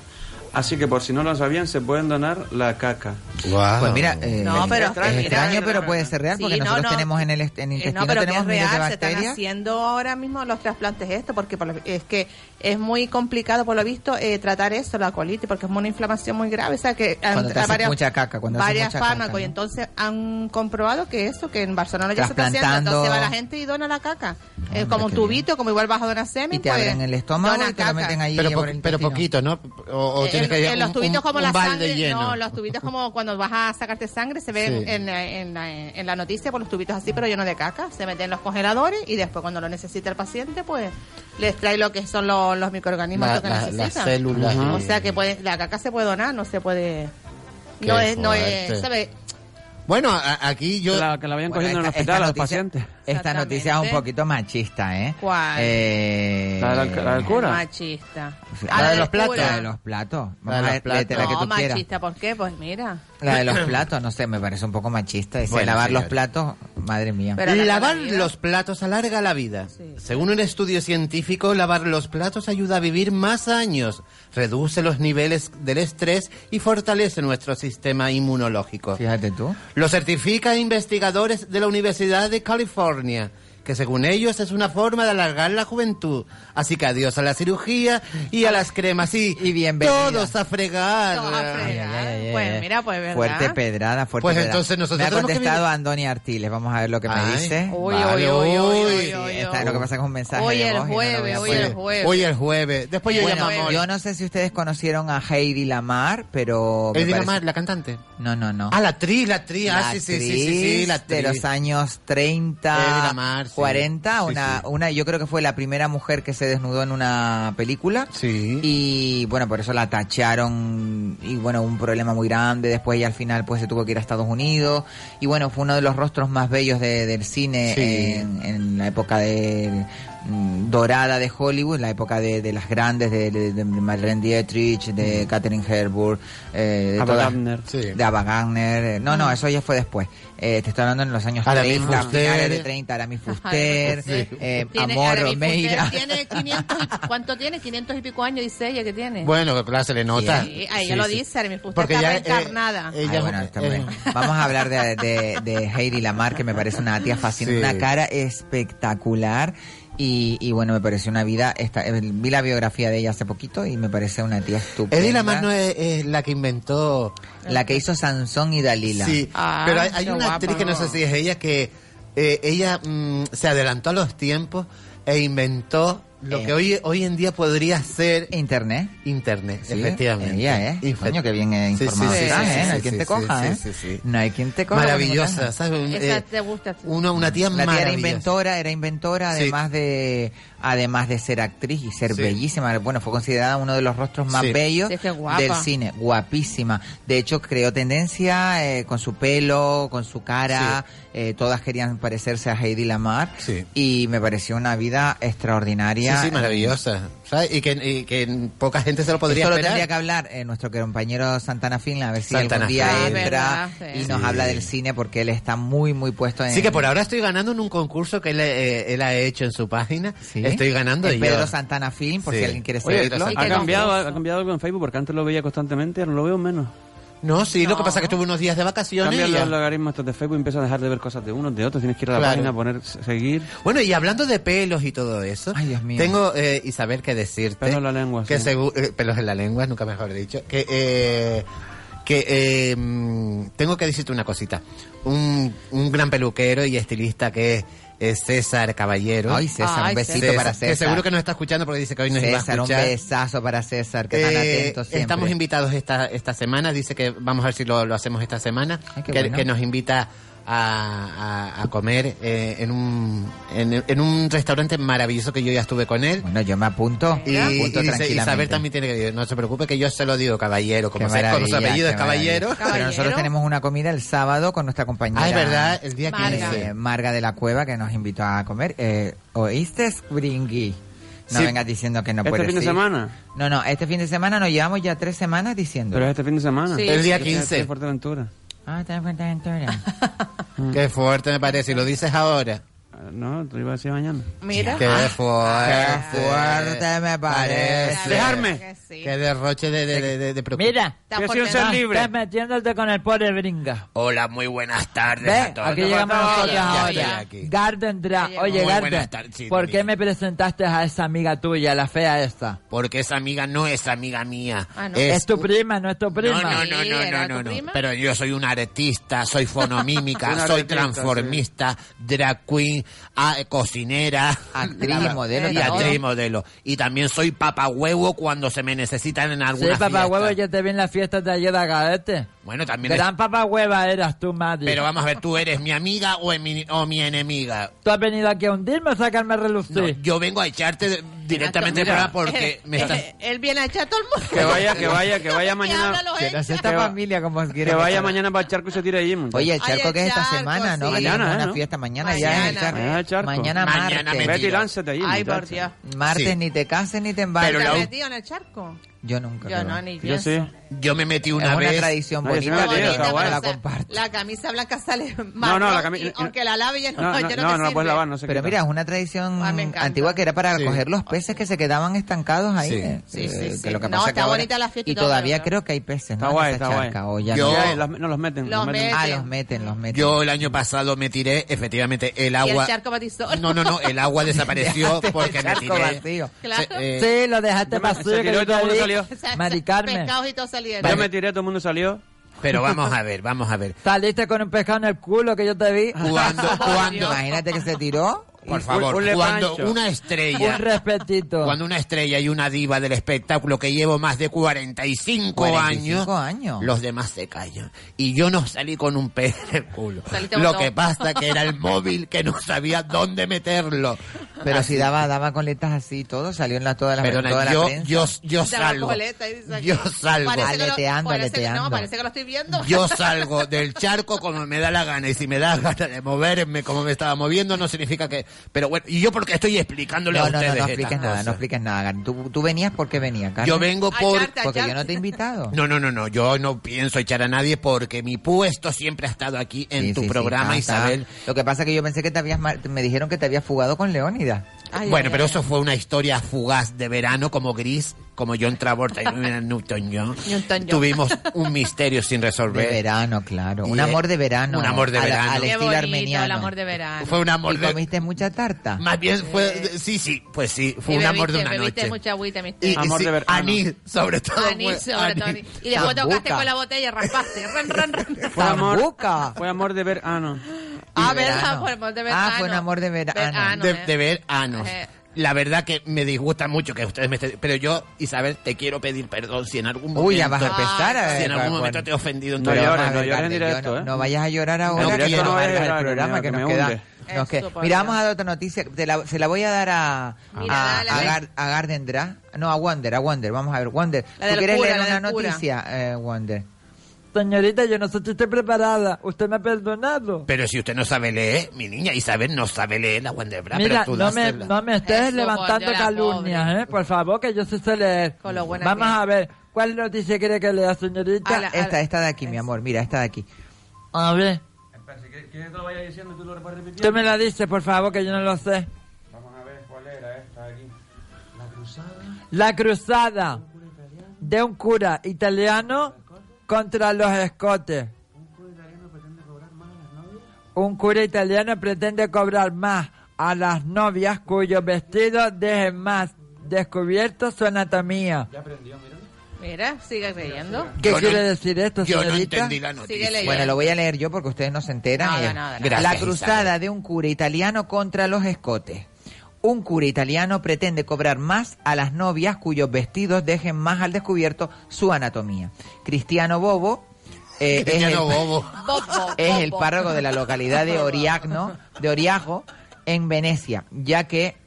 S5: Así que por si no lo sabían, se pueden donar la caca.
S4: Pues mira, eh,
S6: No, pero-
S4: es
S6: mira,
S4: extraño,
S6: mira,
S4: pero puede ser real
S6: Sí,
S4: porque
S6: no,
S4: nosotros
S6: no.
S4: tenemos en el, est- en el
S6: Eh,
S4: intestino
S6: no, pero que
S4: tenemos
S6: es
S4: miles de
S6: real, se están
S4: bacterias.
S6: haciendo ahora mismo los trasplantes esto, porque por lo- es que es muy complicado, por lo visto, eh, tratar eso, la colitis, porque es una inflamación muy grave, o sea que han-
S4: Cuando te haces
S6: varias-
S4: mucha caca, cuando haces
S6: varias
S4: mucha caca,
S6: fármacos, y
S4: ¿no?
S6: entonces han comprobado que eso, que en Barcelona ya se está haciendo,
S4: Trasplantando.
S6: entonces va la gente y dona la caca, Eh, como un
S4: qué
S6: tubito, como igual vas a donar semen,
S4: Y te
S6: pues,
S4: abren el estómago
S6: dona
S4: y te lo
S6: caca.
S4: meten ahí
S7: Pero,
S4: por
S7: po-
S4: el
S7: pero
S4: intestino.
S7: poquito, ¿no? O, o tienes
S6: Eh, en,
S7: que
S6: en
S7: llevar
S6: los
S7: un-
S6: tubitos
S7: un-
S6: como
S7: un
S6: la
S7: balde
S6: sangre,
S7: lleno.
S6: no, los tubitos como cuando vas a sacarte sangre se ven
S7: Sí.
S6: en, la- en la, en la noticia por los tubitos así pero llenos de caca, se meten en los congeladores y después cuando lo necesita el paciente pues les trae lo que son lo- los microorganismos
S7: La-
S6: lo que
S7: la-
S6: necesitan.
S7: las células
S6: Ujú.
S7: y-
S6: O sea que puede, la caca se puede donar, no se puede
S7: Qué
S6: no es no es,
S7: fuerte.
S6: ¿sabe?
S7: Bueno, a- aquí yo...
S5: La- que la vayan cogiendo en el hospital a los pacientes.
S4: Esta noticia es un poquito machista, ¿eh?
S6: ¿Cuál?
S4: Eh,
S5: La del- la del
S6: Es Machista.
S4: La
S6: Ah,
S4: de
S6: del
S4: los platos.
S6: cura.
S4: La de los platos.
S7: La Eh, de
S4: Vamos a
S7: los
S4: ver, léete la que
S6: No,
S4: tú quieras.
S6: machista, ¿por qué? Pues mira.
S4: La
S7: (laughs)
S4: de los platos, no sé, me parece un poco machista. Dice,
S7: Bueno,
S4: lavar
S7: señor.
S4: los platos, madre mía.
S7: lavar los platos alarga la vida. Según un estudio científico, lavar los platos ayuda a vivir más años, reduce los niveles del estrés y fortalece nuestro sistema inmunológico.
S4: Fíjate tú.
S7: Lo certifican investigadores de la Universidad de California, que según ellos es una forma de alargar la juventud. Así que adiós a la cirugía y a las cremas y,
S4: bienvenida.
S7: todos a fregar.
S6: Pues mira, pues verdad.
S4: Fuerte pedrada, fuerte
S7: Pues
S4: pedrada.
S7: entonces nosotros
S4: Me ha
S7: tenemos que
S4: contestado Andoni Artiles, vamos a ver lo que me
S7: Ay.
S4: dice.
S7: Uy, Vale, uy, uy, uy, uy,
S4: Sí,
S7: uy,
S4: está,
S7: uy.
S4: Lo que pasa es que es un mensaje
S7: Hoy
S4: de voz
S7: el
S4: y no lo voy a
S7: jueves, hoy
S4: poner.
S7: el jueves. Hoy el jueves. Después yo
S4: Bueno,
S7: llamo a
S4: Yo no sé si ustedes conocieron a Heidi Lamar, pero... me
S7: Heidi
S4: parece-
S7: Lamar, la cantante.
S4: Este, No, no, no.
S7: Ah, la actriz, la actriz.
S4: La
S7: Ah, sí, sí, sí, sí, sí,
S4: actriz
S7: la actriz.
S4: de los años 30,
S7: Heidi Lamar, sí.
S4: 40,
S7: Sí,
S4: una,
S7: sí.
S4: una, yo creo que fue la primera mujer que se desnudó en una película.
S7: Sí.
S4: Y bueno, por eso la tacharon y bueno, un problema muy grande. Después ella al final pues se tuvo que ir a Estados Unidos. Y bueno, fue uno de los rostros más bellos de- del cine
S7: Sí.
S4: en, en la época de mm, dorada de Hollywood, la época de, de las grandes, de, de- de Marlene Dietrich, de Catherine Herburg, eh, de
S5: Ava
S4: todas-
S5: Gardner. Ah.
S4: de Ava Gardner, eh, No, no, eso ya fue después. Eh, te estoy hablando en los años
S7: Aramis
S4: 30,
S7: Fuster.
S4: finales de 30, Aramis Fuster,
S7: Aramis Fuster.
S4: eh,
S6: Tiene-
S4: Amor
S6: Aramis,
S4: Romeira.
S6: usted
S4: (laughs)
S6: Tiene 500 y- ¿Cuánto tiene? 500 y pico años, dice ella que tiene.
S7: Bueno, claro, se le nota.
S6: Sí, ahí
S7: Sí,
S6: ella lo
S7: sí.
S6: dice, Aramis, usted
S7: Porque
S6: está
S7: ya, eh,
S6: reencarnada.
S7: ella-
S4: Ay, Ah, bueno, está bien. eh, Vamos a hablar de, de- de Heidi Lamar, que me parece una tía fascinante,
S7: Sí.
S4: una cara espectacular. Y, y bueno, me pareció una vida. esta- eh, vi la biografía de ella hace poquito y me parece una tía estupenda.
S7: Heidi Lamar no es, es la que inventó.
S4: La que hizo Sansón y Dalila.
S7: Sí,
S6: Ah,
S7: pero hay, hay una actriz que no sé si es ella que eh, ella mm, se adelantó a los tiempos e inventó lo
S4: Eh.
S7: que hoy hoy en día podría ser
S4: internet.
S7: Internet,
S4: Sí,
S7: efectivamente.
S4: ella, ¿eh?
S7: Infe-
S4: Coño, qué bien eh,
S7: Sí, sí,
S4: informado
S7: sí, sí,
S4: estás,
S7: sí,
S4: ¿eh? No hay
S7: sí,
S4: quien
S7: sí,
S4: te
S7: sí,
S4: coja,
S7: sí,
S4: ¿eh?
S7: sí, sí.
S4: No hay quien te coja.
S7: Maravillosa,
S4: ninguna.
S7: ¿sabes? Un,
S6: Esa
S7: eh,
S6: te gusta.
S7: una, una tía
S4: La tía era
S7: maravillosa.
S4: inventora, era inventora,
S7: Sí.
S4: además de además de ser actriz y ser
S7: Sí.
S4: bellísima. Bueno, fue considerada uno de los rostros más
S7: Sí.
S4: bellos
S6: Sí, es que es guapa.
S4: del cine. Guapísima. De hecho, creó tendencia eh, con su pelo, con su cara. Eh, todas querían parecerse a Heidi Lamar.
S7: Sí.
S4: Y me pareció una vida extraordinaria.
S7: Sí, sí, maravillosa. ¿sabes? Y que, y que poca gente se lo podría
S4: Esto lo
S7: esperar.
S4: tendría que hablar eh, nuestro compañero Santana Finla, a ver si
S7: Santana
S4: algún día
S7: Finlan.
S4: entra
S6: Ah, verdad,
S4: y
S6: sí.
S4: nos
S7: Sí.
S4: habla del cine porque él está muy, muy puesto en...
S7: Sí, que por ahora estoy ganando en un concurso que él, eh, él ha hecho en su página.
S4: Sí.
S7: Estoy ganando
S4: En
S7: yo.
S4: Pedro Santana Film, por
S7: Sí.
S4: si alguien quiere
S5: Oye,
S4: seguirlo.
S5: ha cambiado, ha cambiado algo en Facebook porque antes lo veía constantemente y ahora lo veo menos.
S7: No, sí, lo que pasa es que estuve unos días de vacaciones.
S5: Cambian
S7: y ya.
S5: los logaritmos estos de Facebook y empiezas a dejar de ver cosas de unos, de otros. Tienes que ir a la
S7: Claro.
S5: página, poner se- seguir.
S7: Bueno, y hablando de pelos y todo eso,
S4: Ay, Dios mío.
S7: tengo, eh, Isabel, que decirte...
S5: Pelos en la lengua,
S7: que
S5: sí.
S7: segu- eh, Pelos en la lengua, nunca mejor dicho. Que, eh, que eh, mm, tengo que decirte una cosita. Un, un gran peluquero y estilista que es eh, César Caballero.
S4: Ay, César, un besito para César.
S7: Que seguro que nos está escuchando porque dice que hoy nos iba a
S4: César, un
S7: escuchar.
S4: besazo para César, que tan
S7: Eh,
S4: atento siempre.
S7: Estamos invitados esta, esta semana. Dice que vamos a ver si lo, lo hacemos esta semana.
S4: Ay, qué
S7: que,
S4: bueno.
S7: que nos invita a, a- a comer eh, en, un, en, en un restaurante maravilloso que yo ya estuve con él.
S4: Bueno, yo me apunto.
S7: Y,
S4: me
S7: y
S4: apunto
S7: dice,
S4: tranquilamente.
S7: Isabel también tiene que decir, no se preocupe que yo se lo digo, caballero,
S4: Qué
S7: como, se, como su
S4: maravilla,
S7: apellido es
S4: qué maravilla.
S7: caballero.
S4: Pero nosotros
S6: Caballero.
S4: tenemos una comida el sábado con nuestra compañera.
S7: Ah, es verdad, el día
S6: Marga.
S7: 15.
S4: eh, Marga de la Cueva, que nos invitó a comer. Eh, ¿Oíste, Springy? No
S5: Sí.
S4: vengas diciendo que no
S5: ¿Este
S4: puedes
S5: fin de
S4: ir.
S5: semana?
S4: No, no, este fin de semana nos llevamos ya tres semanas diciendo.
S5: Pero es este fin de semana.
S6: Sí.
S7: El día
S5: Yo estoy en
S7: 15.
S5: Fuerteventura.
S4: Ah, te
S5: (laughs)
S4: Fuerteventura.
S7: Mm. Qué fuerte me parece, y lo dices ahora.
S5: Ah, No, te lo iba a decir mañana.
S6: Mira.
S7: Qué
S6: Ah,
S7: fuerte.
S4: Qué fuerte me parece.
S5: Dejarme.
S6: que sí.
S7: Qué derroche de, de, de, de- de preocup-
S16: Mira,
S6: Está
S5: Yo soy
S6: porque
S5: un ser
S6: no-
S5: libre.
S16: estás metiéndote con el pobre bringa.
S3: Hola, muy buenas tardes
S16: Ve,
S3: a todos.
S16: aquí llegamos
S5: Ya
S16: nosotros
S5: estoy
S16: ahora.
S7: aquí.
S16: Garden Dra.
S6: Ya
S16: Oye,
S3: llegó. Muy
S16: Garden,
S3: buenas tardes, sí,
S16: ¿por qué
S3: dime.
S16: me presentaste a esa amiga tuya, la fea esa?
S3: Porque esa amiga no es amiga mía.
S6: Ah, no.
S16: Es,
S3: Es
S16: tu prima, no es tu prima.
S3: No, no, no,
S6: Sí,
S3: no,
S6: ¿era
S3: no, no,
S6: tu
S3: no.
S6: prima?
S3: Pero yo soy un artista, soy fonomímica,
S5: Un
S3: soy
S5: artista,
S3: transformista, drag queen, ah, eh, cocinera.
S4: Actriz,
S3: (laughs) la-
S4: modelo,
S3: Y
S4: todo.
S3: actriz modelo. Y también soy papahuevo cuando se me necesitan en
S16: Sí,
S3: alguna
S16: papá huevo,
S3: fiesta.
S16: yo te vi en la fiesta de ayer de Cadete.
S3: Bueno, también es-
S16: Gran papá hueva eras tú,
S3: (laughs)
S16: madre.
S3: Pero vamos a ver, ¿tú eres mi amiga o, en mi, o mi enemiga?
S16: ¿Tú has venido aquí a hundirme o sacarme a relucir?
S3: No, yo vengo a echarte de-
S7: directamente
S6: Mira,
S7: para- porque
S6: (laughs) él,
S7: me están-
S6: él- él viene a echar a todo el mundo.
S5: Que vaya, que vaya, que vaya
S6: Que
S5: mañana.
S6: habla los
S5: Que,
S6: hechos.
S4: esta familia como quiere
S5: que vaya
S4: meterla.
S5: mañana para el charco y se tire allí. muchacho.
S4: Oye, el charco que es esta semana, ¿no? Que
S5: Mañana,
S4: tenemos
S5: ¿eh,
S4: una
S5: no?
S4: fiesta mañana, ya es el charco.
S5: Mañana, el charco.
S4: Mañana, martes.
S5: Vete y lánzate allí.
S6: Ay, por
S5: muchacho.
S6: Dios.
S4: Martes
S7: Sí.
S4: ni te cases ni te
S6: Pero
S4: embarques.
S6: metido en el charco?
S4: Yo nunca.
S6: Yo
S4: creo.
S6: no, ni pienso.
S7: Yo me metí
S4: es
S7: una
S4: una
S7: vez.
S4: tradición
S7: No, yo sí me
S4: bonita,
S7: metí,
S4: pero
S7: está
S4: no
S7: guay.
S4: la comparto.
S6: La camisa blanca sale
S4: no,
S6: marrón.
S4: la
S6: y
S4: camisa-
S6: aunque la lave, ya no, ya no, me sirve.
S4: Pero mira, es una tradición
S6: Ah, me encanta.
S4: antigua que era para coger los peces que se quedaban estancados ahí.
S7: Sí.
S4: eh,
S7: Sí, sí,
S4: eh, que
S7: sí.
S4: lo que
S6: No,
S4: pasa
S6: está
S4: que ahora-
S6: bonita la fiesta y
S4: Y
S6: todo,
S4: todavía
S6: pero
S4: creo que hay peces, ¿no?
S7: Está guay,
S4: en esa
S7: está guay.
S4: charca, o ya
S7: Yo-
S4: no.
S7: Ya, los-
S5: no los meten.
S6: Los los meten. meten.
S4: Ah, los meten, los meten.
S7: Yo el año pasado me tiré, efectivamente, el
S6: Y
S7: agua.
S6: el charco batizó.
S7: No, no,
S4: (laughs)
S7: no, el agua desapareció
S4: Dejaste
S7: porque
S4: el
S7: me
S4: charco
S7: tiré.
S4: vacío.
S6: Claro.
S16: Sí, lo dejaste vacío.
S5: se
S16: que
S5: tiró
S16: yo
S5: y todo el
S16: te
S5: mundo
S16: vi.
S6: (laughs)
S5: salió.
S16: Mari Carmen.
S6: Pescados y todo salieron.
S5: Yo me tiré, todo el mundo salió.
S7: Pero vamos a ver, vamos a ver.
S16: Saliste con un pescado en el culo que yo te vi.
S7: Cuando, cuando,
S4: Imagínate que se tiró.
S7: por favor,
S16: un
S7: cuando
S16: lepancho.
S7: una estrella,
S16: Un respetito.
S7: cuando una estrella y una diva del espectáculo que llevo más de 45,
S4: 45
S7: años,
S4: años.
S7: los demás se callan. Y yo no salí con un pez en el culo.
S6: Saliste
S7: Lo
S6: botón.
S7: que pasa que era el móvil que no sabía dónde meterlo.
S4: Pero
S7: Así
S4: si daba, daba coletas así y todo, salió en la toda la,
S7: Perdona,
S4: toda la
S7: yo,
S4: prensa.
S7: yo, yo
S6: Daba
S7: salgo.
S6: coleta y dice aquí.
S7: Yo salgo.
S6: Parece que lo-
S4: Aleteando,
S6: parece que-
S4: aleteando.
S6: No, parece que lo estoy viendo. (laughs)
S7: Yo salgo del charco como me da la gana y si me da gana de moverme como me estaba moviendo no significa que... Pero bueno, y yo porque estoy explicándole a
S4: No, no,
S7: ustedes
S4: no, no
S7: estas
S4: expliques nada,
S7: cosas.
S4: no expliques nada. Carmen. ¿Tú, tú venías porque venías, Carmen?
S7: Yo vengo por...
S4: Porque yo no te he invitado.
S7: No, no, no, no, yo no pienso echar a nadie porque mi puesto siempre ha estado aquí en
S4: Sí,
S7: tu
S4: sí, sí,
S7: programa,
S4: está, está.
S7: Isabel.
S4: Lo que pasa es que yo pensé que te habías, mar- me dijeron que te habías fugado con Leónidas.
S6: Ay,
S7: bueno,
S6: ay,
S7: pero
S6: ay.
S7: eso fue una historia fugaz de verano como gris, como John Travolta y Newton John.
S6: Newton-John. (laughs)
S7: Tuvimos un misterio sin
S4: De
S7: resolver.
S4: verano, claro. Un
S7: Y, eh,
S4: amor de verano.
S7: un amor de
S4: Al-
S7: verano.
S4: Al,
S6: Qué
S4: estilo
S6: bonito
S4: armeniano.
S6: el amor de verano.
S7: Fue un amor
S4: ¿Y
S7: de...
S4: comiste mucha tarta?
S7: Más bien fue, sí, sí, pues sí, fue
S6: Y
S7: un amor de
S6: bebiste-
S7: una
S6: bebiste
S7: noche.
S6: mucha agüita, mi
S7: Y,
S5: Amor
S7: sí,
S5: de verano.
S7: anís,
S4: ah,
S7: sobre todo.
S6: Anís,
S7: fue
S6: sobre todo
S7: anís.
S6: anís. Y después tocaste
S4: Tambuca.
S6: con la botella
S7: (laughs)
S6: y raspaste. Ran, ran, ran.
S5: (laughs) Fue amor,
S4: ¡Tambuca!
S5: fue amor de ver. Ah, no.
S6: Ah,
S4: verano.
S6: verdad, fue amor de verano.
S4: Ah, fue un amor de verano. Ah,
S7: de,
S6: eh.
S7: de veranos.
S6: Eh.
S7: La verdad que me disgusta mucho que ustedes me estén... Pero yo, Isabel, te quiero pedir perdón si en algún momento...
S4: Uy, ya vas a empezar. a
S7: Si en algún
S4: con-
S7: momento te he ofendido en tu
S5: No
S4: Pero
S7: vida.
S4: vamos a
S5: llores, no
S4: ver,
S5: llores en
S4: Carmen, yo
S5: directo,
S4: no-
S5: ¿eh?
S4: no vayas a llorar ahora,
S7: No,
S4: que
S7: directo
S4: nos
S7: no
S4: va a
S7: vayas a
S4: alargar el
S5: llorar,
S4: programa,
S5: que
S4: que
S5: me
S4: nos
S5: hunde.
S4: queda... nos que-
S6: Eso, por
S4: mira,
S6: Dios.
S4: vamos a dar otra noticia. Te la- se la voy a dar a,
S6: Mira,
S4: a,
S6: dale,
S4: a
S6: dale.
S4: Gar- a Garden Dra- No, a Wander, a Wander. Vamos a ver, Wander.
S6: La
S4: ¿Tú
S6: del
S4: quieres
S6: cura,
S4: leer
S6: la del
S4: una
S6: cura.
S4: noticia, eh, Wander?
S16: Señorita, yo no sé si estoy preparada. Usted me ha perdonado.
S7: Pero si usted no sabe leer, mi niña Isabel no sabe leer la Wendebra,
S16: Mira,
S7: pero tú
S16: no me,
S7: dásela.
S16: no me estés
S6: Eso,
S16: levantando
S6: Gordo, la
S16: calumnias, ¿eh? Por favor, que yo sí sé leer.
S6: Con lo buena
S16: Vamos
S6: que es.
S16: a ver, ¿cuál noticia quiere que lea, señorita?
S6: A la-
S4: Esta, esta de aquí, mi amor. Mira, esta de aquí.
S16: A ver,
S5: Espera, si quieres que te lo vaya diciendo, tú lo vas repitiendo.
S16: tú me la dices, por favor, que yo no lo sé.
S5: Vamos a ver cuál era esta de aquí. La cruzada.
S16: La cruzada de un cura italiano contra los escotes. Un cura italiano pretende cobrar más a las novias cuyos vestidos dejen más descubierto su anatomía.
S6: ah, Mira, sigue creyendo.
S16: ¿Qué
S7: Yo no-
S16: quiere decir esto,
S7: Yo no
S16: señorita?
S7: entendí la noticia.
S6: Sigue leyendo.
S4: Bueno, lo voy a leer yo porque ustedes no se enteran.
S6: Nada,
S4: Eh,
S6: nada, nada.
S4: la
S7: Gracias,
S4: cruzada
S7: Isabel.
S4: de un cura italiano contra los escotes. Un cura italiano pretende cobrar más a las novias cuyos vestidos dejen más al descubierto su anatomía. Cristiano Bobo eh, es
S7: (laughs) Cristiano
S4: el-
S7: bobo.
S6: Bobo,
S4: (laughs) es el
S6: bobo.
S4: párroco de la localidad de Oriagno, de Oriago, en Venecia, ya que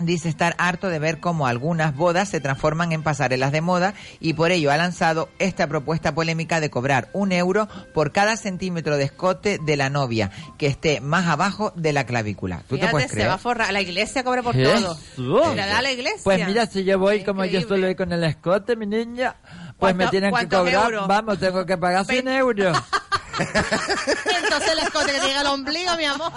S4: dice estar harto de ver cómo algunas bodas se transforman en pasarelas de moda y por ello ha lanzado esta propuesta polémica de cobrar un euro por cada centímetro de escote de la novia que esté más abajo de la clavícula. ¿Tú te
S6: Fíjate,
S4: puedes
S6: se
S4: creer? ¿Eh?
S6: va a forrar. La iglesia cobra por
S16: ¿Qué?
S6: todo.
S16: Eso.
S6: Se la da a la iglesia.
S16: Pues mira, si yo voy como yo
S6: Increíble.
S16: suelo ir con el escote, mi niña, pues me
S6: ¿Cuánto-
S16: tienen que
S6: cuántos
S16: cobrar,
S6: euros?
S16: vamos, tengo que pagar
S6: (laughs)
S16: 100 euros.
S6: Entonces el escote que te llega al ombligo, mi amor.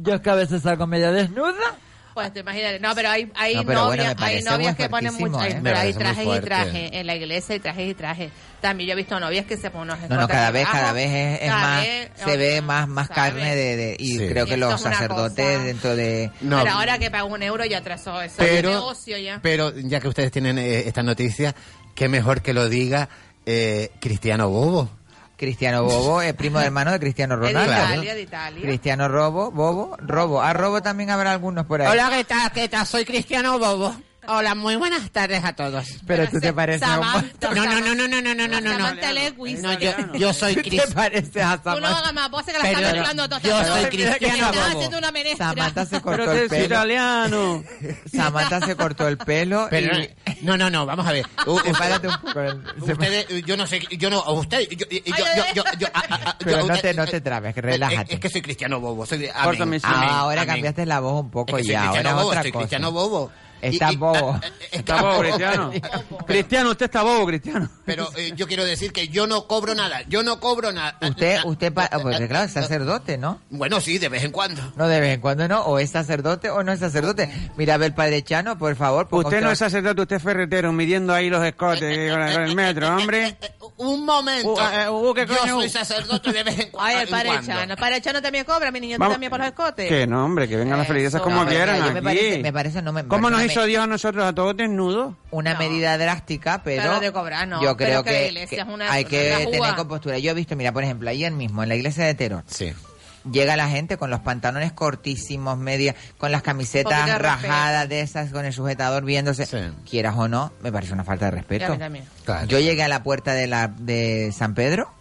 S16: Yo es que a veces salgo media desnuda.
S6: Pues te imaginas. No, pero hay, hay
S4: No, pero bueno,
S6: novias,
S4: me
S6: hay
S4: parece
S6: novias
S4: muy
S6: que ponen
S4: fuertísimo,
S6: mucho.
S4: ¿eh?
S6: hay-
S4: Me
S6: pero
S7: parece
S6: hay
S7: muy
S6: trajes y
S7: fuerte.
S6: trajes. En la iglesia hay trajes y trajes. También yo he visto novias que se ponen unos
S4: No, no,
S6: escotes
S4: cada vez,
S6: debajo,
S4: cada vez es, es
S6: cada
S4: más,
S6: vez,
S4: se ve
S6: otra,
S4: más, más
S6: ¿sabes?
S4: carne de, de- y
S7: Sí.
S4: creo que
S6: Y
S4: los
S6: esto es una
S4: sacerdotes
S6: cosa.
S4: dentro de...
S7: No.
S6: Pero ahora que pago un euro ya atrasó eso. es
S7: pero,
S6: negocio ya.
S7: pero ya que ustedes tienen eh, esta noticia, qué mejor que lo diga eh, Cristiano Bobo.
S4: Cristiano Bobo es primo de hermano de Cristiano
S6: (laughs) Es de
S4: Ronaldo.
S6: Italia, de Italia.
S4: Cristiano Robo, Bobo, Robo. A Robo también Ah, habrá algunos por ahí.
S24: ¿qué tal? ¿Qué tal? Soy Cristiano Bobo.
S7: Hola, muy buenas tardes a todos.
S4: Pero tú te pareces a un-
S7: Samantha. No, no, no, no, no, no, no, no, no.
S6: Samantha Lewis.
S7: No, yo, yo soy
S4: ¿Tú te
S7: Cristiano.
S4: pareces a
S7: Tú
S6: no
S4: Samantha?
S6: hagas más voces que la están mezclando a todas.
S7: Yo
S4: Pero
S7: soy
S4: mira que
S7: cristiano.
S4: no,
S7: Estaba
S4: bobo.
S7: haciendo
S6: una menestra.
S4: Samantha se cortó
S7: Pero que
S4: el
S7: es
S4: pelo.
S7: italiano.
S4: Samantha se cortó el pelo.
S7: Pero
S4: y...
S7: no, no, no, vamos a ver. U-
S4: Sepárate un poco.
S7: Ustedes, yo no sé, yo no, usted, yo, yo, yo, yo, yo- a- a- a-
S4: Pero
S7: yo- eh,
S4: no te, no te trabes, relájate.
S7: es que soy cristiano bobo, soy de- amén,
S4: Ah,
S7: eh, amén,
S4: ahora
S7: amén.
S4: cambiaste la voz un poco
S7: Es que soy
S4: ya.
S7: cristiano
S4: Ahora
S7: bobo,
S4: otra
S7: soy
S4: cosa.
S7: cristiano bobo.
S4: Estás
S7: Y- ah, eh, y-
S4: bobo.
S7: Está
S4: (laughs)
S7: bobo, (laughs) Cristiano.
S5: Cristiano, usted está bobo, Cristiano.
S7: Pero eh, yo quiero decir que yo no cobro nada, yo no cobro nada.
S4: Usted, usted, pa- ah, porque claro, es sacerdote, ¿no?
S7: Bueno, sí, de vez en cuando.
S4: No, de vez en cuando no. O es sacerdote o no es sacerdote. Mira, a ver, padre Chano, por favor. ponga
S5: Usted no es sacerdote, usted es ferretero, midiendo ahí los escotes eh, con el metro, hombre.
S7: Un momento.
S5: Uh, eh, uh, ¿qué
S7: yo
S5: coño?
S7: soy sacerdote de vez en cuando.
S6: Ay, el padre
S5: ¿Cuándo?
S6: Chano. El padre Chano también cobra, mi niño, tú
S5: Vamos.
S6: también por los escotes.
S5: Que no, hombre, que vengan las feligresas
S4: No,
S5: como
S4: pero
S5: quieran
S4: mira, yo
S5: aquí.
S4: me parece- me parece- no me-
S5: ¿Cómo nos
S4: perdóname.
S5: hizo Dios a nosotros, a todos desnudos? (laughs)
S4: Una medida drástica, pero.
S6: Pero de cobrar, no.
S4: Yo
S6: Pero
S4: creo
S6: que la
S4: que,
S6: iglesia
S4: que
S6: es una-
S4: hay
S6: una
S4: que
S6: uva.
S4: tener compostura. Yo he visto, mira, por ejemplo, ayer mismo en la iglesia de Terón. Llega la gente con los pantalones cortísimos, media, con las
S6: Poquito de
S4: camisetas
S6: respeto.
S4: rajadas de esas, con el sujetador viéndose. Quieras o no, me parece una falta de
S6: Ya, a
S4: respeto.
S6: mí también.
S4: Yo llegué a la puerta de la de San Pedro,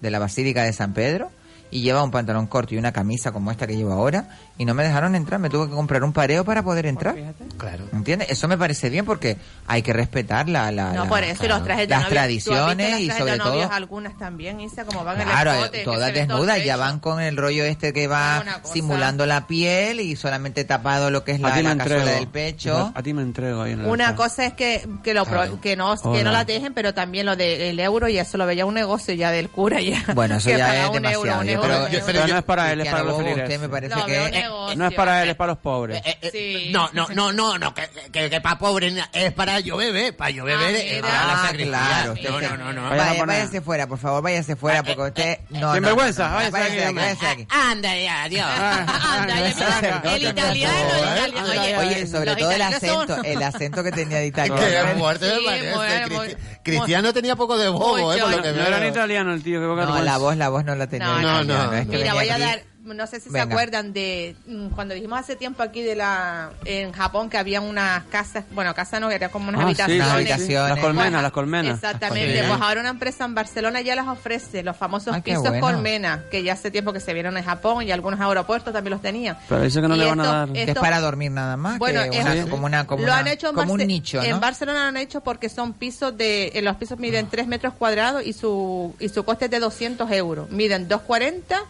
S4: de la Basílica de San Pedro, y llevaba un pantalón corto y una camisa como esta que llevo ahora, y no me dejaron entrar, me tuve que comprar un pareo para poder entrar.
S7: Claro.
S4: ¿Entiendes? Eso me parece bien porque hay que respetar la, la-
S6: No,
S4: la-
S6: por eso, y los trajes de
S4: las
S6: novia- ¿tú has visto
S4: tradiciones
S6: las
S4: y
S6: trajes
S4: sobre
S6: de novias
S4: todo...
S6: algunas también, Isa, como van en el
S4: Claro,
S6: escote. que
S4: todas
S6: se ve todo el
S4: desnudas, ya
S6: pecho.
S4: van con el rollo este que va simulando la piel y solamente tapado lo que es
S5: a
S4: la,
S5: ti me
S4: la
S5: entrego.
S4: cazuela del pecho.
S5: A ti me entrego ahí en el
S6: Una
S5: altar.
S6: cosa es que, que, lo, pro-
S5: Claro.
S6: que, no, que
S5: Hola.
S6: no la dejen, pero también lo del euro, y eso lo veía un negocio ya del cura. ya
S4: Bueno, eso
S6: Que
S4: ya
S6: paga
S4: es
S6: un
S4: demasiado.
S6: euro, un
S4: yo creo-
S6: euro, un euro.
S5: Pero no es para él, es para los
S4: Cristiano,
S5: feligreses.
S4: usted me parece
S6: No, que- veo
S5: No es para él, es para los pobres.
S7: eh, No, no, no, no, no, que, que, para pobre na- es para yo bebé, para yo bebé es para la
S4: Ah,
S7: sacristía.
S4: claro. usted
S7: No,
S4: se-
S7: no, no,
S25: Ah.
S7: no.
S4: Vaya- váyase fuera, por favor, váyase
S6: Ah,
S4: fuera,
S6: eh,
S4: porque usted... No,
S5: Sinvergüenza,
S4: no, no, no,
S5: váyase aquí, hombre.
S4: váyase aquí.
S7: Anda ya, Ah, adiós.
S5: Ah,
S7: (laughs) Anda
S4: No es sacerdote,
S7: El
S4: por
S7: italiano,
S4: favor.
S7: el italiano.
S4: Oye, Oye, sobre
S7: los
S4: todo el
S7: italianos
S4: acento,
S7: son-
S4: el acento
S25: (laughs)
S4: que tenía de italiano.
S7: Qué
S25: fuerte me parece, Cristi- Cristiano tenía poco de bobo, eh, por lo que
S5: No era ni
S25: veo.
S5: italiano el tío, que
S4: No, la voz, la voz no la tenía.
S6: No,
S4: de
S6: no,
S4: italiano,
S6: no.
S4: es que
S6: Ah, Mira,
S4: venía
S6: voy a
S4: aquí.
S6: dar, no sé si se
S4: Venga.
S6: acuerdan de mm, cuando dijimos hace tiempo aquí de la en Japón que había unas casas, bueno, casa no, era como unas
S5: Ah, sí,
S6: habitaciones.
S5: sí, sí. Las colmenas, las colmenas.
S6: Exactamente, pues ahora una empresa en Barcelona ya las ofrece, los famosos
S5: Ah, qué
S6: pisos
S5: bueno.
S6: colmena, que ya hace tiempo que se vieron en Japón y algunos aeropuertos también los tenían.
S5: Pero dice que no
S6: Y
S5: le van a
S6: esto-
S5: dar.
S6: esto-
S4: Que es para dormir nada más,
S6: Bueno,
S4: que
S6: es
S4: una-
S6: así.
S4: como una como,
S6: lo
S4: una-
S6: han hecho en,
S4: como un
S6: Barce-
S4: nicho, ¿no?
S6: en Barcelona lo han hecho porque son pisos de eh, los pisos miden 3 metros cuadrados y su y su coste es de 200 euros miden 240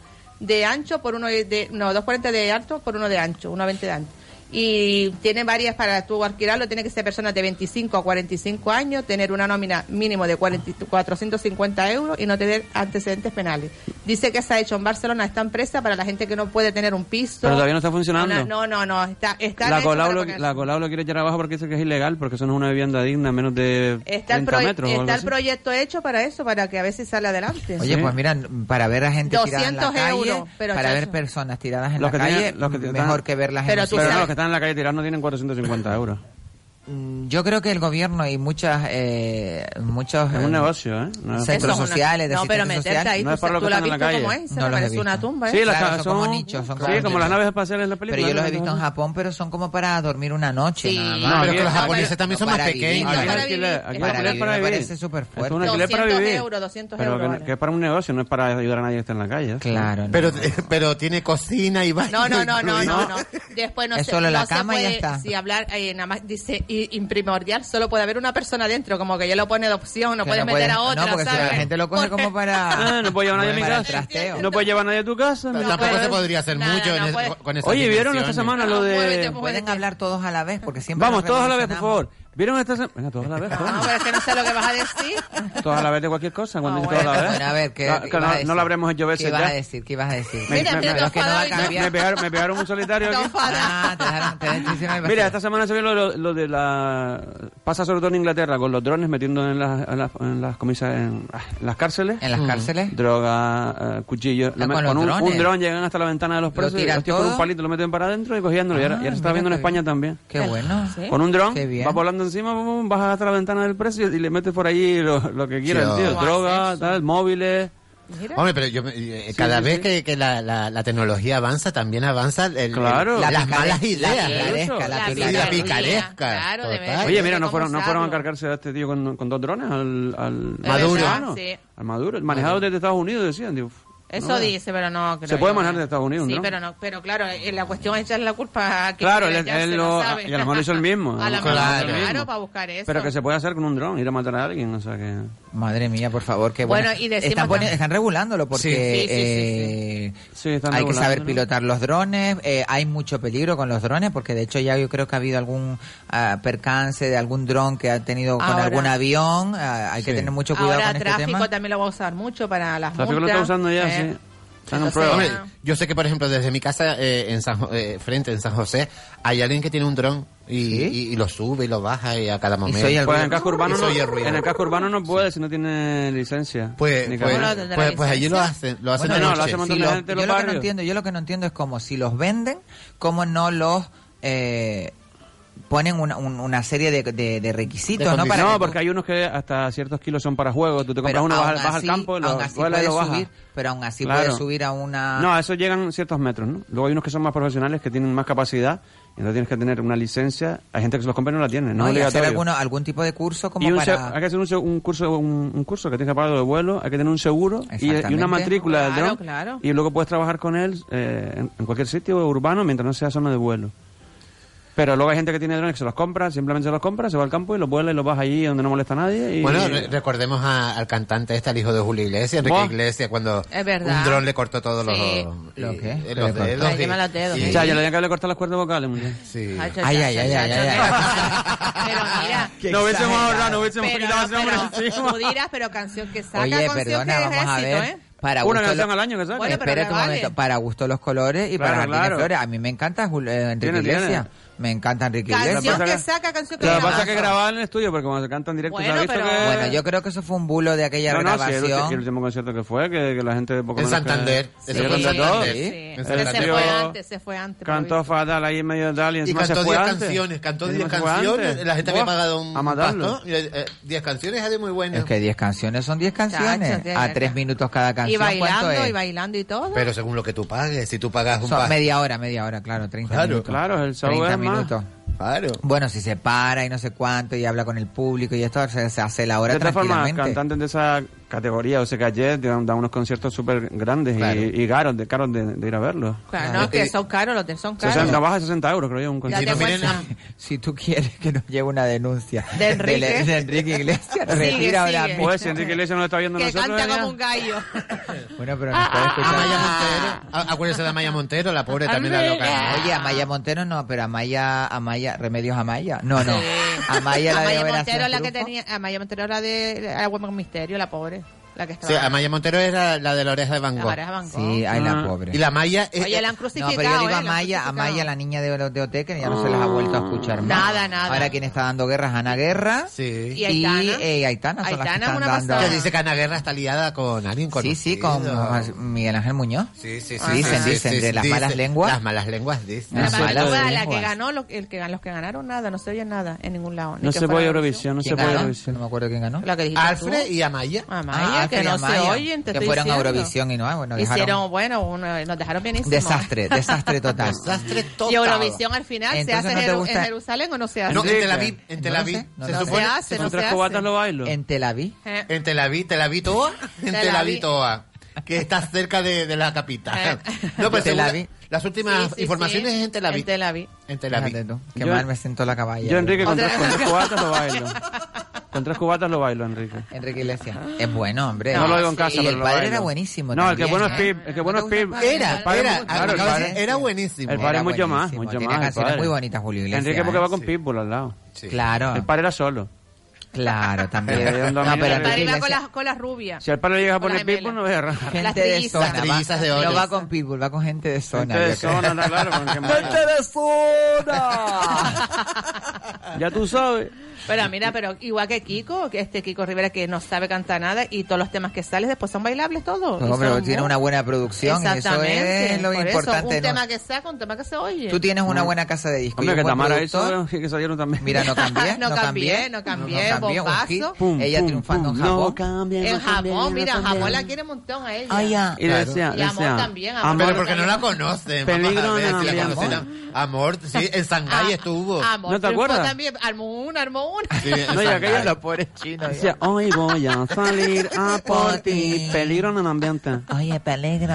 S6: de ancho por uno de no 240 de alto por uno de ancho 1,20 de ancho y tiene varias para tú alquilarlo tiene que ser personas de 25 a 45 años tener una nómina mínimo de 40 450 euros y no tener antecedentes penales dice que se ha hecho en Barcelona esta empresa para la gente que no puede tener un piso
S5: Pero todavía no está funcionando.
S6: una- no no no está está
S5: La
S6: hecho para
S5: Colau, lo,
S6: poner-
S5: la Colau lo quiere echar abajo porque dice que es ilegal, porque eso no es una vivienda digna, menos de
S6: Está, el,
S5: 30
S6: proye-
S5: metros o algo
S6: está el
S5: así.
S6: proyecto hecho para eso, para que a veces sale adelante.
S4: Oye, pues mira, para ver a gente tirada en la
S6: 200
S4: calle,
S6: euros, pero
S4: para
S6: chacho.
S4: ver personas tiradas en la
S5: Los que
S4: calle,
S5: tienen- los que tienen-
S4: mejor que verlas en
S5: Pero,
S4: la
S5: no, los que están en la calle tirados no tienen 450 euros.
S4: Mm, Yo creo que el gobierno y muchas eh, muchos
S5: Es un
S4: eh,
S5: negocio, ¿eh? No
S4: centros
S5: es- Eso es una-
S4: sociales, de
S6: no, pero
S4: asistencia
S6: meterte
S4: social.
S6: ahí, No es tú- para lo tú que la están en la viste como calle. es, se
S4: No los he
S6: parece una
S4: visto.
S6: tumba, ¿eh?
S5: Sí, las
S4: Claro,
S5: ca-
S4: son como
S5: son-
S4: nichos, son
S5: sí, como las naves espaciales en la película,
S4: Pero yo
S5: ¿no?
S4: los he visto en Japón, pero son como para dormir una noche
S5: Sí.
S4: nada más.
S5: No, pero que los japoneses también son más
S4: para vivir,
S5: pequeños.
S4: no,
S5: Aquí
S4: para
S5: es alquiler,
S4: vivir.
S5: aquí es
S4: Para
S5: alquiler
S4: vivir,
S5: para
S4: me
S5: vivir.
S4: parece súper
S5: Es
S4: fuerte.
S5: un alquiler para
S6: 200
S5: vivir.
S6: euros, 200
S5: Pero
S6: euros
S5: que-
S6: vale.
S5: que es para un negocio, no es para ayudar a nadie que esté en la calle. ¿eh?
S4: Claro.
S5: Pero,
S25: pero tiene cocina y baño.
S6: No,
S5: (laughs)
S6: no, no, no, no, no. Después no
S5: Es
S6: se,
S5: solo la
S6: no se
S5: cama y ya
S6: puede-
S5: está.
S6: Si hablar, eh, nada más dice y, y primordial, solo puede haber una persona dentro, como que ya lo pone de opción, no
S4: Que
S6: puedes
S4: no
S6: meter
S4: puedes-
S6: a
S4: no,
S6: otra,
S4: porque si
S6: ¿sabes?
S4: la gente lo coge como para...
S5: (laughs) Ah, no puedo llevar a nadie a mi
S4: para
S5: casa.
S4: trasteo.
S5: No puedes llevar a nadie a tu casa. no
S25: Tampoco
S5: puedes-
S25: se podría hacer mucho en es- con esas
S5: Oye, ¿vieron esta
S25: dimensiones?
S5: semana lo de...?
S4: Pueden hablar todos a la vez, porque siempre...
S5: Vamos,
S4: nos
S5: todos a la vez, por favor. ¿Vieron esta semana? Venga, todos a la vez, todos.
S6: No, pero es que no sé lo que vas a decir.
S5: Todos a la vez de cualquier cosa. Cuando dices todos a la vez.
S4: Bueno, a ver, ¿qué,
S5: No,
S4: qué
S5: que
S4: ibas a
S5: no,
S4: decir?
S5: no lo habremos hecho veces ¿eh?
S4: ¿Qué ibas
S5: ya.
S4: a decir? ¿Qué ibas a decir?
S5: Me-
S4: Mira,
S5: me-
S4: mira,
S5: me-
S4: los que no va a
S5: me-
S4: cambiar.
S5: me pegaron- me pegaron un solitario aquí.
S4: Ah, te dejaron- te dejaron- te hicieron el
S5: Mira, esta semana se vio lo, lo- lo de la... Pasa sobre todo en Inglaterra, con los drones metiendo en las, en las, en las comisas, en, ah, en las cárceles.
S4: En las
S5: Mm.
S4: cárceles. Ah,
S5: Droga, eh, cuchillo. Lo
S4: con
S5: meten-
S4: los
S5: un,
S4: drones.
S5: un dron llegan hasta la ventana de los presos y
S4: tiran
S5: los tíos con
S4: todo.
S5: un palito lo meten para adentro y cogiéndolo. y ahora, y ahora se está viendo en España también.
S4: Qué bueno.
S1: ¿eh?
S5: Con un dron,
S4: Qué bien.
S5: vas volando encima, pum, pum, bajas hasta la ventana del preso y, y le metes por ahí lo, lo que quieras,
S4: Dios.
S5: tío.
S4: ¿Cómo
S5: Droga, tal, móviles.
S6: Mira.
S7: Hombre, pero yo, me- eh, cada
S4: sí,
S7: vez
S4: sí.
S7: que, que la, la- la tecnología avanza, también avanza el- el-
S5: Claro. La
S7: las
S5: picaresca,
S7: malas
S5: la
S7: ideas.
S5: picaresca, la
S7: Sí,
S5: picaresca.
S7: picaresca.
S6: Claro, de
S7: total.
S6: verdad.
S5: Oye, mira, no fueron, no fueron a cargarse a este tío con, con dos drones al, al
S6: Maduro.
S5: venezolano.
S6: Sí.
S5: Al Maduro, manejado desde Estados Unidos, decían. Digo,
S6: Eso
S5: no,
S6: dice, pero no creo.
S5: Se puede
S6: yo.
S5: manejar desde Estados Unidos,
S6: Sí,
S5: ¿no?
S6: pero no, pero claro, eh, la cuestión es echarle la culpa a que
S5: Claro, él,
S6: ya
S5: él
S6: se
S5: lo,
S6: sabe.
S5: y a lo mejor lo
S6: (laughs)
S5: hizo el mismo.
S6: A lo mejor,
S5: Claro.
S6: claro,
S5: Mismo.
S6: para buscar eso.
S5: Pero que se puede hacer con un dron, ir a matar a alguien, o sea que...
S4: Madre mía, por favor, que
S6: Bueno, y decimos
S4: están, poni-
S6: también-
S4: están regulándolo porque
S6: Sí. Sí, sí, sí, sí.
S4: eh,
S5: están
S4: hay que saber
S5: regulándolo.
S4: pilotar los drones, eh, hay mucho peligro con los drones porque de hecho ya yo creo que ha habido algún ah, percance de algún dron que ha tenido con
S6: Ahora-
S4: algún avión, ah, hay que tener mucho cuidado
S6: Ahora
S4: con este
S6: tráfico
S4: tema.
S6: también lo va a usar mucho para las
S7: Tráfico lo
S6: multas.
S7: está usando ya,
S6: eh.
S7: sí. Están en
S6: Entonces,
S7: prueba.
S6: ah.
S7: Hombre, yo sé que, por ejemplo, desde mi casa, eh, en San Jo- eh, frente en San José, hay alguien que tiene un dron y, y- y lo sube y lo baja y a cada momento.
S5: pues en el casco urbano
S7: Y
S5: no,
S7: soy el ruido.
S5: en el casco urbano no puede si no tiene licencia.
S7: Pues,
S5: Ni
S7: pues,
S5: carnet.
S7: pues, pues allí lo hacen. Lo hacen
S5: Bueno,
S7: de
S5: no, lo
S7: noche.
S5: hace un montón
S4: Si
S5: de
S4: los-
S5: gente en
S4: yo
S5: los
S4: lo que no
S5: barrios.
S4: entiendo, yo lo que no entiendo es cómo si los venden, cómo no los eh, ponen una, un- una serie de, de- de requisitos, ¿no? Para que
S5: no,
S4: tú-
S5: porque hay unos que hasta ciertos kilos son para juegos. Tú te compras
S4: Pero
S5: uno,
S4: aún
S5: vas, vas al
S4: así-
S5: campo, lo
S4: aún así
S5: vuelas y lo
S4: puedes
S5: bajas.
S4: subir, pero aún así
S5: Claro.
S4: puedes subir a una...
S5: No, a eso llegan ciertos metros, ¿no? Luego hay unos que son más profesionales, que tienen más capacidad, entonces tienes que tener una licencia. Hay gente que se los compra y no la tiene, no,
S4: ¿no?
S5: es
S4: y hacer
S5: obligatorio.
S4: alguno- algún tipo de curso como
S5: Y un
S4: para...
S5: se- hay que hacer un, se- un curso un, un curso que tienes que pagar de vuelo, hay que tener un seguro y, y
S4: Exactamente.
S5: una matrícula del
S4: Claro,
S5: dron,
S4: claro.
S5: y luego puedes trabajar con él eh, en, en cualquier sitio urbano mientras no sea zona de vuelo. Pero luego hay gente que tiene drones que se los compra, simplemente se los compra, se va al campo y los vuela y los baja allí donde no molesta a nadie. Y...
S7: Bueno, re- recordemos a- al cantante este, al hijo de Julio Iglesias, Enrique
S5: Buah.
S7: Iglesias, cuando
S5: Es verdad.
S7: un dron le cortó todos los,
S5: Sí.
S7: ¿Lo qué?
S5: ¿Qué
S7: los
S5: le cortó?
S7: dedos.
S5: Ay,
S7: y-
S5: lleva los dedos,
S7: y-
S5: O sea, ya le habían que haberle cortado las cuerdas vocales, mujer.
S7: Sí.
S5: Ay,
S4: eh, ay, ay, ay, ay, ay,
S5: No hubiésemos ahorrado, no hubiésemos
S6: Pero,
S5: quitado ese hombre
S6: no, pero,
S5: encima.
S6: tú dirás, pero canción que saca,
S4: Oye,
S6: canción
S4: perdona,
S6: que es
S4: vamos a
S6: éxito,
S4: ver.
S6: ¿eh?
S4: Para
S5: Una
S4: gusto
S5: canción
S4: lo-
S5: al año que saca.
S4: Bueno,
S5: Bueno, pero
S4: espérate
S5: le
S4: un
S5: vale.
S4: momento. Para gusto los colores y
S5: Claro,
S4: para Jardines
S5: claro.
S4: Flores. A mí me encanta Jul- eh, Enrique
S5: Tiene, tiene.
S4: Iglesias. Me encanta Enrique
S6: Canción
S4: Iglesias.
S6: que saca, canción que
S5: Lo que
S6: saca.
S5: pasa es que grabar en el estudio, porque cuando se canta en directo,
S6: Bueno,
S5: se ha visto
S6: pero-
S5: que...
S4: Bueno, yo creo que eso fue un bulo de aquella
S5: No, no, sí, el ulti- el,
S4: grabación.
S5: último concierto que fue, que, que la gente... Poco
S7: En
S5: menos
S7: Santander.
S5: Que,
S7: Sí,
S5: se
S7: en
S5: cantó.
S7: Santander.
S5: Sí.
S7: Sí.
S5: El
S6: Pero se
S5: tío
S6: fue antes, se fue antes.
S5: Cantó fatal ahí en medio de tal y
S7: Y
S5: encima
S7: cantó
S5: se fue
S7: 10
S5: antes.
S7: canciones, cantó
S5: Encima
S7: 10
S5: se fue
S7: canciones,
S5: antes.
S7: la gente había
S5: Buah,
S7: pagado un
S5: A matarlo.
S7: pastón, y, eh, 10 canciones es de muy buena.
S4: Es que 10 canciones son 10 canciones.
S6: Chacho, sí,
S4: a
S6: verdad.
S4: 3 minutos cada
S6: y
S4: canción. ¿cuánto
S6: bailando,
S4: es?
S6: y bailando y todo.
S7: Pero según lo que tú pagues, si tú pagas un
S4: Son
S7: pas-
S4: media hora, media hora, claro, 30
S7: Claro,
S4: minutos.
S7: claro, el show
S4: 30
S7: es más.
S4: minutos.
S7: Claro.
S4: Bueno, si se para y no sé cuánto y habla con el público y esto, se, se hace la hora
S5: De todas formas,
S4: tranquilamente.
S5: cantantes de esa categoría, o sea que ayer dan, dan unos conciertos súper grandes y- y, caros, de, caros de, de ir a verlos.
S6: Claro, no, que son caros, los de son caros.
S5: 60, baja 60 euros, creo yo, un
S6: Ya te
S5: concierto.
S6: cuesta.
S4: (laughs) Si tú quieres que nos lleve una denuncia
S6: De Enrique.
S4: de, Enrique Iglesias,
S6: (laughs) Sigue,
S4: retira ahora
S6: sigue.
S4: mismo.
S5: Pues si Enrique Iglesias no lo está viendo
S6: que
S5: nosotros...
S6: canta
S5: ya.
S6: como un gallo.
S4: Bueno, pero nos puede escuchar.
S7: Amaya Ah, Montero, a- acuérdese de Amaya Montero, la pobre también la loca.
S4: Oye, Amaya Montero no, pero Amaya, Amaya, Remedios Amaya. No, no. Amaya la de
S6: Amaya
S4: Operación
S6: Montero la que
S4: Triunfo.
S6: tenía, Amaya Montero la de la Woman Misterio, la pobre, la que
S7: Sí,
S6: estaba.
S7: Amaya Montero era la de la oreja de Van
S6: La
S7: Gogh.
S6: oreja de Van Gogh.
S4: Sí, ay, la pobre.
S7: Y la Maya... eh,
S6: Oye, la han
S4: No,
S6: crucificado.
S4: pero yo digo
S6: ¿eh? La han
S4: Amaya,
S6: crucificado.
S4: Amaya, la niña de OT, que ya no se las ha vuelto a escuchar más.
S6: Nada, nada.
S4: Ahora quien está dando guerra es Ana Guerra.
S7: Sí.
S4: Y
S6: Y Aitana.
S4: Aitana. Y Aitana, son las
S6: Aitana
S4: que
S6: es
S4: están
S6: una
S4: dando.
S6: pasada.
S7: que dice que Ana Guerra está liada con alguien
S4: Sí,
S7: conocido.
S4: sí, con Miguel Ángel Muñoz.
S7: Sí, sí, sí.
S4: Dicen,
S7: sí,
S4: dicen,
S7: sí,
S4: de
S7: sí,
S4: las
S7: dicen.
S4: malas lenguas.
S7: Las malas lenguas dicen.
S4: Las
S6: La
S4: malas
S6: película, la
S4: lenguas.
S6: que ganó, lo- el que gan- los que ganaron nada, no se oye nada en ningún lado. ni
S5: No
S6: que
S5: se
S6: fuera
S5: puede Eurovisión, no se
S4: ¿Quién
S5: puede
S4: ganó?
S5: Eurovisión.
S4: No me acuerdo quién ganó.
S6: La que dijiste
S7: Alfred
S6: tú.
S7: y Amaya.
S6: Amaya,
S4: Ah,
S6: que
S4: Alfred
S6: no
S4: y
S6: se
S4: Amaya,
S6: orovisión te
S4: que
S6: estoy
S4: fueron a
S6: diciendo.
S4: Eurovisión y no, ah, bueno, dejaron-
S6: Hicieron, bueno, uno- nos dejaron bienísimo. (laughs)
S4: Desastre, desastre total.
S7: desastre
S6: Y Eurovisión al final, ¿se
S4: Entonces,
S6: hace
S4: ¿no
S6: en
S4: te
S6: Jeru-
S4: gusta?
S6: en Jerusalén o no se hace?
S7: No, en Tel Aviv, en Tel
S4: No lo
S7: Aviv.
S4: sé, no
S7: se
S4: lo sé.
S7: supone,
S6: se hace, no
S5: Con
S6: se
S5: tres
S6: hace.
S5: cobatas lo bailo.
S4: En Tel Aviv.
S6: Eh,
S7: En Tel Aviv, Tel Aviv
S4: (laughs)
S7: Toa, en
S6: Tel
S7: Tel
S6: Aviv.
S7: Aviv Toa, que está cerca de, de la capital. (laughs)
S4: Eh.
S7: No, pero
S4: Tel
S7: según la-
S4: Aviv.
S7: las últimas
S6: sí, sí,
S7: informaciones
S6: sí,
S7: es en Tel Aviv.
S6: En Tel Aviv.
S7: En Tel Aviv.
S4: Fíjate tú, Qué
S5: Yo-
S4: mal me sentó la caballa.
S5: Yo, Enrique, con
S6: Otra
S5: tres,
S6: vez.
S5: con tres cubatas lo bailo. Con tres cubatas lo bailo, Enrique.
S4: Enrique Iglesias. Es bueno, hombre.
S5: No, lo digo en
S4: Y
S5: casa, pero
S4: el
S5: lo
S4: padre
S5: bailo.
S4: era buenísimo.
S5: No, el que
S4: también,
S5: bueno es
S4: ¿eh?
S5: Pip. El que bueno es Pip.
S7: Era,
S5: El padre
S7: era,
S5: muy- claro,
S7: acabo
S5: el
S7: de
S5: padre-
S7: decir, era buenísimo.
S5: El padre
S4: Era
S5: es mucho más,
S4: buenísimo,
S5: mucho
S4: tiene
S5: más. el
S4: canciones
S5: padre.
S4: muy bonitas, Julio Iglesias,
S5: Enrique porque
S4: ¿eh?
S5: va con Pitbull al lado.
S7: Sí.
S5: El
S4: Claro,
S5: padre era solo.
S4: claro, también.
S5: El padre
S4: No,
S5: iba
S4: pero
S5: con
S4: Enrique
S6: Para ir
S4: Iglesias-
S6: con las con las rubias.
S5: Si al padre le llega a
S6: Con
S5: poner
S6: las
S5: Pitbull, no es raro.
S4: Gente
S6: Las
S4: de
S6: trillizas.
S4: zona.
S6: Las
S4: va-
S7: trillizas de oro.
S4: No va con Pitbull, va con gente de zona.
S5: Gente de
S4: yo creo.
S5: zona,
S4: (laughs)
S5: claro, con el que
S16: ¡Gente
S5: mola.
S16: de zona!
S5: Ya tú sabes.
S6: (laughs) Pero mira, pero igual que Kiko, que este Kiko Rivera que no sabe cantar nada y todos los temas que sales después son bailables todos.
S4: No,
S6: Y
S4: pero
S6: son
S4: tiene
S6: muy-
S4: una buena producción, eso
S6: Exactamente,
S4: es lo
S6: por eso,
S4: importante.
S6: un
S4: ¿no?
S6: tema que saca, un tema que se oye. Ah.
S4: Tú tienes una buena casa de discos.
S5: Ah. Hombre,
S4: y un
S5: que
S4: buen
S5: Tamara
S4: productor.
S5: hizo que salieron también.
S4: Mira, no cambié,
S6: No
S4: no
S6: cambié,
S4: cambié,
S6: no cambié,
S4: un
S6: bombazo.
S4: hit. Ella triunfando en Japón.
S5: No cambia, no
S6: En
S5: cambia, no
S6: Japón, mira, en
S5: cambia.
S6: Japón la quiere un montón a ella.
S7: Ah,
S5: Y le decía,
S6: Y
S5: le
S6: amor
S5: decía,
S6: también, amor.
S5: amor.
S6: Pero
S2: porque no la conocen.
S5: Peligro
S2: vamos a ver
S5: no,
S2: si la
S5: amor.
S2: conocen. Amor, sí, en
S4: Ah,
S2: Shanghái estuvo.
S6: Amor,
S5: ¿No te
S6: triunfó
S5: acuerdas?
S6: también, armó una, armó una.
S2: Sí, en
S5: No, y aquella
S2: Shanghái.
S5: la
S4: pobre china.
S5: (laughs) Decía, hoy
S4: (laughs)
S5: voy a salir a por ti. Peligro en el ambiente.
S4: Oye,
S6: (laughs)
S4: peligro.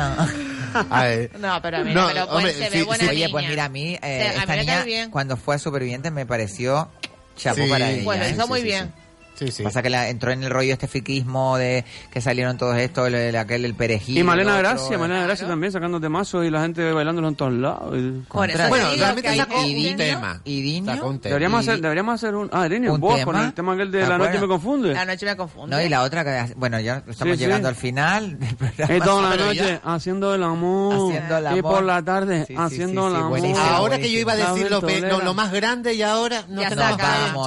S2: Ay,
S6: No, pero mira, pero pues, se ve buena
S4: Oye, pues
S6: niña.
S4: mira, a mí, eh,
S6: O sea, a mí
S4: esta
S6: me cae
S4: niña,
S6: bien.
S4: cuando fue a Supervivientes, me pareció chapo
S2: Sí.
S4: para ella.
S6: Bueno,
S4: ¿eh?
S6: hizo muy bien.
S2: Sí, sí.
S4: Pasa que la, entró en el rollo este fiquismo de que salieron todos estos, el, el- aquel, el perejil.
S5: Y Malena
S4: el otro,
S5: Gracia, Malena Gracia también sacando temazos y la gente bailándolo en todos lados. Y-
S4: Por eso
S2: Bueno,
S4: te digo
S2: realmente
S4: que hay
S2: sacó
S4: Idinio,
S2: un tema.
S4: Idinio.
S2: Sacó un tema.
S5: Deberíamos
S4: Y-
S5: hacer, deberíamos hacer un... Ah, Irene,
S4: ¿Un
S5: vos
S4: tema?
S5: con el tema aquel
S4: ¿Te
S5: de La noche
S4: acuerdas?
S5: me confunde.
S6: La noche me confunde.
S4: No, y la otra que, bueno, ya estamos
S5: Sí, sí.
S4: llegando al (laughs) final del programa.
S5: Es toda la
S4: Pero ya-
S5: noche haciendo el amor.
S4: Haciendo el
S5: Y por
S4: amor.
S5: la tarde
S4: Sí, sí,
S5: haciendo
S4: sí, sí,
S5: el amor.
S4: buenísimo.
S2: Ahora que yo iba a
S5: La
S2: decir lo, pe-
S5: ventolera.
S2: lo- lo más grande y ahora no
S6: Ya
S2: te
S6: está
S4: Nos
S2: lo
S6: acá.
S4: vamos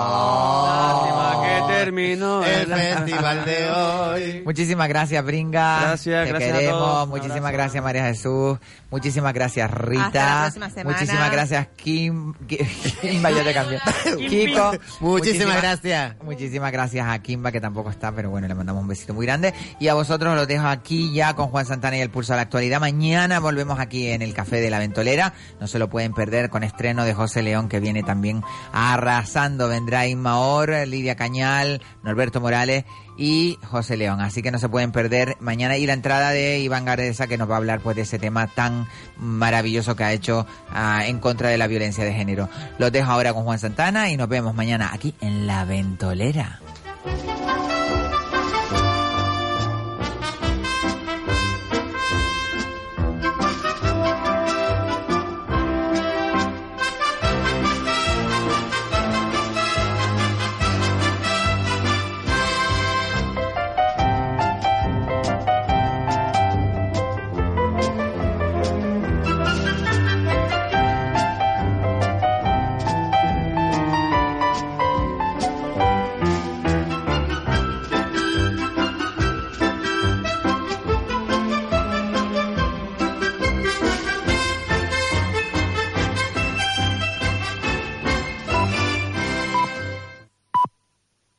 S5: Ah,
S4: ya.
S5: Lástima que terminó
S2: El
S5: la-
S2: festival
S5: (laughs)
S2: de hoy.
S4: Muchísimas gracias, Bringa.
S5: Gracias,
S4: Te
S5: gracias a
S4: queremos.
S5: todos.
S4: Muchísimas
S5: Abrazo.
S4: gracias, María Jesús. Muchísimas gracias, Rita.
S6: Hasta la próxima semana.
S4: Muchísimas gracias, (laughs) Kim. Kimba, ya te cambié. Kiko.
S2: Muchísimas
S4: Muchísimas-
S2: gracias.
S4: Muchísimas gracias a Kimba, que tampoco está, pero bueno, le mandamos un besito muy grande. Y a vosotros los dejo aquí ya con Juan Santana y el Pulso de la Actualidad. Mañana volvemos aquí en el Café de la Ventolera. No se lo pueden perder con estreno de José León, que viene también arrasando. Vendrá Inma Or, Lidia Cañal, Norberto Morales y José León. Así que no se pueden perder mañana. Y la entrada de Iván Gardesa, que nos va a hablar pues de ese tema tan maravilloso que ha hecho ah, en contra de la violencia de género. Los dejo ahora con Juan Santana y nos vemos mañana aquí en La Ventolera.